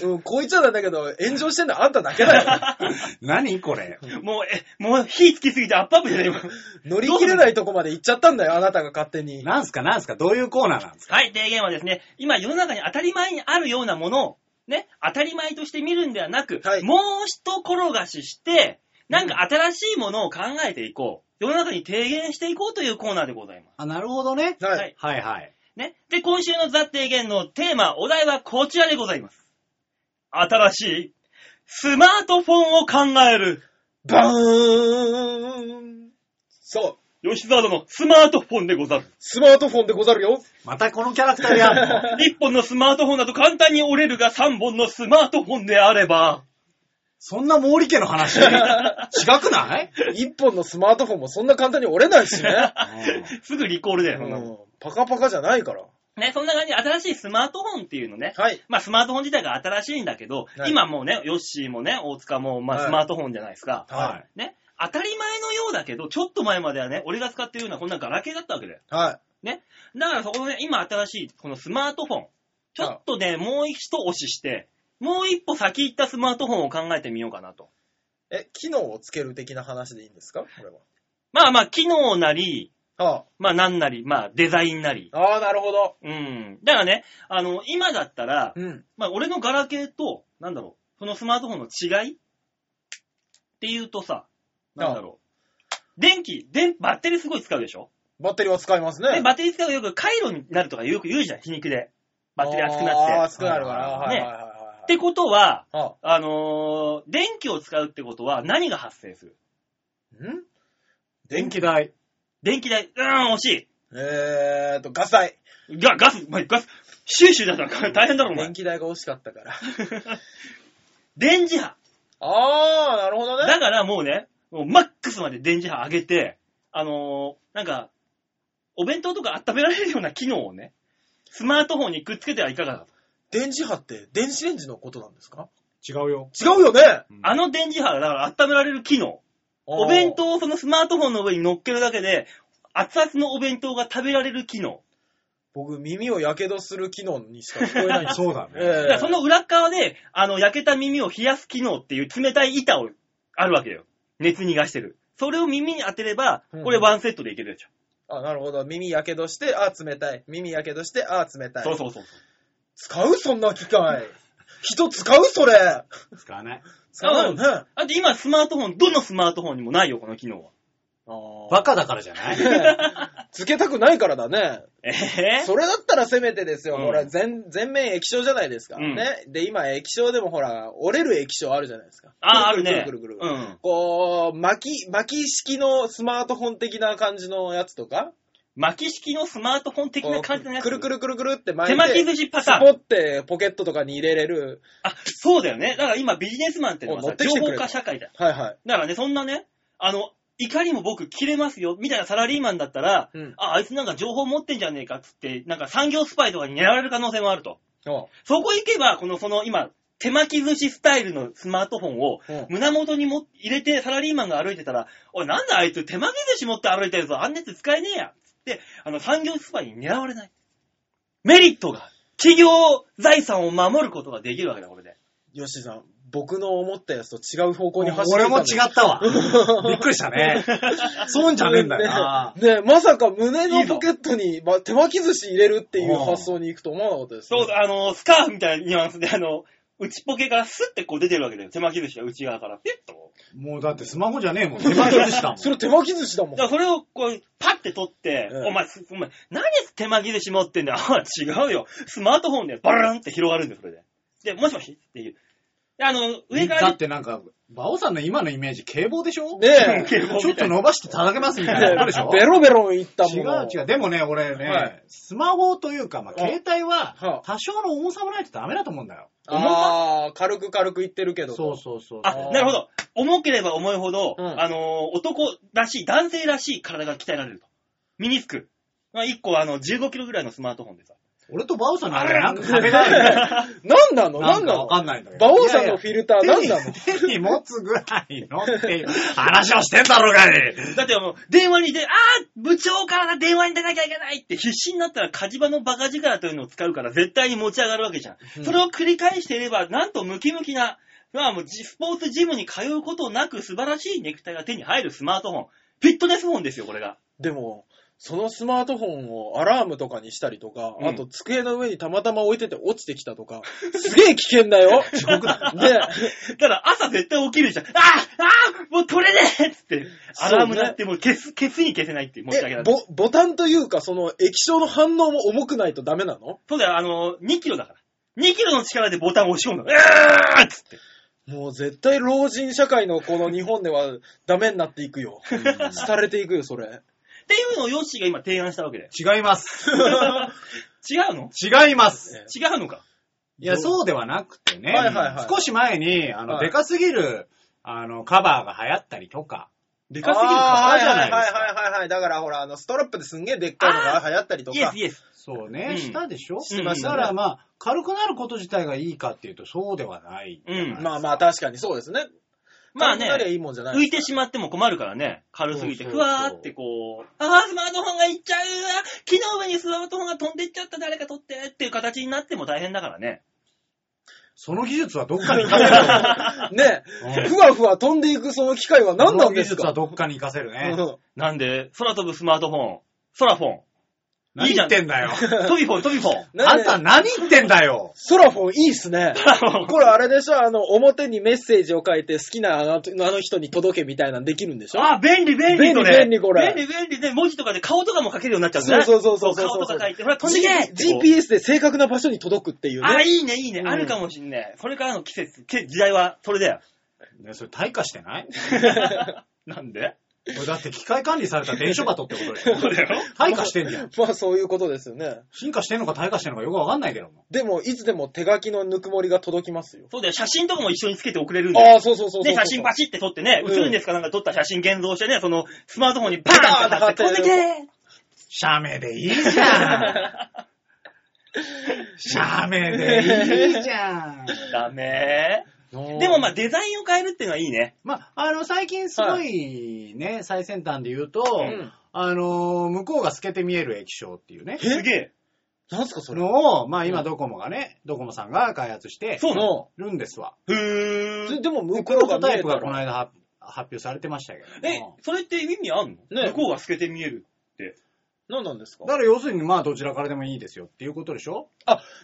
[SPEAKER 3] うん、うん、こう言っちゃなんだけど、炎上してんのあんただ けだよ。
[SPEAKER 1] 何これ。
[SPEAKER 2] もう、え、もう火つきすぎてアップアップじゃ ない今。
[SPEAKER 3] 乗り切れないとこまで行っちゃったんだよ、あなたが勝手に。
[SPEAKER 1] なんすかなんすかどういうコーナーなんですか
[SPEAKER 2] はい、提言はですね、今世の中に当たり前にあるようなものを、ね、当たり前として見るんではなく、
[SPEAKER 3] はい
[SPEAKER 2] もう一転がしして、なんか新しいものを考えていこう。世の中に提言していこうというコーナーでございます。
[SPEAKER 1] あ、なるほどね。
[SPEAKER 3] はい。
[SPEAKER 2] はい
[SPEAKER 1] はいはい。
[SPEAKER 2] ね。で、今週のザ・提言のテーマ、お題はこちらでございます。新しい、スマートフォンを考える、
[SPEAKER 3] バーンそう。
[SPEAKER 2] 吉沢殿のスマートフォンでご ざる。
[SPEAKER 3] スマートフォンでござるよ。
[SPEAKER 1] またこのキャラクターやんの
[SPEAKER 2] 1本のスマートフォンだと簡単に折れるが3本のスマートフォンであれば、
[SPEAKER 1] そんな毛利家の話違くない
[SPEAKER 3] 一本のスマートフォンもそんな簡単に折れない しね。
[SPEAKER 2] すぐリコールだよ、そんなもん
[SPEAKER 3] うんパカパカじゃないから。
[SPEAKER 2] ね、そんな感じで新しいスマートフォンっていうのね。
[SPEAKER 3] はい。
[SPEAKER 2] まあ、スマートフォン自体が新しいんだけど、
[SPEAKER 3] はい
[SPEAKER 2] 今もうね、ヨッシーもね、大塚も、ま
[SPEAKER 3] は
[SPEAKER 2] あ、
[SPEAKER 3] い
[SPEAKER 2] スマートフォンじゃないですか。
[SPEAKER 1] は
[SPEAKER 2] ね。当たり前のようだけど、ちょっと前まではね、俺が使ってるようなこんなガラケーだったわけだよ。
[SPEAKER 3] は
[SPEAKER 2] だからそこのね、今新しい、このスマートフォン。ちょっとね、もう一押しして、もう一歩先行ったスマートフォンを考えてみようかなと。
[SPEAKER 3] い。え、機能をつける的な話でいいんですかこれは。
[SPEAKER 2] まあまあ、機能なり、
[SPEAKER 3] は
[SPEAKER 2] まあなんなり、まあデザインなり。
[SPEAKER 3] あ。ああ、なるほど。
[SPEAKER 2] うん。だからね、あの、今だったら、
[SPEAKER 3] うん。
[SPEAKER 2] まあ俺のガラケーと、なんだろう、そのスマートフォンの違いっていうとさ、なんだろう。電気、電、バッテリーすごい使うでしょ
[SPEAKER 3] バッテリーは使いますね。
[SPEAKER 2] で、バッテリー使うよく回路になるとかよく言うじゃん、皮肉で。バッテリー熱くな
[SPEAKER 3] ああ、
[SPEAKER 2] って。
[SPEAKER 3] 熱くなるから。はい
[SPEAKER 2] ね
[SPEAKER 3] はいはいはい。
[SPEAKER 2] ってことは、
[SPEAKER 3] は
[SPEAKER 2] あのー電気を使うってことは何が発生する
[SPEAKER 3] あ、ん
[SPEAKER 1] 電気代。
[SPEAKER 2] 電気代、うーん、惜し
[SPEAKER 3] えーと、ガサイ。
[SPEAKER 2] い。ガガス、お前ガス、シューシューだったから 大変だろ、お前
[SPEAKER 3] 電。気代が惜しかったから。
[SPEAKER 2] 電磁波。
[SPEAKER 3] ああ、なるほどね。
[SPEAKER 2] だからもうね、もうマックスまで電磁波上げて、あのーなんか、お弁当とか温められるような機能をね、スマートフォンにくっつけてはいかがだと。
[SPEAKER 3] 電磁波って電子レンジのことなんですか
[SPEAKER 1] 違うよ。
[SPEAKER 3] 違うよね
[SPEAKER 1] うん
[SPEAKER 2] あの電磁波がだから温められる機能。お弁当をそのスマートフォンの上に乗っけるだけで、熱々のお弁当が食べられる機能。
[SPEAKER 3] 僕、耳をやけどする機能にしか聞こえないん ですよ。
[SPEAKER 1] そうだ
[SPEAKER 3] え
[SPEAKER 1] ね。
[SPEAKER 2] だからその裏側で、あの、焼けた耳を冷やす機能っていう冷たい板を、あるわけよ。熱逃がしてる。それを耳に当てれば
[SPEAKER 3] うん、
[SPEAKER 2] これワンセットでいけるでしょ。
[SPEAKER 3] あ、なるほど。耳やけどして、あー冷たい。耳やけどして、あー冷たい。
[SPEAKER 2] そうそうそう
[SPEAKER 3] 使うそんな機械。人使うそれ。
[SPEAKER 1] 使わない。
[SPEAKER 3] 使うよね。あ
[SPEAKER 2] あと今スマートフォン、どのスマートフォンにもないよ、この機能は。
[SPEAKER 3] ー
[SPEAKER 1] バカだからじゃない
[SPEAKER 3] つけたくないからだね。
[SPEAKER 2] えぇ、
[SPEAKER 3] それだったらせめてですよ。
[SPEAKER 2] うん
[SPEAKER 3] ほら、全、全面液晶じゃないですか。ね。で、今、液晶でもほら、折れる液晶あるじゃないですか。
[SPEAKER 2] あー、あるね。
[SPEAKER 3] くるくるくるくるくる
[SPEAKER 2] うん。
[SPEAKER 3] こう、巻き、巻き式のスマートフォン的な感じのやつとか、
[SPEAKER 2] 巻き式のスマートフォン的
[SPEAKER 3] こ
[SPEAKER 2] な
[SPEAKER 3] う
[SPEAKER 2] 感じのやつ。
[SPEAKER 3] くるくるくるくるって巻
[SPEAKER 2] 手
[SPEAKER 3] いて、
[SPEAKER 2] 巻き寿司パタ
[SPEAKER 3] ス
[SPEAKER 2] ーン。
[SPEAKER 3] ポってポケットとかに入れれる。
[SPEAKER 2] あ、そうだよね。だから今ビジネスマンってのは
[SPEAKER 3] お
[SPEAKER 2] さ
[SPEAKER 3] 持、って
[SPEAKER 2] 情
[SPEAKER 3] きてく
[SPEAKER 2] 報
[SPEAKER 3] れ
[SPEAKER 2] 化社会だよ。
[SPEAKER 3] はいはい。
[SPEAKER 2] だからね、そんなね、あの、怒りも僕切れますよ、みたいなサラリーマンだったら、
[SPEAKER 3] うん。
[SPEAKER 2] あ、あいつなんか情報持ってんじゃねえかっつって、なんか産業スパイとかに狙われる可能性もあると。
[SPEAKER 3] おう
[SPEAKER 2] そこ行けば、このその今、手巻き寿司スタイルのスマートフォンを
[SPEAKER 3] うん
[SPEAKER 2] 胸元にも入れてサラリーマンが歩いてたら、おい、なんだあいつ手巻き寿司持って歩いてるぞ、あんなやつ使えねえやっつって、あの産業スパイに狙われない。メリットが、企業財産を守ることができるわけだ、これで。
[SPEAKER 3] ヨッシーさん、僕の思ったやつと違う方向に走っ
[SPEAKER 1] 俺
[SPEAKER 3] てた
[SPEAKER 1] も違
[SPEAKER 3] んだ
[SPEAKER 1] ったわ。 びっくりしたね。損じゃねえんだよな。
[SPEAKER 3] ねえまさか胸のポケットに、ま、手巻き寿司入れるっていう
[SPEAKER 1] うん
[SPEAKER 3] 発想に行くと思わなかったで す、
[SPEAKER 2] そうだ、あの、スカーフみたいなニュアンスで、あの、内ポケからスッてこう出てるわけだよ。手巻き寿司が内側から、ピュッと。
[SPEAKER 1] もうだってスマホじゃねえもん。手間取りしたもん。
[SPEAKER 3] それ手巻き寿司だもん
[SPEAKER 2] だか。らそれをこう、パッて取って、
[SPEAKER 3] ええ
[SPEAKER 2] お前、すお前、何手巻き寿司持ってんだよ。 あ違うよ。スマートフォンでバランって広がるんだよ、それで。で、もしもしっていう。であの、上か
[SPEAKER 1] だ
[SPEAKER 2] ら
[SPEAKER 1] っ
[SPEAKER 2] ね、
[SPEAKER 1] てなんか、馬王さんの今のイメージ、警棒でしょ
[SPEAKER 3] ねえ。
[SPEAKER 2] 警棒
[SPEAKER 1] ちょ
[SPEAKER 2] み
[SPEAKER 1] ったと
[SPEAKER 2] いな
[SPEAKER 1] 伸ばして叩けますみたいなことでしょ
[SPEAKER 3] ベロベロいったも
[SPEAKER 1] 違
[SPEAKER 3] の。
[SPEAKER 1] う違う。でもね、俺ね、
[SPEAKER 3] はい
[SPEAKER 1] スマホというか、まあ、
[SPEAKER 3] うん
[SPEAKER 1] 携帯
[SPEAKER 3] は
[SPEAKER 1] はい多少の重さもないとダメだと思うんだよ。
[SPEAKER 3] ああ、軽く軽く言ってるけど。
[SPEAKER 1] そうそうそう。
[SPEAKER 2] あ
[SPEAKER 3] あー、
[SPEAKER 2] なるほど。重ければ重いほど、
[SPEAKER 3] うん
[SPEAKER 2] あの、男らしい、男性らしい体が鍛えられると。身につく。まあ、1個、あの、15キロぐらいのスマートフォンでさ。
[SPEAKER 1] 俺と馬王さんのあれなんか食べないよね。
[SPEAKER 3] なんなの
[SPEAKER 1] な
[SPEAKER 3] なんん
[SPEAKER 1] か
[SPEAKER 3] な
[SPEAKER 1] わ
[SPEAKER 3] の
[SPEAKER 1] かんないんだけど。
[SPEAKER 3] 馬王さん
[SPEAKER 1] いや
[SPEAKER 3] の
[SPEAKER 1] い
[SPEAKER 3] フィルター
[SPEAKER 1] や
[SPEAKER 3] なんなの
[SPEAKER 1] 手に手に持つぐらいのっていう話をしてんだろうがね。
[SPEAKER 2] だってもう、電話に出、あー部長から電話に出なきゃいけないって必死になったら火事場のバカ力というのを使うから絶対に持ち上がるわけじゃん。
[SPEAKER 3] うん
[SPEAKER 2] それを繰り返していれば、なんとムキムキな、まあもうジスポーツジムに通うことなく素晴らしいネクタイが手に入るスマートフォン。フィットネスフォンですよ、これが。
[SPEAKER 3] でも、そのスマートフォンをアラームとかにしたりとか、
[SPEAKER 1] うん
[SPEAKER 3] あと机の上にたまたま置いてて落ちてきたとか、すげえ危険だよ
[SPEAKER 1] 地獄だ。
[SPEAKER 3] で、
[SPEAKER 2] ただ朝絶対起きるじゃん。ああああもう取れねえっつって、アラーム鳴ってもう消す、消すに消せないっていう申し訳な
[SPEAKER 3] え
[SPEAKER 2] い。
[SPEAKER 3] ボ、ボタンというか、その液晶の反応も重くないとダメなの
[SPEAKER 2] そうだよ、あの、2キロだから。2キロの力でボタンを押し込むの。えーっつって。
[SPEAKER 3] もう絶対老人社会のこの日本ではダメになっていくよ。廃れていくよ、それ。
[SPEAKER 2] っていうのをヨッシーが今提案したわけだよ。
[SPEAKER 1] 違います。
[SPEAKER 2] 違うの
[SPEAKER 1] 違います。
[SPEAKER 3] ね
[SPEAKER 2] 違うのか。
[SPEAKER 1] いや、そうではなくてね。
[SPEAKER 3] はいはいはい
[SPEAKER 1] 少し前に、あの、
[SPEAKER 3] はい
[SPEAKER 1] でかすぎる、あの、カバーが流行ったりとか。で
[SPEAKER 3] かすぎる
[SPEAKER 1] カバーじゃないですか。
[SPEAKER 3] はいはいはいはいはい。だからほら、あの、ストラップですんげえでっかいのが流行ったりと
[SPEAKER 2] イエス
[SPEAKER 3] か。
[SPEAKER 2] イエス。
[SPEAKER 1] そう
[SPEAKER 2] う
[SPEAKER 1] ね、
[SPEAKER 2] ん
[SPEAKER 1] したでしょ、
[SPEAKER 2] してましたね
[SPEAKER 1] だからまあ、軽くなること自体がいいかっていうと、そうではない。
[SPEAKER 2] うん
[SPEAKER 3] まあまあ確かにそうですね。
[SPEAKER 2] まあ
[SPEAKER 3] 軽くなりゃい
[SPEAKER 2] ね、
[SPEAKER 3] いもんじゃない。
[SPEAKER 2] 浮いてしまっても困るからね。軽すぎて、
[SPEAKER 1] そう
[SPEAKER 2] ふ
[SPEAKER 1] そうそう
[SPEAKER 2] わーってこう、あー、スマートフォンがいっちゃうあー木の上にスマートフォンが飛んでっちゃった、誰か取ってっていう形になっても大変だからね。
[SPEAKER 1] その技術はどっかに活かせる。
[SPEAKER 3] ね
[SPEAKER 1] うん
[SPEAKER 3] ふわふわ飛んでいくその機械は何なんで
[SPEAKER 1] そ
[SPEAKER 3] す
[SPEAKER 1] の技術は
[SPEAKER 3] か
[SPEAKER 1] どっかに活かせるね。
[SPEAKER 3] うん
[SPEAKER 2] なんで、空飛ぶスマートフォン、空フォン、
[SPEAKER 1] 何言ってんだよ。
[SPEAKER 2] 飛びフォン、飛びフォン。
[SPEAKER 3] ね
[SPEAKER 1] あんた何言ってんだよ。
[SPEAKER 3] ソラフォンいいっすね。これあれでしょあの、表にメッセージを書いて好きなあのあの人に届けみたいなのできるんでし ょ
[SPEAKER 2] あ、便利、便利、
[SPEAKER 3] 便利
[SPEAKER 2] それ
[SPEAKER 3] 便利これ
[SPEAKER 2] 便利、便利で、文字とかで顔とかも書けるようになっちゃうんだ
[SPEAKER 3] そう
[SPEAKER 2] ね。
[SPEAKER 3] そうそうそうそう
[SPEAKER 2] 顔
[SPEAKER 3] そう
[SPEAKER 2] と
[SPEAKER 3] そ
[SPEAKER 2] か
[SPEAKER 3] う
[SPEAKER 2] 書。いて、ほら、飛んでけってこう
[SPEAKER 3] GPS で正確な場所に届くっていう
[SPEAKER 2] あ、
[SPEAKER 3] ね。
[SPEAKER 2] いいね、いいね。
[SPEAKER 3] うん
[SPEAKER 2] あるかもしんない。これからの季節、け時代は、それだよ。
[SPEAKER 1] ね、それ退化してない
[SPEAKER 2] なんで
[SPEAKER 1] これだって機械管理された伝書バトってことでし ょ
[SPEAKER 2] そうだよ。
[SPEAKER 1] 退化してんじゃん。
[SPEAKER 3] まあそういうことですよね。
[SPEAKER 1] 進化してんのか退化してんのかよくわかんないけど も。
[SPEAKER 3] でも、いつでも手書きのぬくもりが届きますよ。
[SPEAKER 2] そうだよ。写真とかも一緒につけて送れるんだよ。
[SPEAKER 3] ああ、そうそうそうそうそう。
[SPEAKER 2] で、写真パシって撮ってね、
[SPEAKER 3] うん
[SPEAKER 2] 映るんですかなんか撮った写真現像してね、その、スマートフォンにパーンって貼って、飛
[SPEAKER 3] パー
[SPEAKER 2] ん
[SPEAKER 3] ンっ
[SPEAKER 2] で
[SPEAKER 3] て貼って
[SPEAKER 2] け
[SPEAKER 1] 写メでいいじゃん。写メでいいじゃ ん。
[SPEAKER 2] ーダメー。で
[SPEAKER 3] で
[SPEAKER 2] もまあ、デザインを変えるっていうのはいいね。
[SPEAKER 1] まあ、あの、最近すごいね、最先端で言うと、
[SPEAKER 3] ん
[SPEAKER 1] あのー、向こうが透けて見える液晶っていうね、
[SPEAKER 2] すげえ。
[SPEAKER 3] なんすかそれ。
[SPEAKER 1] のを、まあ今ドコモがね、ドコモさんが開発して
[SPEAKER 2] そうなの
[SPEAKER 3] の
[SPEAKER 1] るんですわ。
[SPEAKER 2] ふーん。
[SPEAKER 3] でも、向こ
[SPEAKER 1] プロ
[SPEAKER 3] うが
[SPEAKER 1] トタイプ
[SPEAKER 3] 見え
[SPEAKER 1] が
[SPEAKER 3] た
[SPEAKER 1] この
[SPEAKER 3] ら
[SPEAKER 1] 間は発表されてましたけど
[SPEAKER 2] え
[SPEAKER 1] も。、
[SPEAKER 2] それって意味あんの
[SPEAKER 3] ね
[SPEAKER 2] 向こうが透けて見える。
[SPEAKER 3] 何なんですか
[SPEAKER 1] だから要するにまあどちらからでもいいですよっていうことでしょ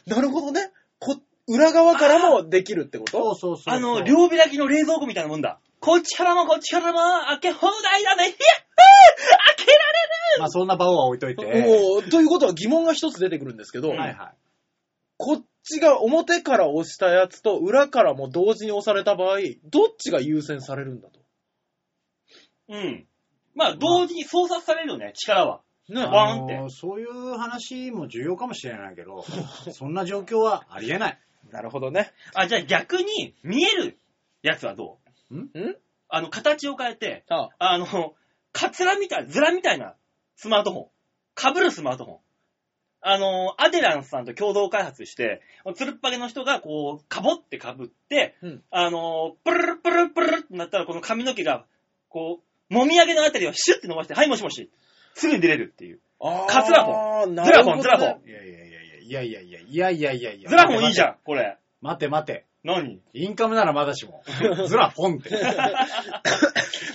[SPEAKER 3] なるほどね。こ、裏側からもできるってこ
[SPEAKER 1] そう
[SPEAKER 3] と
[SPEAKER 1] そうそうそう。
[SPEAKER 2] あの、両開きの冷蔵庫みたいなもんだ。こっちからもこっちからも開け放題だね。ひやっほー開けられ
[SPEAKER 1] まあそんな場をは置いといて。
[SPEAKER 3] おおということは疑問が一つ出てくるんですけど、
[SPEAKER 1] はいはい。
[SPEAKER 3] こっちが表から押したやつと裏からも同時に押された場合、どっちが優先されるんだと。
[SPEAKER 2] うん。まあ、同時に操作されるよね、力は。
[SPEAKER 3] ね
[SPEAKER 2] わバーンって
[SPEAKER 1] あのーそういう話も重要かもしれないけど、そんな状況はありえない。
[SPEAKER 3] なるほどね。
[SPEAKER 2] あ、じゃあ逆に、見えるやつはどうん
[SPEAKER 3] ん
[SPEAKER 2] あの、形を変えて、
[SPEAKER 3] ああ
[SPEAKER 2] あの、カツラみたい、ズラみたいなスマートフォン。かぶるスマートフォン。あの、アデランスさんと共同開発して、つるっぱげの人がこう、かぼってかぶって、
[SPEAKER 3] うん
[SPEAKER 2] あの、プルルプルルプルルってなったら、この髪の毛が、こう、もみあげのあたりをシュッて伸ばして、はい、もしもし。すぐに出れるっていう。
[SPEAKER 3] あ
[SPEAKER 2] カツラ
[SPEAKER 3] フォン、
[SPEAKER 2] ズラフォンズラフォン
[SPEAKER 1] いやいやいやいやいやいやいやいやいやいやいや。
[SPEAKER 2] ズラフォンいいじゃ
[SPEAKER 1] ん。
[SPEAKER 2] ん、これ。
[SPEAKER 1] 待て待て。
[SPEAKER 2] 何
[SPEAKER 1] インカムならまだしも。ズラフォンって。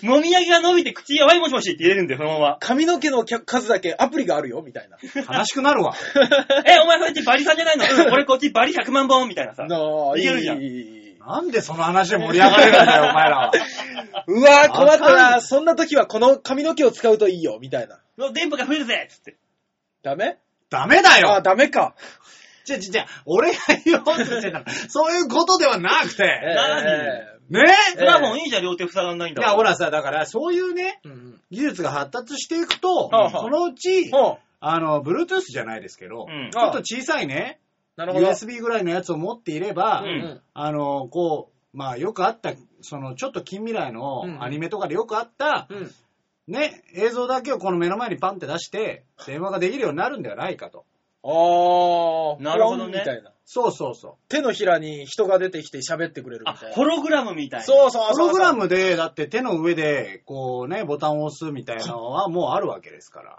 [SPEAKER 2] もみあげが伸びて口が、はい、もしもしって入れるんだよ、そのまま。
[SPEAKER 3] 髪の毛の数だけアプリがあるよ、み たいな。
[SPEAKER 1] 悲しくなるわ。
[SPEAKER 2] え、お前こっちバリさんじゃないのうん俺こっちバリ100万本みたいなさ。
[SPEAKER 3] なあ、
[SPEAKER 2] い
[SPEAKER 3] い
[SPEAKER 2] けるじゃん
[SPEAKER 3] い。
[SPEAKER 1] なんでその話で盛り上がれるんだよ、お前らは。
[SPEAKER 3] うわー、困った
[SPEAKER 1] あか
[SPEAKER 3] な。そんな時はこの髪の毛を使うといいよ、みたいな。
[SPEAKER 2] 電波が増えるぜっつって。
[SPEAKER 3] ダメ
[SPEAKER 1] ダメだ
[SPEAKER 3] あ、
[SPEAKER 1] よ
[SPEAKER 3] ダメか。
[SPEAKER 1] じゃじゃじゃ俺が言おうとしてたの。そういうことではなく
[SPEAKER 3] ええ
[SPEAKER 1] て。
[SPEAKER 3] え
[SPEAKER 1] ね
[SPEAKER 2] ズラフォンいいじゃん、両手塞がんないん
[SPEAKER 1] い
[SPEAKER 2] だ
[SPEAKER 1] や、ほ
[SPEAKER 2] ら。
[SPEAKER 1] らさ、だから、そういうね、
[SPEAKER 3] えうん
[SPEAKER 1] 技術が発達していくと
[SPEAKER 3] はあは、あ
[SPEAKER 1] そのうち、
[SPEAKER 3] ほう
[SPEAKER 1] あの、Bluetooth じゃないですけど
[SPEAKER 2] う、ん
[SPEAKER 1] ち。ょっと小さいね、
[SPEAKER 3] なるほど。
[SPEAKER 1] USB ぐらいのやつを持っていれば、
[SPEAKER 2] う
[SPEAKER 3] うんん
[SPEAKER 1] あの、こう、まあよくあった、そのちょっと近未来
[SPEAKER 3] うん
[SPEAKER 1] のアニメとかでよくあった、
[SPEAKER 3] うん
[SPEAKER 1] ね、映像だけをこの目の前にパンって出して、電話ができるようになるんではないかと。
[SPEAKER 3] あー、
[SPEAKER 2] なるほどね
[SPEAKER 3] ポロンみたいな。
[SPEAKER 1] そうそうそ
[SPEAKER 3] 手のひらに人が出てきて喋ってくれる
[SPEAKER 2] あ
[SPEAKER 3] みたい、な。
[SPEAKER 2] ホログラムみたいな。
[SPEAKER 3] そうそう
[SPEAKER 1] う。
[SPEAKER 3] そう。
[SPEAKER 1] プログラムで、だって手の上で、こうね、ボタンを押すみたいなのはもうあるわけですから。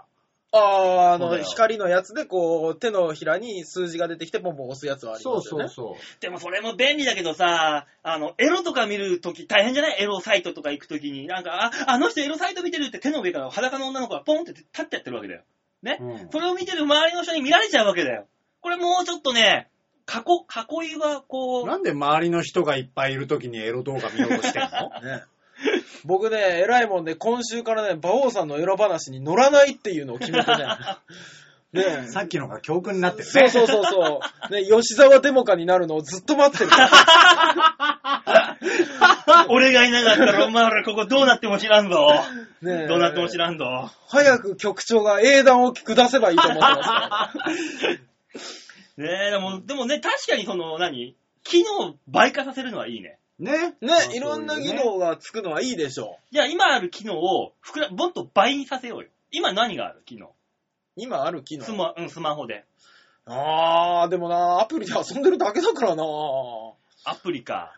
[SPEAKER 3] あー、あ
[SPEAKER 2] そうだ
[SPEAKER 3] の、
[SPEAKER 2] よ
[SPEAKER 3] 光のやつで、こう、手のひらに数字が出てきて、ポンポン押すやつはあり
[SPEAKER 1] そう
[SPEAKER 3] ますよ
[SPEAKER 1] そう
[SPEAKER 3] ね。
[SPEAKER 1] そ
[SPEAKER 2] でもそれも便利だけどさ、あの、エロとか見るとき大変じゃないエロサイトとか行くときに。なんか、あ、あの人エロサイト見てるって手の上から裸の女の子がポンって立ってやってるわけだよ。ね。
[SPEAKER 1] うん
[SPEAKER 2] それを見てる周りの人に見られちゃうわけだよ。これもうちょっとね、囲、囲いはこう、
[SPEAKER 1] なんで周りの人がいっぱいいるときにエロ動画見ようとしてんの
[SPEAKER 3] ね。僕ね、偉いもんで、今週からね、馬王さんのエロ話に乗らないっていうのを決めて ね。ねえ
[SPEAKER 1] さっきのが教訓になってる
[SPEAKER 3] そう
[SPEAKER 1] ね。
[SPEAKER 3] そうそうそう。ね、吉沢デモカになるのをずっと待ってる。
[SPEAKER 2] 俺がいなかったらお前らここどうなっても知らんぞ。
[SPEAKER 3] ねえ
[SPEAKER 2] どうなっても知らんぞ。
[SPEAKER 3] 早く局長が英断を下せばいいと思ってますか
[SPEAKER 2] ねえ、でも、でもね、確かにその、何機能を倍化させるのはいい ね。
[SPEAKER 1] ね。
[SPEAKER 3] ら。ね、いろんな技能がつくのはいいでしょ
[SPEAKER 2] じゃあ今ある機能を、膨ら、もっと倍にさせようよ。今何がある機能。
[SPEAKER 3] う。今ある機能
[SPEAKER 2] ス。マ、うん、スマホで。
[SPEAKER 3] あー、でもな、アプリで遊んでるだけだからな。
[SPEAKER 2] アプリか。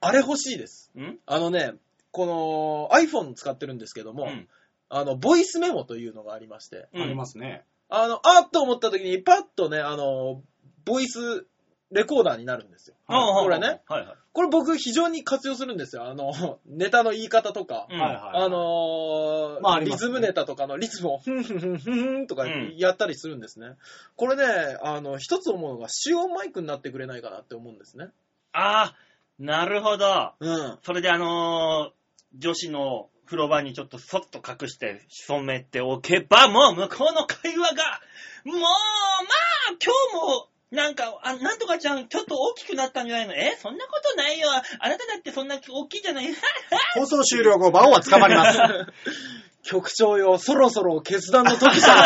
[SPEAKER 3] あれ欲しいです。
[SPEAKER 2] ん
[SPEAKER 3] あのね、この iPhone 使ってるんですけども、
[SPEAKER 2] うん
[SPEAKER 3] あの、ボイスメモというのがありまして、
[SPEAKER 2] うん
[SPEAKER 1] ありますね。
[SPEAKER 3] あの、あーっと思った時にパッとね、あの、ボイスレコーダーになるんですよ。
[SPEAKER 2] ああ
[SPEAKER 3] これね。
[SPEAKER 2] はいはい。
[SPEAKER 3] これ僕非常に活用するんですよ。あの、 ネタの言い方とか、
[SPEAKER 2] うん
[SPEAKER 1] はいはい。
[SPEAKER 3] あ、のー
[SPEAKER 1] まああり
[SPEAKER 3] リ
[SPEAKER 1] ます
[SPEAKER 3] ズ
[SPEAKER 1] ね
[SPEAKER 3] ムネタとかのリズムを、ふんふんふんふんとか
[SPEAKER 2] うん
[SPEAKER 3] やったりするんですね。これね、あの、一つ思うのが、主音マイクになってくれないかなって思うんですね。
[SPEAKER 2] ああ、なるほど。
[SPEAKER 3] うん。
[SPEAKER 2] それであのー女子の風呂場にちょっとそっと隠して潜めておけば、もう向こうの会話が、もう、まあ、今日も、なんか、あ、なんとかちゃん、ちょっと大きくなったんじゃないのえそんなことないよ。あなただってそんな大きいじゃない
[SPEAKER 1] 放送終了後、馬王は捕まります。
[SPEAKER 3] 局長よ、そろそろ決断の 時じゃ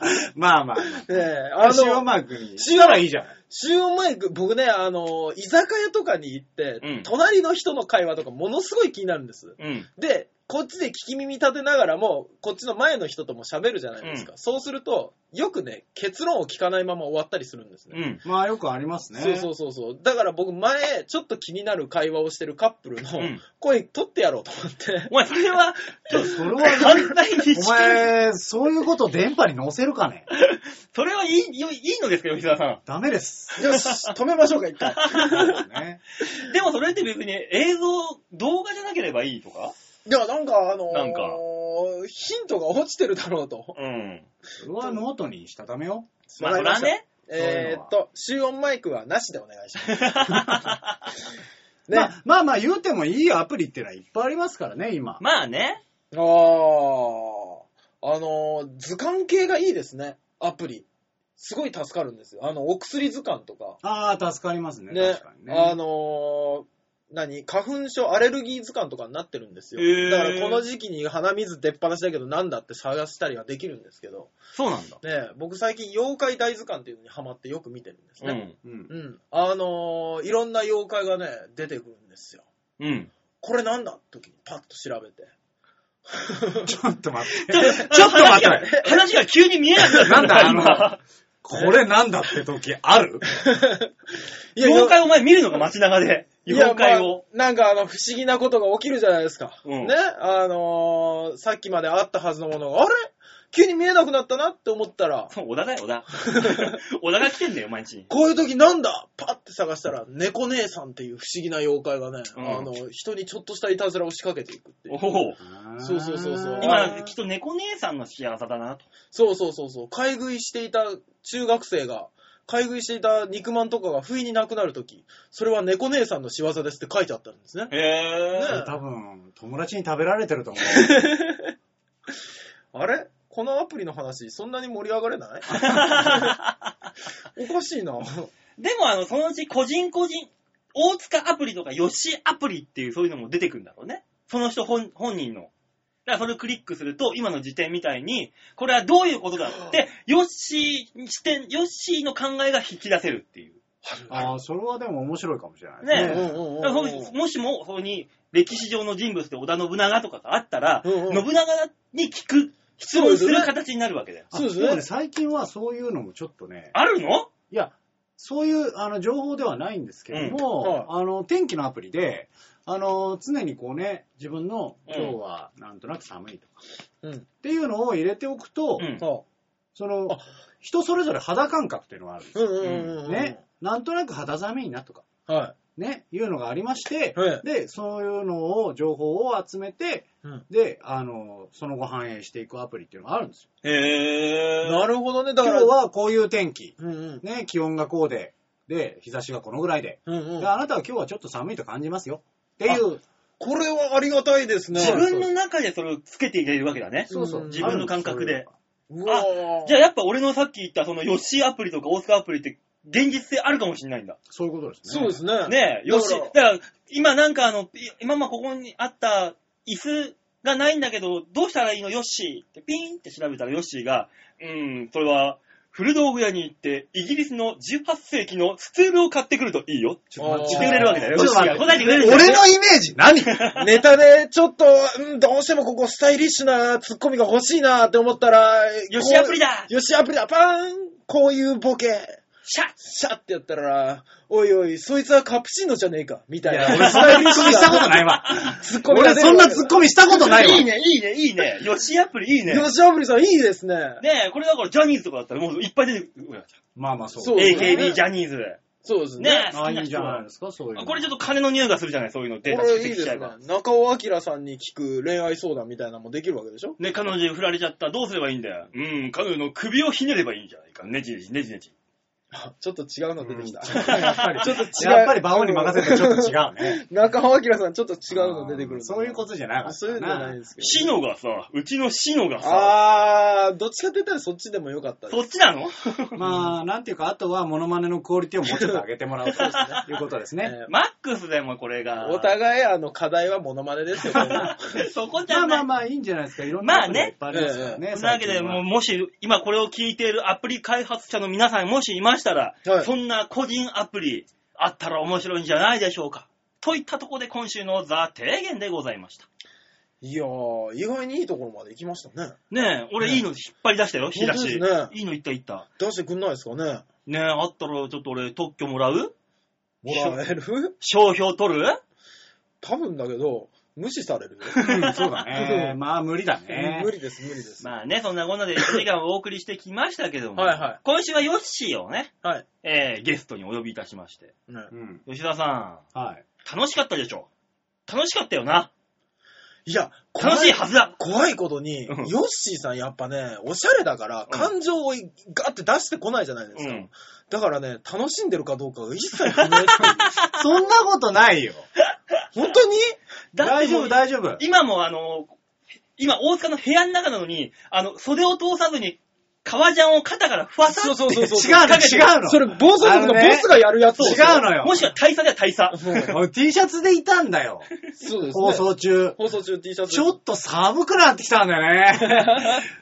[SPEAKER 3] ないですか。
[SPEAKER 1] まあまあま
[SPEAKER 3] ねえ、
[SPEAKER 1] あ。
[SPEAKER 3] あ
[SPEAKER 1] 私は
[SPEAKER 3] の、
[SPEAKER 1] マークに。
[SPEAKER 3] しよう
[SPEAKER 1] らいいじゃん。
[SPEAKER 3] 主音マイク、僕ね、あの、居酒屋とかに行って、
[SPEAKER 2] うん
[SPEAKER 3] 隣の人の会話とかものすごい気になるんです。
[SPEAKER 2] うん。
[SPEAKER 3] で、こっちで聞き耳立てながらも、こっちの前の人とも喋るじゃないですか。そうすると、よくね、結論を聞かないまま終わったりするんですね。
[SPEAKER 2] うん。
[SPEAKER 1] まあよくありますね。
[SPEAKER 3] そうそうそうそう。だから僕前、ちょっと気になる会話をしてるカップルの
[SPEAKER 2] うん
[SPEAKER 3] 声取ってやろうと思って。
[SPEAKER 2] お前、それは、ちょっと、
[SPEAKER 1] それ は、
[SPEAKER 2] 完全に、
[SPEAKER 1] お前、そういうこと電波に載せるかね
[SPEAKER 2] それはいい、いいのですか、吉沢さ
[SPEAKER 1] ダメです。
[SPEAKER 3] よし、止めましょうか、一 回。
[SPEAKER 1] ね
[SPEAKER 2] ん。でもそれって別に映像、動画じゃなければいいとか
[SPEAKER 3] いや、なんかあのー
[SPEAKER 2] なんか
[SPEAKER 3] ヒントが落ちてるだろうと。
[SPEAKER 2] うん。
[SPEAKER 1] それはノートにしたためよ
[SPEAKER 2] まあ、それはね。
[SPEAKER 3] えーっと、集音マイクはなしでお願いします。
[SPEAKER 1] う。
[SPEAKER 3] ね。
[SPEAKER 1] ま
[SPEAKER 3] あ
[SPEAKER 1] あ、まあまあ言うてもいいアプリってのはいっぱいありますからね、今。
[SPEAKER 2] まあね。
[SPEAKER 3] ー、あのー図鑑系がいいですね、アプリ。すごい助かるんですよ。あの、お薬図鑑とか。
[SPEAKER 1] ああ、助かりますね。
[SPEAKER 3] ね
[SPEAKER 1] 確かに
[SPEAKER 3] あ
[SPEAKER 1] ね。
[SPEAKER 3] のー何花粉症アレルギー図鑑とかになってるんですよ、
[SPEAKER 2] へー
[SPEAKER 3] だからこの時期に鼻水出っ放しだけどなんだって探したりはできるんですけど、
[SPEAKER 2] そうなんだ。
[SPEAKER 3] ね、僕最近妖怪大図鑑っていうのにハマってよく見てるんです
[SPEAKER 2] う
[SPEAKER 3] ね、
[SPEAKER 2] ん。
[SPEAKER 1] うん
[SPEAKER 3] うんあのーいろんな妖怪がね出てくるんですよ
[SPEAKER 2] うん。
[SPEAKER 3] これなんだって時にパッと調べて
[SPEAKER 1] ちょっと待 って。
[SPEAKER 2] ちょっと待って。話が急に見えなくなった。
[SPEAKER 1] なんだあの
[SPEAKER 2] 今
[SPEAKER 1] これなんだって時ある
[SPEAKER 3] い
[SPEAKER 2] 妖怪をお前見るのか街中で。妖怪を。、
[SPEAKER 3] いやまあなんかあの不思議なことが起きるじゃないですか、
[SPEAKER 2] うん
[SPEAKER 3] ねあのーさっきまであったはずのものがあれ急に見えなくなったなって思ったら
[SPEAKER 2] そう、小田だ よ、小田。小田が来てんだよ、毎日。
[SPEAKER 3] こういう時なんだパッて探したら、猫姉さんっていう不思議な妖怪がね、
[SPEAKER 2] うん
[SPEAKER 3] あの、人にちょっとしたいたずらを仕掛けていくってい
[SPEAKER 2] お
[SPEAKER 3] う。
[SPEAKER 2] お。
[SPEAKER 3] そうそうそうそう
[SPEAKER 2] 今、きっと猫姉さんの幸せだなと。
[SPEAKER 3] そうそうそうそう。買い食いしていた中学生が、買い食いしていた肉まんとかが不意になくなる時、それは猫姉さんの仕業ですって書いてあったんですね。
[SPEAKER 2] へ
[SPEAKER 1] そ
[SPEAKER 2] え
[SPEAKER 1] れ。多分、友達に食べられてると思う。
[SPEAKER 3] あれこのアプリの話、そんなに盛り上がれ ないおかしいな。
[SPEAKER 2] でも、あの、そのうち個人個人、大塚アプリとか吉アプリっていうそういうのも出てくるんだろうね。その人本本人の。だからそれをクリックすると、今の時点みたいに、これはどういうことだって、ヨッシー視点、ヨッシーの考えが引き出せるっていう。
[SPEAKER 1] ああ、それはでも面白いかもしれない。
[SPEAKER 2] ねえ
[SPEAKER 3] うんうんうん
[SPEAKER 2] だからそうもしも、そこに、歴史上の人物で織田信長とかがあったら、
[SPEAKER 3] うんうん
[SPEAKER 2] 信長に聞く、質問する形になるわけだよ。
[SPEAKER 1] あ
[SPEAKER 3] そうですね
[SPEAKER 1] もね、最近はそういうのもちょっとね、
[SPEAKER 2] あるの
[SPEAKER 1] いや、そういうあの情報ではないんですけども、あの天気のアプリで、あの常にこうね、自分の
[SPEAKER 2] うん
[SPEAKER 1] 今日はなんとなく寒いとか、
[SPEAKER 3] うん
[SPEAKER 1] っていうのを入れておくと、
[SPEAKER 2] うん
[SPEAKER 3] そ
[SPEAKER 1] その
[SPEAKER 3] あ
[SPEAKER 1] 人それぞれ肌感覚っていうのがあるんです
[SPEAKER 3] う。うんうんうんうん。
[SPEAKER 1] ね。なんとなく肌寒いなとか、
[SPEAKER 3] は
[SPEAKER 1] ね、いうのがありまして、
[SPEAKER 3] はい
[SPEAKER 1] で、そういうのを、情報を集めて、
[SPEAKER 3] うん
[SPEAKER 1] で、あの、その後反映していくアプリっていうのがあるんですよ。
[SPEAKER 2] へ
[SPEAKER 3] い。
[SPEAKER 2] ー。
[SPEAKER 3] なるほどね。だか
[SPEAKER 1] 今
[SPEAKER 3] ら、
[SPEAKER 1] 日はこういう天気、
[SPEAKER 3] うんうん。
[SPEAKER 1] ね、気温がこうで、で、日差しがこのぐらいで、
[SPEAKER 3] うんうん
[SPEAKER 1] で、あなたは今日はちょっと寒いと感じますよ。っていう、
[SPEAKER 3] これはありがたいですね。
[SPEAKER 2] 自分の中でそれをつけていれるわけだね。
[SPEAKER 3] そうそう
[SPEAKER 2] 自分の感覚で。
[SPEAKER 3] うわー
[SPEAKER 2] じゃあやっぱ俺のさっき言ったそのヨッシーアプリとか大塚アプリって現実性あるかもしれないんだ。
[SPEAKER 1] そういうことですね。
[SPEAKER 3] そうですね。
[SPEAKER 2] ね え、ヨッシー。だから今なんかあの、い今まあここにあった椅子がないんだけど、どうしたらいいのヨッシーってピーンって調べたらヨッシーが、うーん、それは古道具屋に行ってイギリスの18世紀のスツールを買ってくるといいよ。
[SPEAKER 1] ちょっと待って
[SPEAKER 2] 言ってくれるわけだよ。ヨッシーが答えてくれるんだよ
[SPEAKER 1] 俺のイメージ 何
[SPEAKER 3] ネタで、ちょっと、うん、どうしてもここスタイリッシュなツッコミが欲しいなって思ったら、
[SPEAKER 2] ヨッシーアプリだ
[SPEAKER 3] よしアプリだパーンこういうボケ
[SPEAKER 2] シャッ
[SPEAKER 3] シャってやったら、おいおい、そいつはカプチーノじゃねえかみたいな。
[SPEAKER 1] 俺そんなツッコミしたことないわ。
[SPEAKER 3] ツッコミ
[SPEAKER 1] 俺そんなツッコミしたことない わ。
[SPEAKER 2] いいね、いいね、いいね。 ヨッシーアプリいいね。
[SPEAKER 3] よしアプリさんいいですね。
[SPEAKER 2] ねえ、これだからジャニーズとかだったらもういっぱい出てくる。
[SPEAKER 1] まあまあそう。
[SPEAKER 3] そうですね
[SPEAKER 2] AKB ジャニーズ。
[SPEAKER 3] そうですね。
[SPEAKER 2] ねえ、
[SPEAKER 1] あ
[SPEAKER 2] 好
[SPEAKER 1] あ、
[SPEAKER 2] き
[SPEAKER 1] い
[SPEAKER 2] ない
[SPEAKER 1] じ
[SPEAKER 2] 人
[SPEAKER 1] ゃない
[SPEAKER 2] は
[SPEAKER 1] で。すか、そういうの。
[SPEAKER 2] これちょっと金の匂いがするじゃない、そういうのデー
[SPEAKER 3] こ
[SPEAKER 2] タ蓄
[SPEAKER 3] れいい
[SPEAKER 2] 積
[SPEAKER 3] で
[SPEAKER 2] しちゃ
[SPEAKER 3] す
[SPEAKER 2] え
[SPEAKER 3] ね
[SPEAKER 2] ば。。
[SPEAKER 3] 中尾明さんに聞く恋愛相談みたいなのもできるわけで しょ
[SPEAKER 2] ね、彼女に振られちゃった。どうすればいいんだよ。うん、彼女の首をひねればいいんじゃないか。ねじねじ、ねじねじ。
[SPEAKER 3] あちょっと違う の出てきた。
[SPEAKER 1] やっぱり、
[SPEAKER 3] ちょっ と違う
[SPEAKER 1] やっぱり馬王に任せてちょっと違うね。
[SPEAKER 3] 中尾明さんちょっと 違うの出てくるんだな。
[SPEAKER 1] そういうことじゃなかったな。
[SPEAKER 3] そういうのじゃないですけど。
[SPEAKER 2] シノがさ、うちのシノがさ、
[SPEAKER 3] あー、どっちかって言ったらそっちでもよかったです
[SPEAKER 2] そっちなの
[SPEAKER 1] まあ、なんていうか、あとはモノマネのクオリティをもうちょっと上げてもらうと いうことですね。
[SPEAKER 3] ね。
[SPEAKER 2] マックスでもこれが。
[SPEAKER 3] お互い、あの、課題はモノマネですよ、ね。
[SPEAKER 2] そこじ
[SPEAKER 1] ま
[SPEAKER 2] ゃ
[SPEAKER 1] あま
[SPEAKER 2] な
[SPEAKER 1] あ
[SPEAKER 2] い。
[SPEAKER 1] まあ、いいんじゃないですか。いろんなことが
[SPEAKER 2] まあね
[SPEAKER 1] いっぱいありますからね。
[SPEAKER 2] そんなわけで、
[SPEAKER 1] 最近は
[SPEAKER 2] もうもし、今これを聞いているアプリ開発者の皆さん、もしいましたら、
[SPEAKER 3] はい
[SPEAKER 2] そんな個人アプリあったら面白いんじゃないでしょうか。といったところで今週のザ・提言でございました。
[SPEAKER 3] いやー、意外にいいところまで行きましたね。
[SPEAKER 2] ねえ、俺いいの引っ張り出したよ、引き出し。
[SPEAKER 3] 本当ですね
[SPEAKER 2] いいのいったいった。
[SPEAKER 3] 出してくんないですかね。
[SPEAKER 2] ねえ、あったらちょっと俺特許もらう
[SPEAKER 3] もらえる
[SPEAKER 2] 商標取る
[SPEAKER 3] 多分だけど、無視されるよ。
[SPEAKER 1] うんそうだ ね。まあ、無理だね。
[SPEAKER 3] 無理です、無理です。
[SPEAKER 2] まあね、そんなこんなで1時間お送りしてきましたけども、
[SPEAKER 3] はいは
[SPEAKER 2] 今週はヨッシーをね、
[SPEAKER 3] い。はい。
[SPEAKER 2] えーゲストにお呼びいたしまして。
[SPEAKER 3] ね
[SPEAKER 1] うん。
[SPEAKER 2] 吉田さ
[SPEAKER 1] はい。
[SPEAKER 2] ん、楽しかったでしょ楽しかったよな。
[SPEAKER 3] いや、怖
[SPEAKER 2] 楽しいはずだ。
[SPEAKER 3] 怖いことに、
[SPEAKER 2] う
[SPEAKER 3] ヨ
[SPEAKER 2] ん
[SPEAKER 3] ッシーさんやっぱね、おしゃれだから、
[SPEAKER 2] うん
[SPEAKER 3] 感情をいガーって出してこないじゃないですか。
[SPEAKER 2] うん
[SPEAKER 3] だからね、楽しんでるかどうかが一切不明っていう
[SPEAKER 1] そんなことないよ。
[SPEAKER 3] 本当に
[SPEAKER 2] だっ
[SPEAKER 1] 大
[SPEAKER 2] て
[SPEAKER 1] 丈
[SPEAKER 2] も
[SPEAKER 1] 夫、
[SPEAKER 2] う
[SPEAKER 1] 大丈夫。
[SPEAKER 2] 今もあの、今大塚の部屋の中なのに、あの、袖を通さずに、革ジャンを肩からふわさ
[SPEAKER 3] そ
[SPEAKER 2] っ
[SPEAKER 3] うそうそうそう。
[SPEAKER 1] 違うの、違うの。
[SPEAKER 3] それ、暴走族のボスがやるやつ
[SPEAKER 1] そう
[SPEAKER 3] で
[SPEAKER 1] 違
[SPEAKER 3] すよ
[SPEAKER 1] うのよ。
[SPEAKER 2] もしくは大佐だよ、大佐。
[SPEAKER 1] 俺 T シャツでいたんだよ。
[SPEAKER 3] そうですね。
[SPEAKER 1] 放送中。
[SPEAKER 3] 放送中 T シャツ。
[SPEAKER 1] ちょっと寒くなってきたんだよ ね。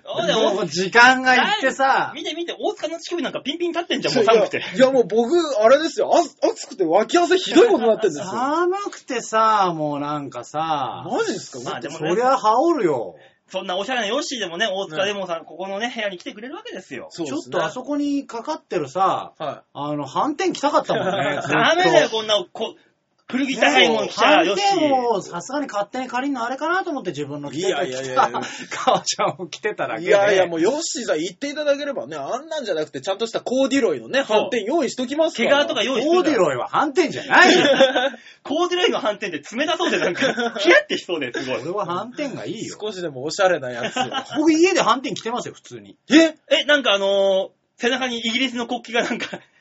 [SPEAKER 2] そうだよ、
[SPEAKER 1] もう時間がいってさ。
[SPEAKER 2] 見て見て、大塚の乳首なんかピンピン立ってんじゃん、もう寒くて
[SPEAKER 3] い。やいやもう僕、あれですよ。あ暑くて脇汗ひどいことになってんですよ。
[SPEAKER 1] 寒くてさ、もうなんかさ、
[SPEAKER 3] マジですか
[SPEAKER 2] まあでも
[SPEAKER 1] そ
[SPEAKER 2] ね、
[SPEAKER 1] りゃ羽織るよ。
[SPEAKER 2] そんなおしゃれなヨッシーでもね、大塚でもさん、ここのね、部屋に来てくれるわけですよ。
[SPEAKER 3] そう
[SPEAKER 1] ち
[SPEAKER 3] で
[SPEAKER 1] ょっ
[SPEAKER 3] すね
[SPEAKER 1] とあそこにかかってるさ、
[SPEAKER 3] は
[SPEAKER 1] あの、反転着たかったもん ね。ずっと
[SPEAKER 2] ダメだよ、こんなこ古着高いもん着ちゃう、
[SPEAKER 1] ね
[SPEAKER 2] ヨ
[SPEAKER 1] え
[SPEAKER 2] ッシ
[SPEAKER 1] 反転
[SPEAKER 2] ー。
[SPEAKER 1] をさすがに勝手に借りるのあれかなと思って自分の着て
[SPEAKER 3] いや
[SPEAKER 1] た、
[SPEAKER 3] いやいや
[SPEAKER 1] 着
[SPEAKER 3] い
[SPEAKER 1] た
[SPEAKER 3] や
[SPEAKER 1] 革ちゃんを着てただけ
[SPEAKER 3] い。
[SPEAKER 1] で。
[SPEAKER 3] いやいや、もうヨッシーさん言っていただければね、あんなんじゃなくて、ちゃんとしたコーディロイのね、
[SPEAKER 2] そう
[SPEAKER 3] 反転用意しときます
[SPEAKER 2] 毛
[SPEAKER 3] から。
[SPEAKER 2] 皮とか用意して
[SPEAKER 1] オ
[SPEAKER 2] る
[SPEAKER 1] ーディ
[SPEAKER 2] から。
[SPEAKER 1] ロイは反転じゃないよ。
[SPEAKER 2] コーデュロイの反転って冷たそうで、なん か、ヒヤってしそうで、すごい
[SPEAKER 1] 俺。は反転がいいよ。
[SPEAKER 3] 少しでもおしゃれなやつを。
[SPEAKER 1] 僕家で反転着てますよ、普通に。
[SPEAKER 3] え
[SPEAKER 2] え、なんかあのー背中にイギリスの国旗がなんか、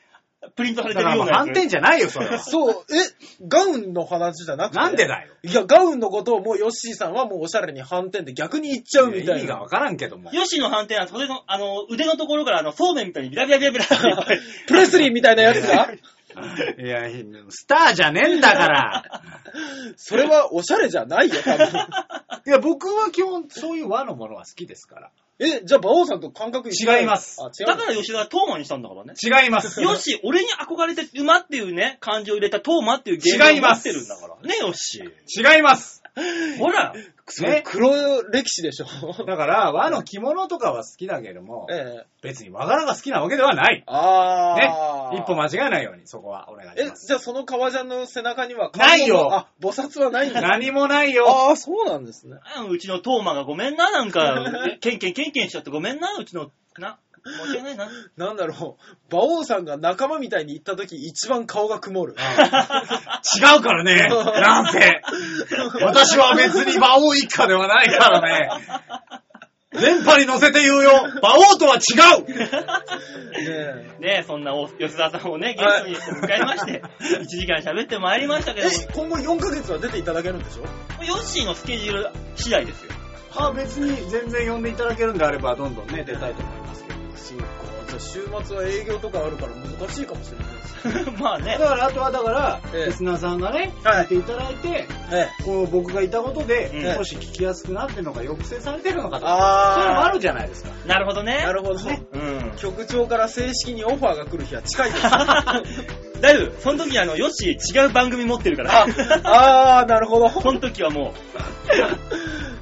[SPEAKER 2] プリントさ
[SPEAKER 1] だ
[SPEAKER 2] れ
[SPEAKER 1] か
[SPEAKER 2] てるよ
[SPEAKER 1] らも
[SPEAKER 2] う
[SPEAKER 1] う
[SPEAKER 2] なや
[SPEAKER 1] 反
[SPEAKER 2] つ。
[SPEAKER 1] 転じゃないよ、それは。
[SPEAKER 3] そう、えガウンの話じゃなくて。
[SPEAKER 1] なんでだよ。
[SPEAKER 3] いや、ガウンのことをもうヨッシーさんはもうおしゃれに反転で逆に言っちゃうみ
[SPEAKER 1] 意
[SPEAKER 3] たい
[SPEAKER 1] 味が
[SPEAKER 3] な。
[SPEAKER 1] わからんけども。
[SPEAKER 2] ヨッシーの反転は袖の、あのー腕のところから、あの、そうめんみたいにビラビラビラビラっていっぱい。
[SPEAKER 3] プレスリーみたいなやつが
[SPEAKER 1] いや、スターじゃねえんだから。
[SPEAKER 3] それはおしゃれじゃないよ、多分。
[SPEAKER 1] いや、僕は基本そういう和のものは好きですから。
[SPEAKER 3] え、じゃあ、馬王さんと感覚緒
[SPEAKER 1] 違います
[SPEAKER 3] あ、違う
[SPEAKER 2] だから吉田はトーマにしたんだからね。
[SPEAKER 1] 違います
[SPEAKER 2] よし、俺に憧れて馬っていうね、漢字を入れたトーマっていうゲームを持ってるんだから。ね、よし。
[SPEAKER 1] 違います。
[SPEAKER 2] ほら、
[SPEAKER 3] それ
[SPEAKER 1] ね
[SPEAKER 3] 黒歴史で しょ。
[SPEAKER 1] だから、和の着物とかは好きだけども、
[SPEAKER 3] ええ。
[SPEAKER 1] 別に和柄が好きなわけではない。ね
[SPEAKER 3] ああ。。
[SPEAKER 1] 一歩間違えないように、そこはお願いし
[SPEAKER 3] え
[SPEAKER 1] ま、す。
[SPEAKER 3] じゃあその革ジャンの背中には
[SPEAKER 1] ないよ
[SPEAKER 3] あ、菩薩はないんだ。
[SPEAKER 1] 何もないよ。
[SPEAKER 3] ああ、そうなんですね。
[SPEAKER 2] あうちのトーマがごめんな、なんか、ケンケンケンケンしちゃってごめんな、うちの、な、申し訳ないな。
[SPEAKER 3] なんだろう、馬王さんが仲間みたいに言った時一番顔が曇る。
[SPEAKER 1] 違うから ね、なんて。私は別に馬王一家ではない からね。連覇に乗せて言うよ馬王とは違う
[SPEAKER 3] ねえ。
[SPEAKER 2] ねそんなお吉沢さんをね、ゲストに迎えま して、1時間喋ってまいりましたけ
[SPEAKER 3] え
[SPEAKER 2] ども、、
[SPEAKER 3] 今後4ヶ月は出ていただけるんでしょ
[SPEAKER 2] ヨッシーのスケジュール次第ですよ。
[SPEAKER 1] あ別に全然呼んでいただけるんであれば、どんどんね、出たいと思いますけど。
[SPEAKER 3] そうか。じゃあ週末は営業とかあるから難しいかもしれないです。
[SPEAKER 2] まあ
[SPEAKER 1] だ
[SPEAKER 2] ね。
[SPEAKER 1] から、あとはだから、
[SPEAKER 3] ええ
[SPEAKER 1] リスナーさんがね、聞
[SPEAKER 3] はい
[SPEAKER 1] いていただいて、
[SPEAKER 3] ええ。
[SPEAKER 1] こう僕がいたことで、
[SPEAKER 2] うん
[SPEAKER 1] 少し聞きやすくなってるのか、抑制されてるのかとか、そういうのもあ
[SPEAKER 3] あ
[SPEAKER 1] るじゃないですか。
[SPEAKER 2] なるほどね。
[SPEAKER 3] ー、なるほどね。
[SPEAKER 2] うん。
[SPEAKER 3] 局長から正式にオファーが来る日は近い です。
[SPEAKER 2] だいぶ、その時あの、ヨッシー違う番組持ってるから、
[SPEAKER 3] あー、なるほど。
[SPEAKER 2] その時はも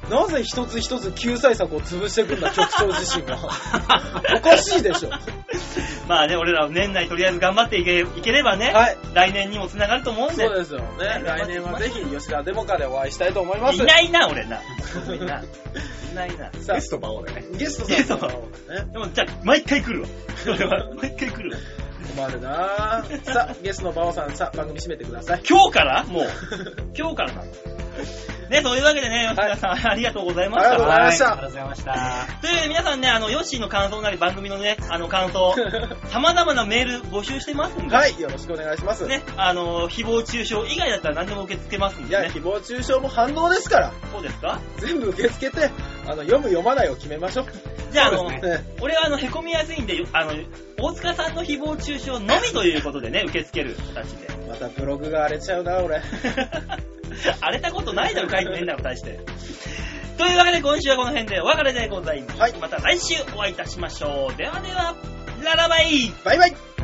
[SPEAKER 3] なぜ一つ一つ救済策を潰していくんだ、局長自 身が。おかしいでしょ。
[SPEAKER 2] う、まあね、俺らは年内とりあえず頑張っていけいければね、
[SPEAKER 3] はい。
[SPEAKER 2] 来年にも繋がると思うんで。
[SPEAKER 3] そうですよね。来年はぜひ吉田デモカでお会いしたいと思います
[SPEAKER 2] い。ないな、俺な。いないな。いないな。
[SPEAKER 3] さあ
[SPEAKER 1] ゲスト馬王でね。
[SPEAKER 3] ゲスト
[SPEAKER 2] ゲス
[SPEAKER 3] さ
[SPEAKER 2] ト
[SPEAKER 3] ん
[SPEAKER 2] さん
[SPEAKER 3] ね、
[SPEAKER 2] でも、じゃあ、毎回来るわ。俺は、毎回来るわ。
[SPEAKER 3] 困るな ぁ。さあ、ゲストの馬王さん、さあ、番組締めてくだ さい。
[SPEAKER 2] 今日からもう、今日からなの。ね、そういうわけでね、吉田さん、ありがとうございまし
[SPEAKER 3] ありがとうござ
[SPEAKER 2] た。
[SPEAKER 3] いました
[SPEAKER 1] はありがとうございました。
[SPEAKER 2] というわけで皆さんね、あの、ヨッシーの感想なり番組のね、あの感 想、様々なメール募集してますんで、
[SPEAKER 3] はい、よろしくお願いします。
[SPEAKER 2] ね、あの、誹謗中傷以外だったら何でも受け付けますん
[SPEAKER 3] い
[SPEAKER 2] で
[SPEAKER 3] や、
[SPEAKER 2] ね。
[SPEAKER 3] 誹謗中傷も反応ですから、
[SPEAKER 2] そうですか
[SPEAKER 3] 全部受け付けて、あの、読む読まないを決めましょう。
[SPEAKER 2] じゃあ、あ
[SPEAKER 1] そう
[SPEAKER 2] の
[SPEAKER 1] です、ね
[SPEAKER 3] ね
[SPEAKER 2] 俺はあの、凹みやすいんで、あの、大塚さんの誹謗中傷のみということでね、受け付ける形で。
[SPEAKER 3] またブログが荒れちゃうな、俺。
[SPEAKER 2] 荒れたことないだろ、書いてねえんだろ、大して。というわけで今週はこの辺でお別れでございます。
[SPEAKER 3] はい
[SPEAKER 2] また来週お会いいたしましょう。ではでは、ララバイ
[SPEAKER 3] バイバイ